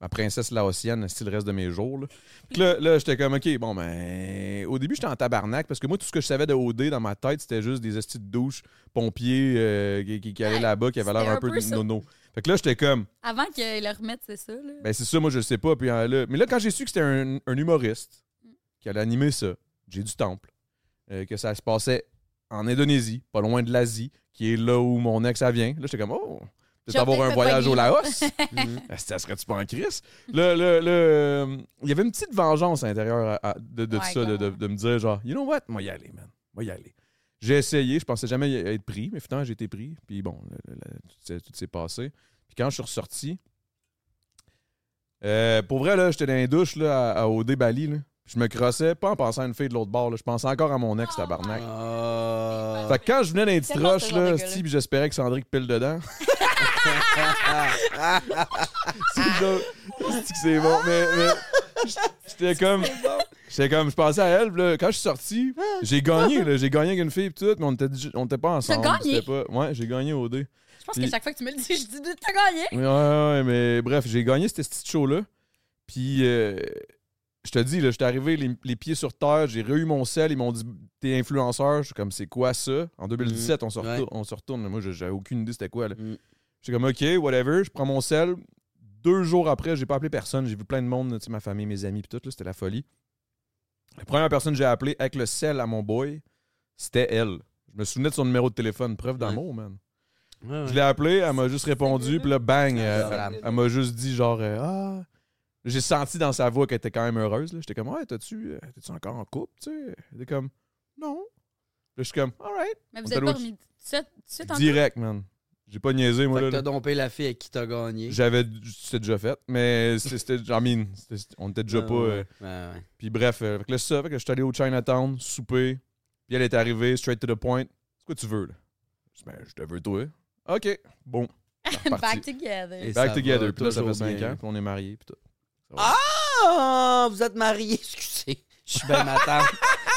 A: ma princesse laotienne, esti, le reste de mes jours, là. Puis là, là, j'étais comme OK, bon, ben. Au début, j'étais en tabarnak parce que moi, tout ce que je savais de OD dans ma tête, c'était juste des estis de douche, pompiers euh, qui, qui, qui allaient
C: Ouais,
A: là-bas, qui avaient l'air
C: c'était
A: un
C: un
A: peu
C: peu ça.
A: nono. Fait que là, j'étais comme.
C: Avant qu'ils le remettent, c'est ça. Là.
A: Ben, c'est ça, moi, je le sais pas. Puis, euh, là- mais là, quand j'ai su que c'était un, un humoriste qui allait animer ça, j'ai du temple, euh, que ça se passait en Indonésie, pas loin de l'Asie, qui est là où mon ex, ça vient. Là, j'étais comme, oh, peut-être
C: J'aurais
A: avoir
C: peut-être
A: un
C: fait
A: voyage au
C: pogner.
A: Laos.
B: Mm.
A: Ah, ça serait-tu pas en crise? Là, là, là, euh, il y avait une petite vengeance à l'intérieur à- à- de, de
C: Ouais,
A: ça, de, de-
C: clairement.
A: de me dire, genre, you know what, moi y aller, man, moi y aller. J'ai essayé, je pensais jamais y- être pris, mais finalement, j'ai été pris. Puis bon, là, là, là, tout s'est- tout s'est passé. Puis quand je suis ressorti, euh, pour vrai, là, j'étais dans les douches là, à, à OD Bali. là. Je me crossais, pas en pensant à une fille de l'autre bord. là. Je pensais encore à mon ex,
C: Oh
A: tabarnak.
B: Ah.
A: Fait que quand je venais dans les petites
C: Tellement
A: roches,
C: ce genre de
A: là,
C: gars-là.
A: Steve, j'espérais que Sandrick pile dedans.
B: Ah.
A: c'est genre- c'est que c'est bon, mais, mais j'étais comme, j'étais comme, je pensais à elle, puis là, quand je suis sorti, j'ai gagné, là, j'ai gagné avec une fille, pis tout, mais on était, on était pas ensemble.
C: gagné?
A: c'était Pas, ouais, j'ai gagné au dé.
C: Je pense
A: Puis-
C: que chaque fois que tu me le dis, je dis t'as gagné.
A: Ouais, ouais, ouais, mais bref, j'ai gagné cette petite show-là. Puis, euh, je te dis, là, j'étais arrivé les, les pieds sur terre, j'ai re-eu mon sel, ils m'ont dit, t'es influenceur. Je suis comme, c'est quoi ça? En 2017, on, se
B: Ouais.
A: retourne, on se retourne. Moi, je- j'avais aucune idée c'était quoi. Là.
B: Mm.
A: J'étais comme, OK, whatever, je prends mon sel. Deux jours après, j'ai pas appelé personne. J'ai vu plein de monde, tu sais, ma famille, mes amis, puis tout, là, c'était la folie. La première personne que j'ai appelée avec le sel à mon boy, c'était elle. Je me souvenais de son numéro de téléphone. Preuve d'amour, man.
B: Ouais, ouais.
A: Je l'ai appelé, elle m'a juste répondu, puis là, bang, euh,
B: adorable.
A: elle, elle m'a juste dit genre, euh, ah. J'ai senti dans sa voix qu'elle était quand même heureuse. là. J'étais comme, ouais, t'as-tu euh, t'es-tu encore en couple, tu sais? Elle était comme, non. Là, je suis comme, alright.
C: Mais
A: On
C: vous
A: t'a
C: êtes pas
A: l'autre-
C: remis tout de suite tout de suite en
A: Direct, man. J'ai pas niaisé, moi,
B: Fait
A: là.
B: que t'as
A: là.
B: dompé la fille avec qui t'as gagné.
A: J'avais, c'était déjà fait, mais c'était, c'était- I mean, c'était- c'était- on était déjà
B: Ah,
A: pas. euh,
B: ouais. Ouais, ouais.
A: puis bref, euh, fait que là, c'est ça, fait que je suis allé au Chinatown, souper, puis elle est arrivée, straight to the point. C'est quoi tu veux, là? Je dis, ben, je te veux, toi. OK, bon. C'est
C: couple.
A: reparti.
C: Back together.
B: Et
A: Back
B: ça
A: together.
B: va
A: Puis là, ça fait
B: toujours
A: 5
B: bien.
A: ans, puis on est mariés, puis tout.
B: Ah, vous êtes mariés, excusez. Je suis bien ma tante.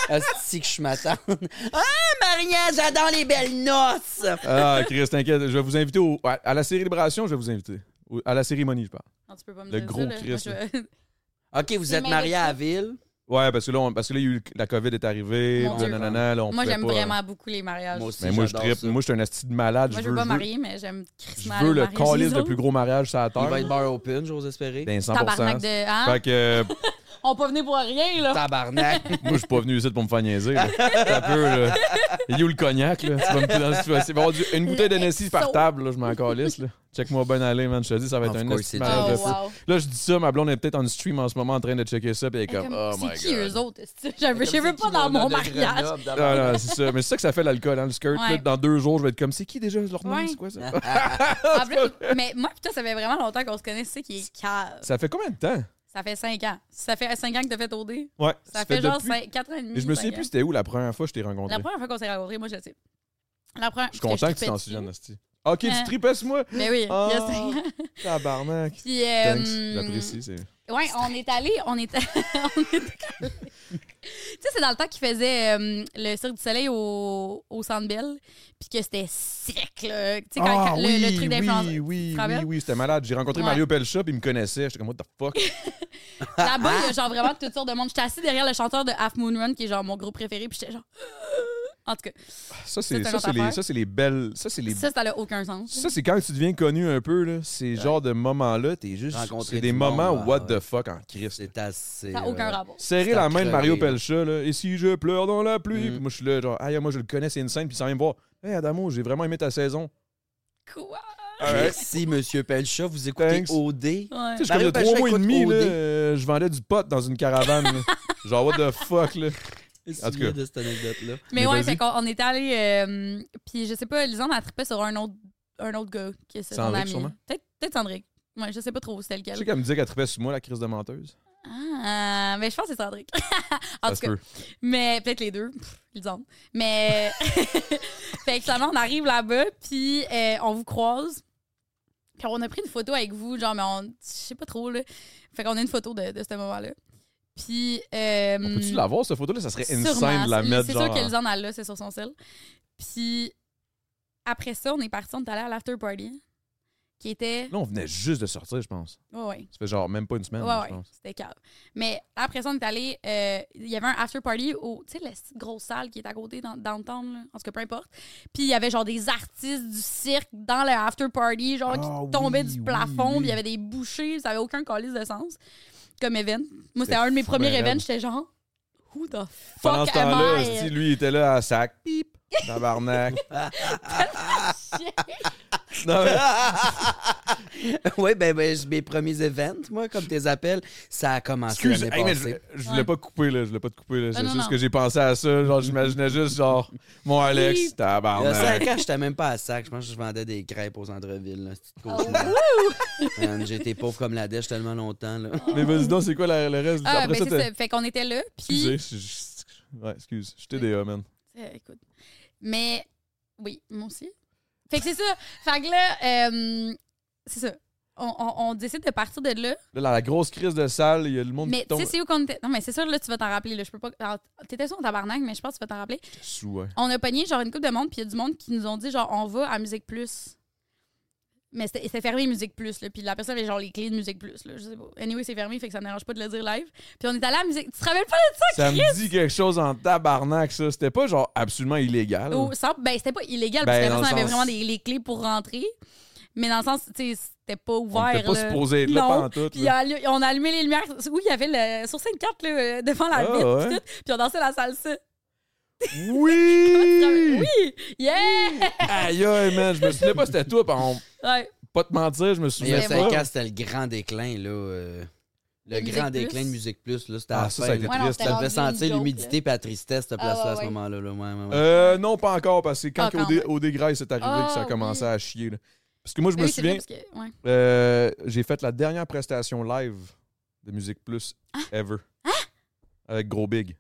B: Asti que je suis ma tante. Ah, mariage, j'adore les belles noces.
A: Ah, Chris, t'inquiète, je vais vous inviter au- à, à la célébration, je vais vous inviter. Au- à la cérémonie, je parle.
C: Non, tu peux pas me
A: Le
C: dire
A: gros
C: ça, là. Moi,
A: Christ,
C: je-
B: OK, vous
C: C'est
B: êtes
C: ma
B: mariés à
C: réponse.
B: la ville.
A: Ouais, parce que là, on- parce que là, il y a eu le- la COVID est arrivée,
C: Mon
A: puis
C: Dieu.
A: nanana, là, on
C: Moi,
A: pouvait
C: j'aime
A: pas-
C: vraiment beaucoup les mariages.
B: Moi
C: Moi,
B: aussi,
A: Mais moi, je
B: j'adore
A: tripe.
B: ça.
A: Moi, je suis un asti de malade.
C: je
A: veux,
C: veux pas
A: je veux-
C: marier, mais j'aime
A: Je
C: crissement
A: veux
C: le
A: le
C: mariage
A: calice
C: des
A: le
C: autres.
A: plus gros mariage sur la
B: Il va
A: terre.
B: être bar open, j'ose espérer.
A: Ben, 100%.
C: Tabarnak de... Hein?
A: Fait que euh,
C: On peut venir pour rien, là.
B: Tabarnak.
A: moi, je suis pas venu ici pour me faire niaiser. là. T'as peu, là. Il y a où le cognac, là? Tu vas me tu vas- tu vas- c'est- bon, Dieu, Une bouteille d'Annecy par
C: Exo.
A: table, là, je m'en calisse, là. Check-moi bien aller, man. Je te dis, ça va être
B: Of
A: un
B: course,
A: asti de
B: c'est
A: mariage
C: Oh,
A: de fou.
C: wow.
A: Là, je dis ça, ma blonde est peut-être en stream en ce moment en train de checker ça, puis elle est
C: Et
A: comme,
C: comme,
A: oh my
C: C'est qui,
A: god.
C: eux autres? esti? Je veux- je veux pas dans mon mariage.
B: Ah,
A: Non, non, c'est ça. Mais c'est ça que ça fait l'alcool, hein, le skirt.
C: Ouais.
A: là, dans deux jours, je vais être comme, c'est qui déjà leur nom?
C: Ouais.
A: C'est quoi ça?
B: ah,
C: En plus, mais moi, putain, ça fait vraiment longtemps qu'on se connaît. C'est ça qui est cave.
A: ça fait combien de temps?
C: Ça fait 5 ans. Ça fait 5 ans que t'as fait OD.
A: Ouais.
C: Ça, fait, genre
A: depuis-
C: 4 ans et demi.
A: Mais je me
C: cinq
A: souviens
C: ans.
A: plus c'était où la première fois que je t'ai rencontré.
C: La première fois qu'on s'est rencontrés, moi, je le sais. La première,
A: Je suis content que tu t'en souviennes, Nasty. Ok, tu tripes moi?
C: Mais Ben oui, il y a
A: Ah.
C: cinq ans.
A: Tabarnak.
C: Puis, euh,
A: Thanks, j'apprécie. c'est-
C: Ouais, on est allé, on est, on est allé. tu sais, c'est dans le temps qu'ils faisaient euh, le Cirque du Soleil au, au Centre Bell, puis que c'était sec, là. Tu sais, quand,
A: Ah,
C: quand le-
A: oui,
C: le, truc d'influence.
A: Oui, oui, oui,
C: rappelles?
A: oui, c'était malade. J'ai rencontré
C: Ouais.
A: Mario Pelcha, puis il me connaissait. J'étais comme, what the fuck? Ah,
C: Là-bas,
A: hein?
C: il y a genre vraiment toutes sortes de monde. J'étais assis derrière le chanteur de Half Moon Run, qui est genre mon groupe préféré, puis j'étais genre. En tout cas,
A: Ça, c'est
C: c'est une
A: ça,
C: autre
A: c'est les,
C: affaire.
A: ça, c'est les belles. Ça, c'est les.
C: ça, ça n'a aucun sens.
A: Ça, c'est quand tu deviens connu un peu, là. Ces genres de moments-là, t'es juste.
B: Rencontrer
A: C'est des
B: du
A: moments
B: monde,
A: what
B: ouais.
A: the fuck en Christ.
B: C'est assez.
C: Ça n'a aucun
B: euh,
C: rapport.
A: Serrer
B: c'est
A: la
B: à
A: main de Mario
B: crever, là.
A: Pelcha, là. Et si je pleure dans la pluie?
B: Mm.
A: Puis moi, je suis là, genre, aïe, moi, je le connais, c'est une scène, puis ça vient me voir. Hey Adamo, j'ai vraiment aimé ta saison.
C: Quoi?
B: Merci, Monsieur Pelcha. Vous écoutez
A: Thanks.
B: OD.
C: Ouais.
A: Tu sais, je suis comme
B: Mario
A: de trois
B: Pelcha
A: mois et demi,
B: écoute
A: là,
B: OD.
A: euh, je vendais du pot dans une caravane. là. Genre, what the fuck, là. En
B: En
A: tout
B: tout
A: cas.
B: de cette anecdote-là.
A: Mais
C: Mais ouais,
A: vas-y.
C: fait qu'on on était allé. euh, puis je sais pas, Lisande a trippé sur un autre, un autre gars qui est son
A: Sandrick,
C: ami.
A: sûrement.
C: Peut-être peut Sandrick. Ouais, je sais pas trop c'était
A: Tu
C: lequel.
A: sais qu'elle me disait qu'elle tripait sur moi, la crise de menteuse.
C: Ah, mais je pense que c'est Sandrick. en
A: Ça
C: tout
A: se
C: cas,
A: peut.
C: mais peut-être les deux. Pff, Lisande. Mais. fait que finalement, on arrive là-bas, puis euh, on vous croise. Puis on a pris une photo avec vous, genre, mais on. Je sais pas trop, là. Fait qu'on a une photo de, de ce moment-là. Puis. euh,
A: On Peux-tu l'avoir, cette photo-là? Ça serait
C: Sûrement.
A: insane de la
C: C'est-
A: mettre,
C: C'est sûr
A: genre.
C: qu'elles en a là, c'est sur son sel. Puis après ça, on est parti, on est allé à l'after party qui était.
A: Là, on venait juste de sortir, je pense.
C: Ouais, ouais.
A: Ça fait genre même pas une semaine,
C: Ouais,
A: là, je
C: ouais,
A: pense.
C: c'était calme. Mais après ça, on est allé. euh, Il y avait un after party au. Tu sais, la petite grosse salle qui est à côté dans, dans le temps, là. En tout cas, peu importe. Puis il y avait genre des artistes du cirque dans le after party, genre
A: Ah
C: qui tombaient
A: oui,
C: du
A: oui,
C: plafond,
A: oui.
C: puis il y avait des bouchées, ça avait aucun calice de sens comme event. Moi,
A: C'était
C: c'était un de mes
A: fou,
C: premiers
A: ben
C: events,
A: raide.
C: j'étais genre, who the fuck
A: Pendant ce
C: am
A: temps-là,
C: I?
A: esti, lui, il était là à sac. Pip! Tabarnak. non,
B: Ah,
A: mais-
B: oui, ben, ben, j- mes premiers events, moi, comme tes appels, ça a commencé
A: Excuse,
B: l'année
A: hey, mais je,
B: passée.
A: je voulais
C: Ouais.
A: pas couper, là. Je voulais pas te couper, là. C'est
C: non,
A: juste
C: non.
A: que j'ai pensé à ça. Genre, j'imaginais juste, genre, mon Alex,
B: Il y a
A: tabarnak.
B: 5 ans, j'étais même pas à sac. Je pense que je vendais des crêpes au centre-ville. là, c'est
C: Ah
B: une cauchemar. Man, J'ai été pauvre comme la dèche tellement longtemps. Là.
A: Mais vas-y donc, c'est quoi la- le reste?
C: Ah,
A: Après
C: ben
A: ça,
C: c'est
A: t'as-
C: ça. Fait qu'on était là,
A: Excusez,
C: puis.
A: je- je- ouais, excuse. Je TDA, man.
C: Euh, écoute. Mais, oui, moi aussi. Fait que c'est ça. Fait que là, euh, c'est ça. On, on- on décide de partir de là.
A: Là, dans la grosse crise de salle, il y a le monde
C: Mais
A: qui
C: tu sais,
A: tombe
C: c'est où qu'on était. Non, mais c'est sûr, là, tu vas t'en rappeler. Là. Je peux pas. alors, T'étais sur en tabarnak, mais je pense que tu vas t'en rappeler.
A: sous, ouais.
C: On a pogné, genre, une coupe de monde, puis il y a du monde qui nous ont dit, genre, on va à Musique Plus. Mais c'était c'était fermé Musique Plus, là. Puis la personne avait, genre, les clés de Musique Plus, là. Je sais pas. Anyway, c'est fermé, fait que ça me dérange pas de le dire live. Puis on est allé à Musique. Tu te rappelles pas de ça,
A: Ça me dit quelque chose en tabarnak, ça. C'était pas genre absolument illégal.
C: Au- sans- ben, c'était pas illégal
A: Ah Ben,
C: parce
A: dans
C: que la
A: le
C: personne avait
A: sens-
C: vraiment des, les clés pour rentrer. Mais dans le sens, tu sais, c'était pas
A: On
C: ouvert.
A: était pas
C: là.
A: supposé être là
C: Non.
A: pantoute.
C: Puis allu- on a allumé les lumières. Oui, il y avait le, sur 54 là, euh, devant la
A: Ah,
C: vitre.
A: ouais.
C: Puis, tout. Puis on dansait la salsa.
A: Oui! Mm.
C: Oui! Yeah!
A: Aïe, aïe, man, je me souvenais pas c'était toi, par on-
C: Ouais.
A: pas te mentir, je me
B: Mais il y a
A: souvenais
C: Mais
B: 5
A: pas.
B: ans, c'était le grand déclin. Là, euh, le
C: Musique
B: grand
C: Plus.
B: déclin de Musique Plus. là, C'était à
A: Ah,
B: la
A: ça,
B: fin,
A: ça a été
B: là.
C: Ouais, non,
A: triste.
B: Ça
C: c'était
B: devait
C: rendu une
B: sentir
C: joke,
B: l'humidité et la tristesse, cette
C: Ah,
B: place-là, à
C: ouais,
B: ce
C: ouais.
B: moment-là. là. Ouais, ouais, ouais.
A: Euh, non, pas encore, parce que c'est quand
C: Pas
A: qu'au dé- au dégrail c'est arrivé
C: Ah,
A: que ça a
C: oui.
A: commencé à chier. là. Parce que moi, je
C: Oui,
A: me
C: c'est vrai,
A: souviens,
C: parce que- ouais.
A: euh, j'ai fait la dernière prestation live de Musique Plus
C: Ah!
A: ever. Avec Gros Big.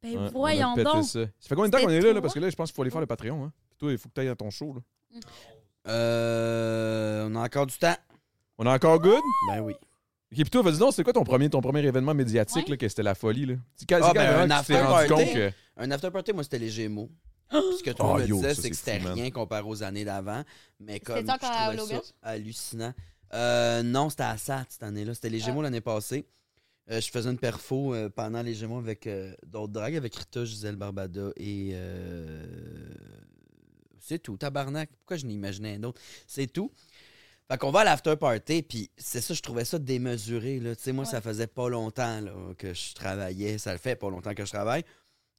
C: Ben,
A: Ouais, on a
C: voyons
A: pété
C: donc.
A: Ça. Ça fait combien de temps qu'on est
C: C'était
A: là, là?
C: toi?
A: Parce que là, je pense qu'il faut aller faire le Patreon. Hein? Puis toi, il faut que tu ailles à ton show. Là.
B: Euh, on a encore du temps.
A: On est
C: Ah!
A: encore good?
B: Ben oui.
A: Ok, puis toi, vas-y donc, c'est quoi ton premier, ton premier événement médiatique,
C: Ouais.
A: là, que c'était la folie, là? C'est quand, c'est
B: Ah,
A: quand
B: ben,
A: même
B: un
A: que tu t'es
B: after
A: rendu
B: party.
A: compte que...
B: Un after party, moi, c'était les Gémeaux. Ce que tout le monde
A: Oh,
B: me
A: yo,
B: disait,
A: ça,
B: c'est que
A: c'est
B: c'était
A: fou, man.
B: rien comparé aux années d'avant. Mais comme je
C: C'était-tu encore à
B: trouvais ça
C: l'auberge?
B: hallucinant. Euh, non, c'était à SAT cette année-là. C'était les
C: Ah.
B: Gémeaux l'année passée. Euh, je faisais une perfo euh, pendant les Gémeaux avec euh, d'autres dragues, avec Rita, Gisèle Barbada et... euh, C'est tout, tabarnak. Pourquoi je n'imaginais un autre? C'est tout. Fait qu'on va à l'after party, puis c'est ça, je trouvais ça démesuré. Là. Tu sais, moi,
C: Ouais.
B: ça faisait pas longtemps là, que je travaillais. Ça le fait pas longtemps que je travaille.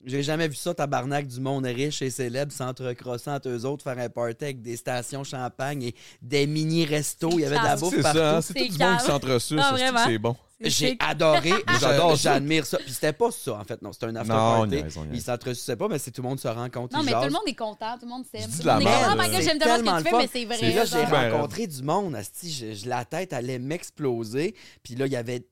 B: J'ai jamais vu ça, tabarnak du monde riche et célèbre s'entrecrossant entre eux autres, faire un party avec des stations champagne et des mini-restos. Il y avait de la
C: C'est
B: bouffe
A: C'est ça, hein?
B: partout.
A: c'est
C: C'est
A: tout du monde qui
C: calme.
A: s'entresuce,
C: Ah,
A: c'est-tu que
C: vraiment?
A: c'est bon.
C: C'est-
B: J'ai
C: c'est-
B: adoré, je-
A: J'adore ça.
B: j'admire ça. Puis c'était pas ça, en fait, non. C'était un after
A: Non,
B: party.
A: niaise, on niaise.
B: Ils s'entresuissaient pas, mais c'est tout le monde se rencontre.
C: Non,
B: ils
C: mais tout le
B: jasent.
C: monde est content, tout le monde s'aime.
A: Je dis
C: Tout
A: de
C: le
A: la
C: monde est comme,
A: merde,
C: Oh my god,
A: c'est
C: j'aime tellement ce que tu fais, mais
B: tellement
C: c'est
B: Puis
C: vrai.
B: là,
C: genre.
B: j'ai
A: genre. Ben,
B: rencontré du monde. Asti, je, je- la tête allait m'exploser. Puis là, il y avait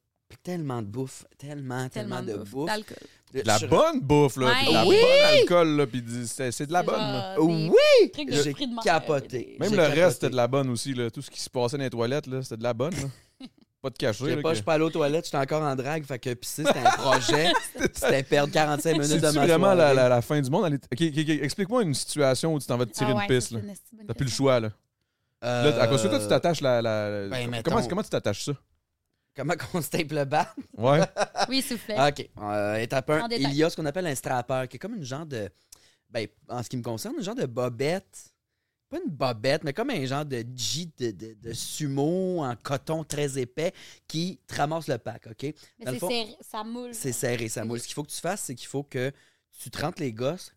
B: tellement de bouffe, tellement, tellement,
C: Tellement
B: de bouffe.
C: d'alcool.
B: Je-
A: De la
B: je-
A: bonne bouffe, là, puis de la
C: Ouais.
A: bonne alcool, là, puis du- c'est c'est de la bonne, là. Oh,
C: Genre des
B: Oui!
C: trucs de
B: J'ai
C: fruits de mer,
B: capoté.
C: des-
A: Même
B: J'ai
A: le
B: capoté.
A: reste, c'était de la bonne aussi, là. Tout ce qui se passait dans les toilettes, là, c'était de la bonne, là. Pas de cacher.
B: Je sais
A: là, que-
B: pas, je suis pas allé aux toilettes, j'étais encore en drague, fait que pisser, c'était un projet. c'était perdre 45 minutes de ma
A: C'est-tu vraiment la,
B: soirée.
A: la- la fin du monde. Elle est- Ok, ok, ok, Explique-moi une situation où tu t'en vas te tirer
C: Ah
A: une
C: ouais,
A: piste.
C: ça,
A: là.
C: c'est une esti de bonne
A: T'as plus le
C: question.
A: choix. Là, Là, à cause de toi, tu
B: Euh,
A: t'attaches la. la-
B: ben,
A: comment-
B: mettons-
A: comment, comment tu t'attaches ça?
B: Comment qu'on se tape le bas?
A: Ouais. Ah,
C: Oui, s'il vous plaît.
B: OK. Euh, étape un,
C: En détail.
B: il y a ce qu'on appelle un strapper, qui est comme une genre de. Ben, en ce qui me concerne, une genre de bobette. Pas une bobette, mais comme un genre de G de, de- de sumo en coton très épais qui te ramasse le pack, OK?
C: Mais
B: dans le
C: c'est
B: fond,
C: serré, ça moule.
B: C'est serré, ça moule. Ce qu'il faut que tu fasses, c'est qu'il faut que tu te rentres les gosses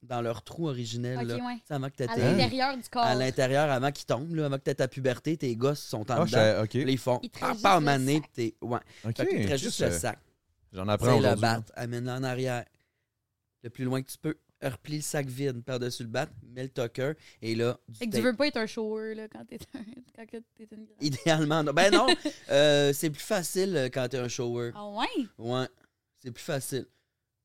B: dans leur trou originel,
C: Ok,
B: là.
C: ouais.
B: Tu sais, avant que
C: À
B: t'atterris.
C: l'intérieur du corps.
B: à l'intérieur avant qu'ils tombent, là, avant que tu ta puberté, tes gosses sont en
A: Ah,
B: dedans.
A: je- ok.
B: Puis là, Ils font Ah,
C: Ils te
B: par
C: rajoutent
B: par
C: le
B: mané,
C: sac.
B: t'es. Ouais.
A: Ok,
B: Fait qu'ils te rajoutent
A: Chris,
B: le
A: euh,
B: sac.
A: J'en
B: Tu
A: apprends
B: sais, le
A: aujourd'hui.
B: bat, amène-le en arrière. Le plus loin que tu peux. Replie le sac vide par-dessus le bat, mets le tucker et là. du
C: Fait que tu
B: tape.
C: veux pas être un shower là, quand t'es un... quand que t'es une grande.
B: Idéalement, non. Ben non, euh, c'est plus facile euh, quand t'es un shower.
C: Ah ouais?
B: Ouais, c'est plus facile.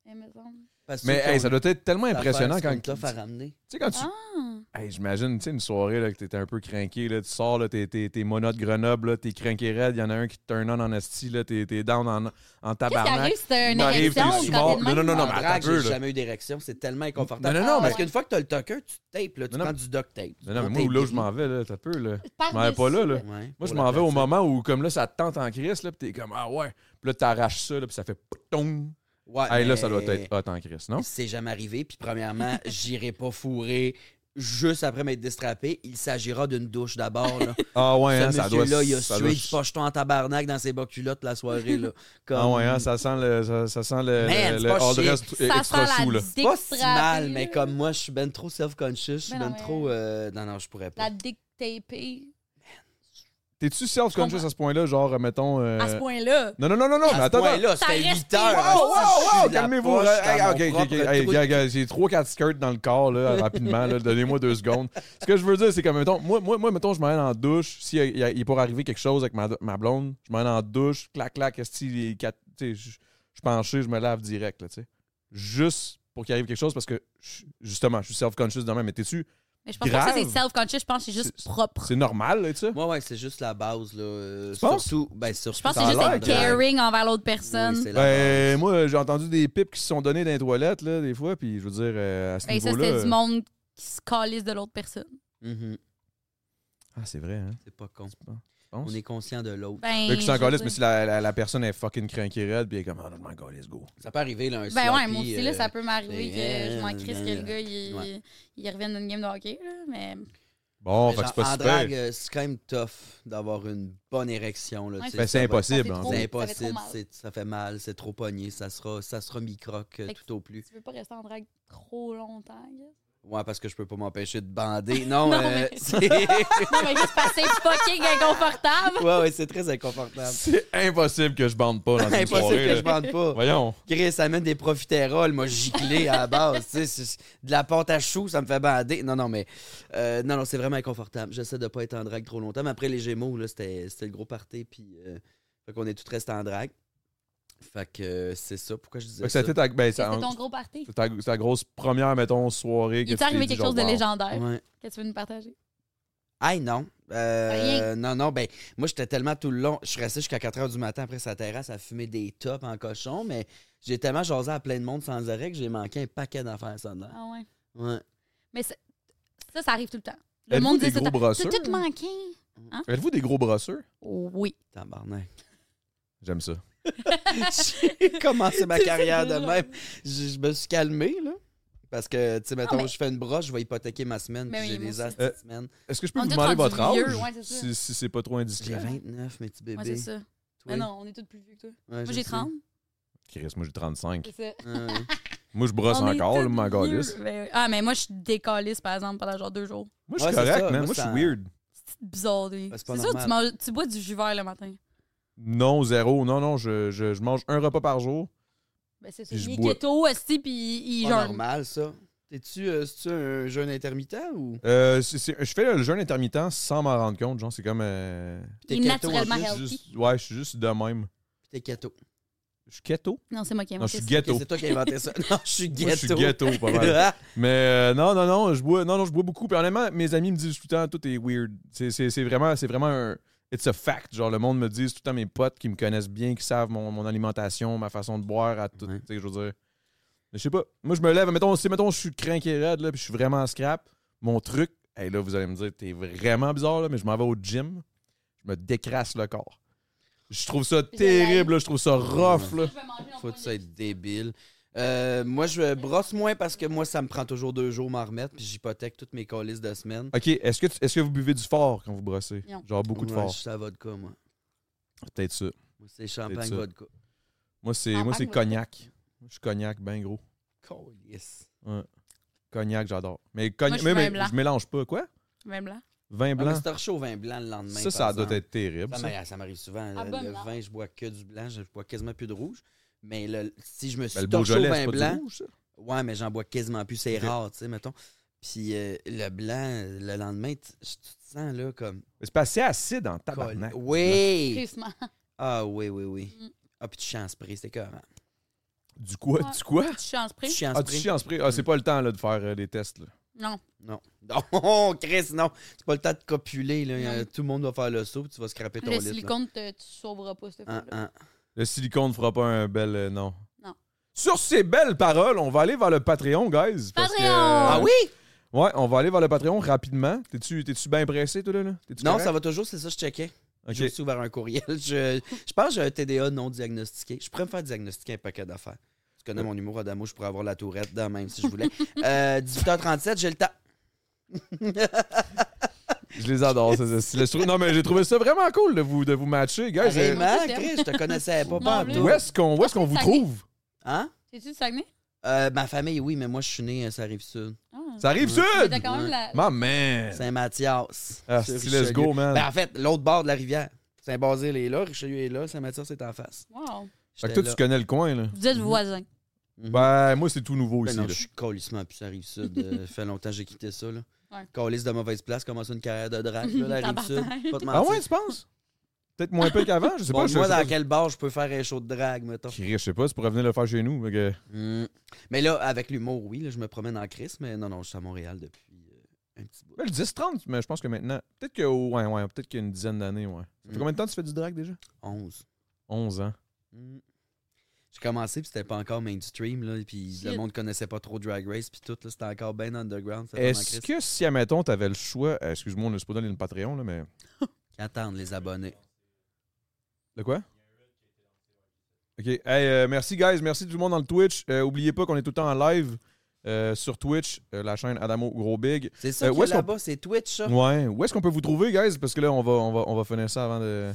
C: Il me semble.
B: Parce que
A: Mais
B: ceux qui
A: hey,
B: ont
A: ça doit être tellement
B: des
A: impressionnant
B: affaires,
A: quand.
B: c'est
A: Tu
B: comme tough à ramener.
A: sais, quand tu.
C: Ah!
A: Hey, J'imagine, tu sais, une soirée là, que t'étais un peu craqué, là, tu sors, là, t'es, t'es, t'es mono de Grenoble, là, t'es craqué raide, il y en a un qui te turn on en esti, là, t'es, t'es down en, en
C: Qu'est-ce qui
A: tabarnak.
C: arrive si t'as une
A: Il m'arrive,
C: érection
A: t'es
C: quand
A: sous-mort.
C: t'es de
A: Non, non,
C: même?
A: non, non,
B: En
A: mais attends
B: drague,
A: un peu,
B: j'ai
A: là.
B: jamais eu d'érection, c'est tellement inconfortable.
A: Non, non, non,
C: Ah,
A: mais-
B: Parce qu'une fois que t'as le tucker, tu tapes, là, tu
A: Non, non,
B: prends du duct tape.
A: Non, non, mais moi, où là, je m'en vais, là, t'as peu, là. Mais elle est pas là, là.
B: Ouais,
A: Moi, je
B: pour
A: m'en
B: la
A: vais au
B: pratique.
A: moment où, comme là, ça te tente en crise, là, pis t'es comme, ah ouais. Pis là, t'arraches ça, là, pis ça fait poutong.
B: Ouais,
A: Hey, là, ça doit
B: mais-
A: être hot en crise, non?
B: C'est jamais arrivé. Puis premièrement, j'irai pas fourrer juste après m'être distrapé. Il s'agira d'une douche d'abord. là.
A: Ah
B: Ce
A: ouais, hein, ça doit.
B: monsieur-là, il a
A: ça
B: sué
A: doit-
B: du pocheton en tabarnak dans ses bas culottes la soirée. Là. Comme-
A: Ah ouais, hein, ça sent le. Ça, ça sent le.
B: Man,
A: le,
B: c'est
A: le
B: pas
A: all
B: chier.
A: dressed
C: Ça
A: extra
C: sent la
A: chou, là.
C: dick
B: Pas si
C: frappée,
B: mal,
C: là.
B: mais comme moi, je suis ben trop self-conscious. Je suis
C: Ben
B: ben
C: non, mais-
B: trop... euh, Non, non, je pourrais pas.
C: La dick tapée.
A: T'es-tu self-conscious à ce point-là, genre, euh, mettons. euh,
C: À ce point-là.
A: Non, non, non, non, non, mais
B: à ce
A: attends, attends.
B: point-là,
C: Ça
B: c'était
C: reste
B: 8 heures. hein.
C: pas-
A: Ah, Wow,
C: Wow,
A: wow, wow,
B: Je suis dans la
A: calmez-vous. hein.
B: poche,
A: Hey,
B: dans
A: ok, ok,
B: mon
A: ok.
B: propre
A: Hey,
B: trou de
A: gars, gars, j'ai trois, quatre skirts dans le corps, là, rapidement, là. Donnez-moi deux secondes. Ce que je veux dire, c'est que, mettons, moi, moi, moi mettons, je m'en vais dans la douche. S'il y a- il est pour arriver quelque chose avec ma, ma blonde, je m'en vais dans la douche, clac, clac, est-ce qu'il est quatre- tu sais, je je suis penché, je me lave direct, là, tu sais. Juste pour qu'il arrive quelque chose parce que, je- justement, je suis self-conscious demain, mais t'es-tu,
C: Mais je pense pas que ça, c'est
A: grave.
C: self-conscious. Je pense que c'est juste
A: C'est-
C: propre.
A: c'est normal, là, tu sais?
B: Ouais, ouais, c'est juste la base. Là. euh,
A: Tu penses?
B: Surtout, ben, surtout
C: Je pense que
A: Ça
C: c'est
A: a
C: juste
A: l'air
C: être
A: grave.
C: caring envers l'autre personne.
B: Oui, c'est la
A: Ben,
B: base.
A: moi, j'ai entendu des pipes qui se sont données dans les toilettes, là, des fois, puis je veux dire, euh, à ce
C: Et Ben, ça,
A: niveau-là.
C: c'était du
A: euh,
C: monde qui se calisse de l'autre personne.
B: Mhm,
A: Ah, c'est vrai, hein?
B: C'est pas con.
A: euh, penses?
B: On est conscient de l'autre.
A: Là,
C: Ben,
A: que je suis en
C: je
A: calisse,
C: veux
A: mais si la, la, la personne est fucking cranky red, puis elle est comme, oh, non, go, let's go.
B: Ça peut arriver, là, un
C: dire- Ben ouais,
B: sloppy,
C: moi aussi, là,
B: euh,
C: ça peut m'arriver
B: mais,
C: que je m'en crisse que
B: euh,
C: le gars, il,
B: ouais.
C: il revienne d'une game de hockey, là, mais...
A: Bon,
B: Mais
A: Oh, fait que
B: genre,
A: c'est pas Ben,
B: en
A: super.
B: drague, euh, c'est quand même tough d'avoir une bonne érection. Là,
C: Ouais, Oh,
B: tu sais,
A: Ben,
B: ça
A: c'est
B: va-
A: impossible,
C: ça fait
A: en
C: trop.
B: C'est
A: fait.
C: Ça fait trop
B: impossible,
C: mal.
B: c'est- ça fait mal, c'est trop pogné, ça sera, ça sera mi-croque euh,
C: Fait que-
B: tout au plus.
C: Tu veux pas rester en drague trop longtemps, là.
B: Ouais, parce que je peux pas m'empêcher de bander. Non,
C: Non,
B: euh,
C: mais-
B: c'est-
C: Non, mais juste passer fucking inconfortable.
B: ouais, ouais, c'est très inconfortable.
A: C'est impossible que je bande pas dans une
B: Impossible
A: soirée.
B: que
A: là.
B: je bande pas.
A: Voyons.
B: Chris, ça amène des profiteroles, moi giclé à la base. tu sais, c'est- de la pâte à choux, ça me fait bander. Non, non, mais euh, non, non, c'est vraiment inconfortable. J'essaie de pas être en drague trop longtemps. Mais après les Gémeaux, là, c'était c'était le gros party, puis euh, fait qu'on est tous restés en drague. Fait que euh, c'est ça. Pourquoi je disais
A: Fait que
B: ça?
A: c'était ta, ben, ça-
C: C'était ton gros party.
A: c'est ta, c'est ta grosse première, mettons, soirée. que
C: Il
A: tu
C: t'est arrivé
A: t'es dit,
C: quelque chose de
A: genre, wow.
C: légendaire
B: Ouais.
C: que tu veux nous partager?
B: Aïe, non. Euh,
C: Rien.
B: non, non, ben, moi, j'étais tellement tout le long. Je suis resté jusqu'à 4 h du matin après sa terrasse à fumer des tops en cochon, mais j'ai tellement jasé à plein de monde sans arrêt que j'ai manqué un paquet d'affaires sonores.
C: Ah ouais.
B: Ouais.
C: Mais c'est- ça, ça arrive tout le temps. Le
A: Êtes-vous
C: monde
A: des
C: dit tout le
A: gros
C: temps. T'as
A: brosseurs?
C: tout manqué.
A: Êtes-vous des gros brosseurs?
C: Oui.
B: Tabarnak.
A: J'aime ça.
B: J'ai commencé ma
C: C'est
B: carrière de
C: drôle.
B: même. Je, je me suis calmé, là. Parce que, tu sais, mettons,
C: mais-
B: je fais une broche, je vais hypothéquer ma semaine,
C: Mais
B: puis
C: oui,
B: j'ai
C: moi
B: des
C: aussi.
B: as
A: Euh,
B: cette semaine.
A: Est-ce que je peux
C: On
A: vous
C: est tous
A: demander
C: rendus
A: votre âge?
C: vieux, ouais, c'est ça.
A: si si c'est pas trop
B: J'ai
A: indiscret.
B: 29, mes petits bébés.
C: Moi, c'est ça.
B: Toi?
C: Mais non, on est tous plus vieux que toi.
B: Ouais,
C: Moi,
B: je
C: j'ai
B: sais.
C: 30.
A: Chris, moi, j'ai 35.
C: C'est ça.
B: Ouais, ouais.
A: Moi, je brosse
C: On est
A: encore, là,
C: tous
A: ma
C: vieux.
A: galisse.
C: Ben, Ah, mais moi, je suis décalisse, par exemple, pendant genre deux jours.
A: Moi, je suis
B: Ouais, c'est
A: correct, man.
B: ça. Moi,
A: Moi, je suis
B: ça-
A: weird.
C: C'est bizarre. des-
B: Ben, c'est
C: C'est
B: pas
C: sûr que tu,
B: normal.
C: manges- tu bois du jus vert le matin.
A: Non, zéro. Non, non, je, je, je mange un repas par jour.
C: Ben, c'est ça.
A: Puis je
C: Il est
A: bois.
C: keto, aussi, puis il
B: Pas
C: jeûne.
B: normal, ça. T'es-tu euh, c'est-tu un jeune intermittent ou.
A: Euh, c'est- c'est- je fais le jeûne intermittent sans m'en rendre compte. Genre, c'est comme. euh,
B: Puis t'es
C: Il est
B: keto, en
C: naturellement
B: plus,
A: je suis
C: healthy.
A: juste- ouais, je suis juste de même.
B: puis T'es ghetto.
A: Je suis keto.
C: Non, c'est moi qui ai
A: Non,
C: inventé
A: je suis
C: ça.
A: ghetto.
B: C'est toi qui as inventé ça. Non, je suis
A: Moi, je suis
B: ghetto.
A: ghetto, pas mal. Mais euh, non, non, non, je bois, non, non, je bois beaucoup. Puis honnêtement, mes amis me disent tout le temps, tout est weird. C'est, c'est, c'est vraiment, c'est vraiment un, It's a fact. Genre, le monde me dit, c'est tout le temps mes potes qui me connaissent bien, qui savent mon, mon alimentation, ma façon de boire, à tout.
B: Ouais.
A: tu sais, Je veux dire, je sais pas. Moi, je me lève, mettons, si mettons, je suis craint et raide, là, puis je suis vraiment scrap, mon truc, hey, là, vous allez me dire, t'es vraiment bizarre, là, mais je m'en vais au gym, je me décrasse le corps. Je trouve ça terrible, là, je trouve ça rough, là.
C: Je vais manger dans
B: Faut
C: trois
B: que ça
C: minutes.
B: être débile. Euh, moi, je brosse moins parce que moi, ça me prend toujours deux jours m'en remettre, puis j'hypothèque toutes mes colis de semaine.
A: OK, est-ce que, tu- est-ce que vous buvez du fort quand vous brossez?
C: Non.
A: Genre beaucoup de
B: Ouais,
A: fort.
B: Je suis à vodka, moi.
A: C'est Peut-être ça.
B: Moi, c'est champagne
A: ça.
B: vodka.
A: Moi, c'est,
C: Ah,
A: moi,
C: ah,
A: c'est
C: oui.
A: cognac. Je suis cognac, ben gros.
B: Colis.
A: Cognac, j'adore. Mais, cognac,
C: je
A: mais,
C: suis vin
A: mais
C: blanc.
A: je mélange pas, quoi?
C: Même là.
A: Vin
B: Ah, mais
A: blanc?
B: c'est rechaud au vin blanc le lendemain.
A: ça, ça
B: par
A: doit
B: exemple.
A: être terrible.
B: Ça
A: ça.
B: m'arrive- ça m'arrive souvent.
C: Ah,
B: le
C: bonne
B: le
C: marque.
B: vin, je bois que du blanc, je bois quasiment plus de rouge. Mais le- si je me
A: Ben, le
B: suis torché au
A: Beaujolais, c'est
B: vin
A: pas du
B: blanc,
A: rouge, ça?
B: ouais, mais j'en bois quasiment plus, c'est
A: Ok.
B: rare, tu sais, mettons. Puis euh, le blanc, le lendemain, tu tu te sens là comme.
A: Mais C'est pas assez acide en tabarnak.
B: Oui!
C: Tristement.
B: Ah oui, oui, oui.
C: Mm.
B: Ah, puis tu chies en spray, c'est carrément.
A: Du quoi?
C: Ouais.
A: Du quoi?
C: Tu chances
B: Tu
C: pris?
B: chies en
A: Ah, tu
B: spray?
A: chies en spray. Ah, c'est pas le temps là, de faire euh, des tests. Là.
C: Non.
B: Non. Non, Chris, non. C'est pas le temps de copuler, là. Euh, Tout le monde va faire le saut, puis tu vas scraper ton lit.
C: Le
B: là.
C: silicone, te- tu sauveras pas cette
B: Hein,
C: fois-là.
B: hein.
A: Le silicone fera pas un bel euh, nom.
C: Non.
A: Sur ces belles paroles, on va aller vers le Patreon, guys. parce que- euh,
C: Patreon!
B: Ah oui?
A: Ouais, on va aller vers le Patreon rapidement. T'es-tu t'es-tu bien pressé, toi, là? là? T'es-tu
B: Non,
A: correct?
B: ça va toujours, c'est ça, je checkais.
A: OK.
B: J'ai aussi ouvert un courriel. Je, je pense que j'ai un TDA non diagnostiqué. Je pourrais me faire diagnostiquer un paquet d'affaires. Tu connais mon humour, Adamo, je pourrais avoir la tourette dans même si je voulais. Euh, 18h37, j'ai le temps.
A: Je les adore, ces estiles. Je trouve- Non, mais j'ai trouvé ça vraiment cool de vous, de vous matcher, guys. Euh,
C: Vraiment?
B: Vraiment,
C: je t'aime.
B: Chris, je te connaissais pas,
C: Non,
B: pas en
C: mais-
B: tout.
A: Où est-ce qu'on où est-ce qu'on vous
C: Ça
A: trouve?
B: Hein?
C: T'es-tu du Saguenay?
B: Euh, ma famille, oui, mais moi, je suis né, euh, ça arrive sud.
C: Ah.
A: Ça arrive
C: Mais
A: sud!
C: t'as quand même la.
A: Ma man!
B: Saint-Mathias.
A: Ah,
B: sur
A: c'est let's
B: Richelieu.
A: go, man.
B: Ben, en fait, l'autre bord de la rivière. Saint-Basile est là, Richelieu est là, Saint-Mathias est en face.
C: Wow.
A: Fait que toi, tu connais le coin, là.
C: Vous êtes voisins.
B: tu
A: Ben, moi, c'est tout nouveau
B: Mm-hmm. Ben
A: ici.
B: non,
A: là.
B: je suis colissement plus à Rive-Sud. Ça fait longtemps que j'ai quitté ça. Là.
C: Ouais.
B: Calisse de mauvaise place, commencer une carrière de drague, là, la Rive-Sud.
C: Tabarnak.
B: Pas te
A: Ah
B: mentir.
A: ouais, tu penses? Peut-être moins peu qu'avant, je sais
B: Bon,
A: pas. Je
B: moi,
A: sais
B: dans
A: pas.
B: quel bar je peux faire un show de drague, mettons.
A: Chris, je sais pas, tu pourrais venir le faire chez nous. fait que-
B: Mm. Mais là, avec l'humour, oui, là, je me promène en crise, mais non, non, je suis à Montréal depuis euh, un petit bout.
A: Ben, le 10-30, mais je pense que maintenant. Peut-être que ouais, ouais, peut-être qu'il y a une dizaine d'années, ouais. Ça fait
B: Mm.
A: combien de temps que tu fais du drag déjà?
B: 11.
A: 11 ans.
B: Mm. J'ai commencé, puis c'était pas encore mainstream, là, puis le
C: Shit.
B: monde connaissait pas trop Drag Race, puis tout, là, c'était encore bien underground. c'était en
A: Est-ce
B: crise.
A: que si, admettons, t'avais le choix. euh, Excuse-moi, on est pas dans le Patreon, là, mais.
B: Attendre les abonnés.
A: De quoi? OK. Hey, euh, merci, guys. Merci tout le monde dans le Twitch. Euh, oubliez pas qu'on est tout le temps en live euh, sur Twitch, euh, la chaîne Adamo Gros Big.
B: C'est ça
A: Euh,
B: qu'il y
A: où
B: a
A: est-ce qu'on-
B: là-bas, c'est Twitch, ça.
A: Ouais. Où est-ce qu'on peut vous trouver, guys? Parce que là, on va, on va, on va finir ça avant de.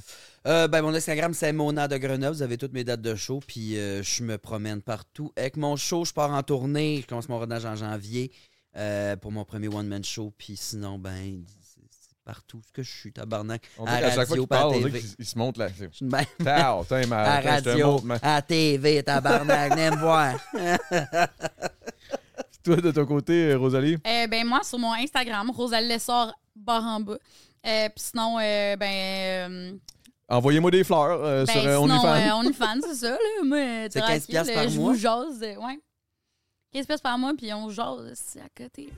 B: Euh, ben, mon Instagram, c'est Mona de Grenoble. Vous avez toutes mes dates de show. Puis euh, je me promène partout. Avec mon show, je pars en tournée. Je commence mon rodage en janvier euh, pour mon premier one-man show. Puis sinon, ben, c'est c'est partout ce que je suis, tabarnak.
A: On
B: À
A: dirait qu'à chaque fois
B: radio,
A: qu'il
B: pas à
A: parle, on dirait
B: TV.
A: qu'il il se monte là. c'est-
B: Je suis de même.
A: Tao, t'es ma.
B: à
A: Ah, attends, je te
B: radio,
A: montre, ma-
B: à TV, tabarnak. Venez me voir.
A: Toi, de ton côté, euh, Rosalie.
C: Euh, ben moi, sur mon Instagram, Rosalie Lessard, barre en bas. Euh, Puis sinon, euh, ben, euh,
A: Envoyez-moi des fleurs euh,
C: ben
A: sur euh,
C: sinon,
A: OnlyFans.
C: euh, OnlyFans, c'est ça. Là. Moi, euh,
B: C'est
C: tranquille,
B: 15 piastres par
C: euh, je
B: mois?
C: vous jase. euh, ouais. 15 piastres par mois, puis on jase à côté.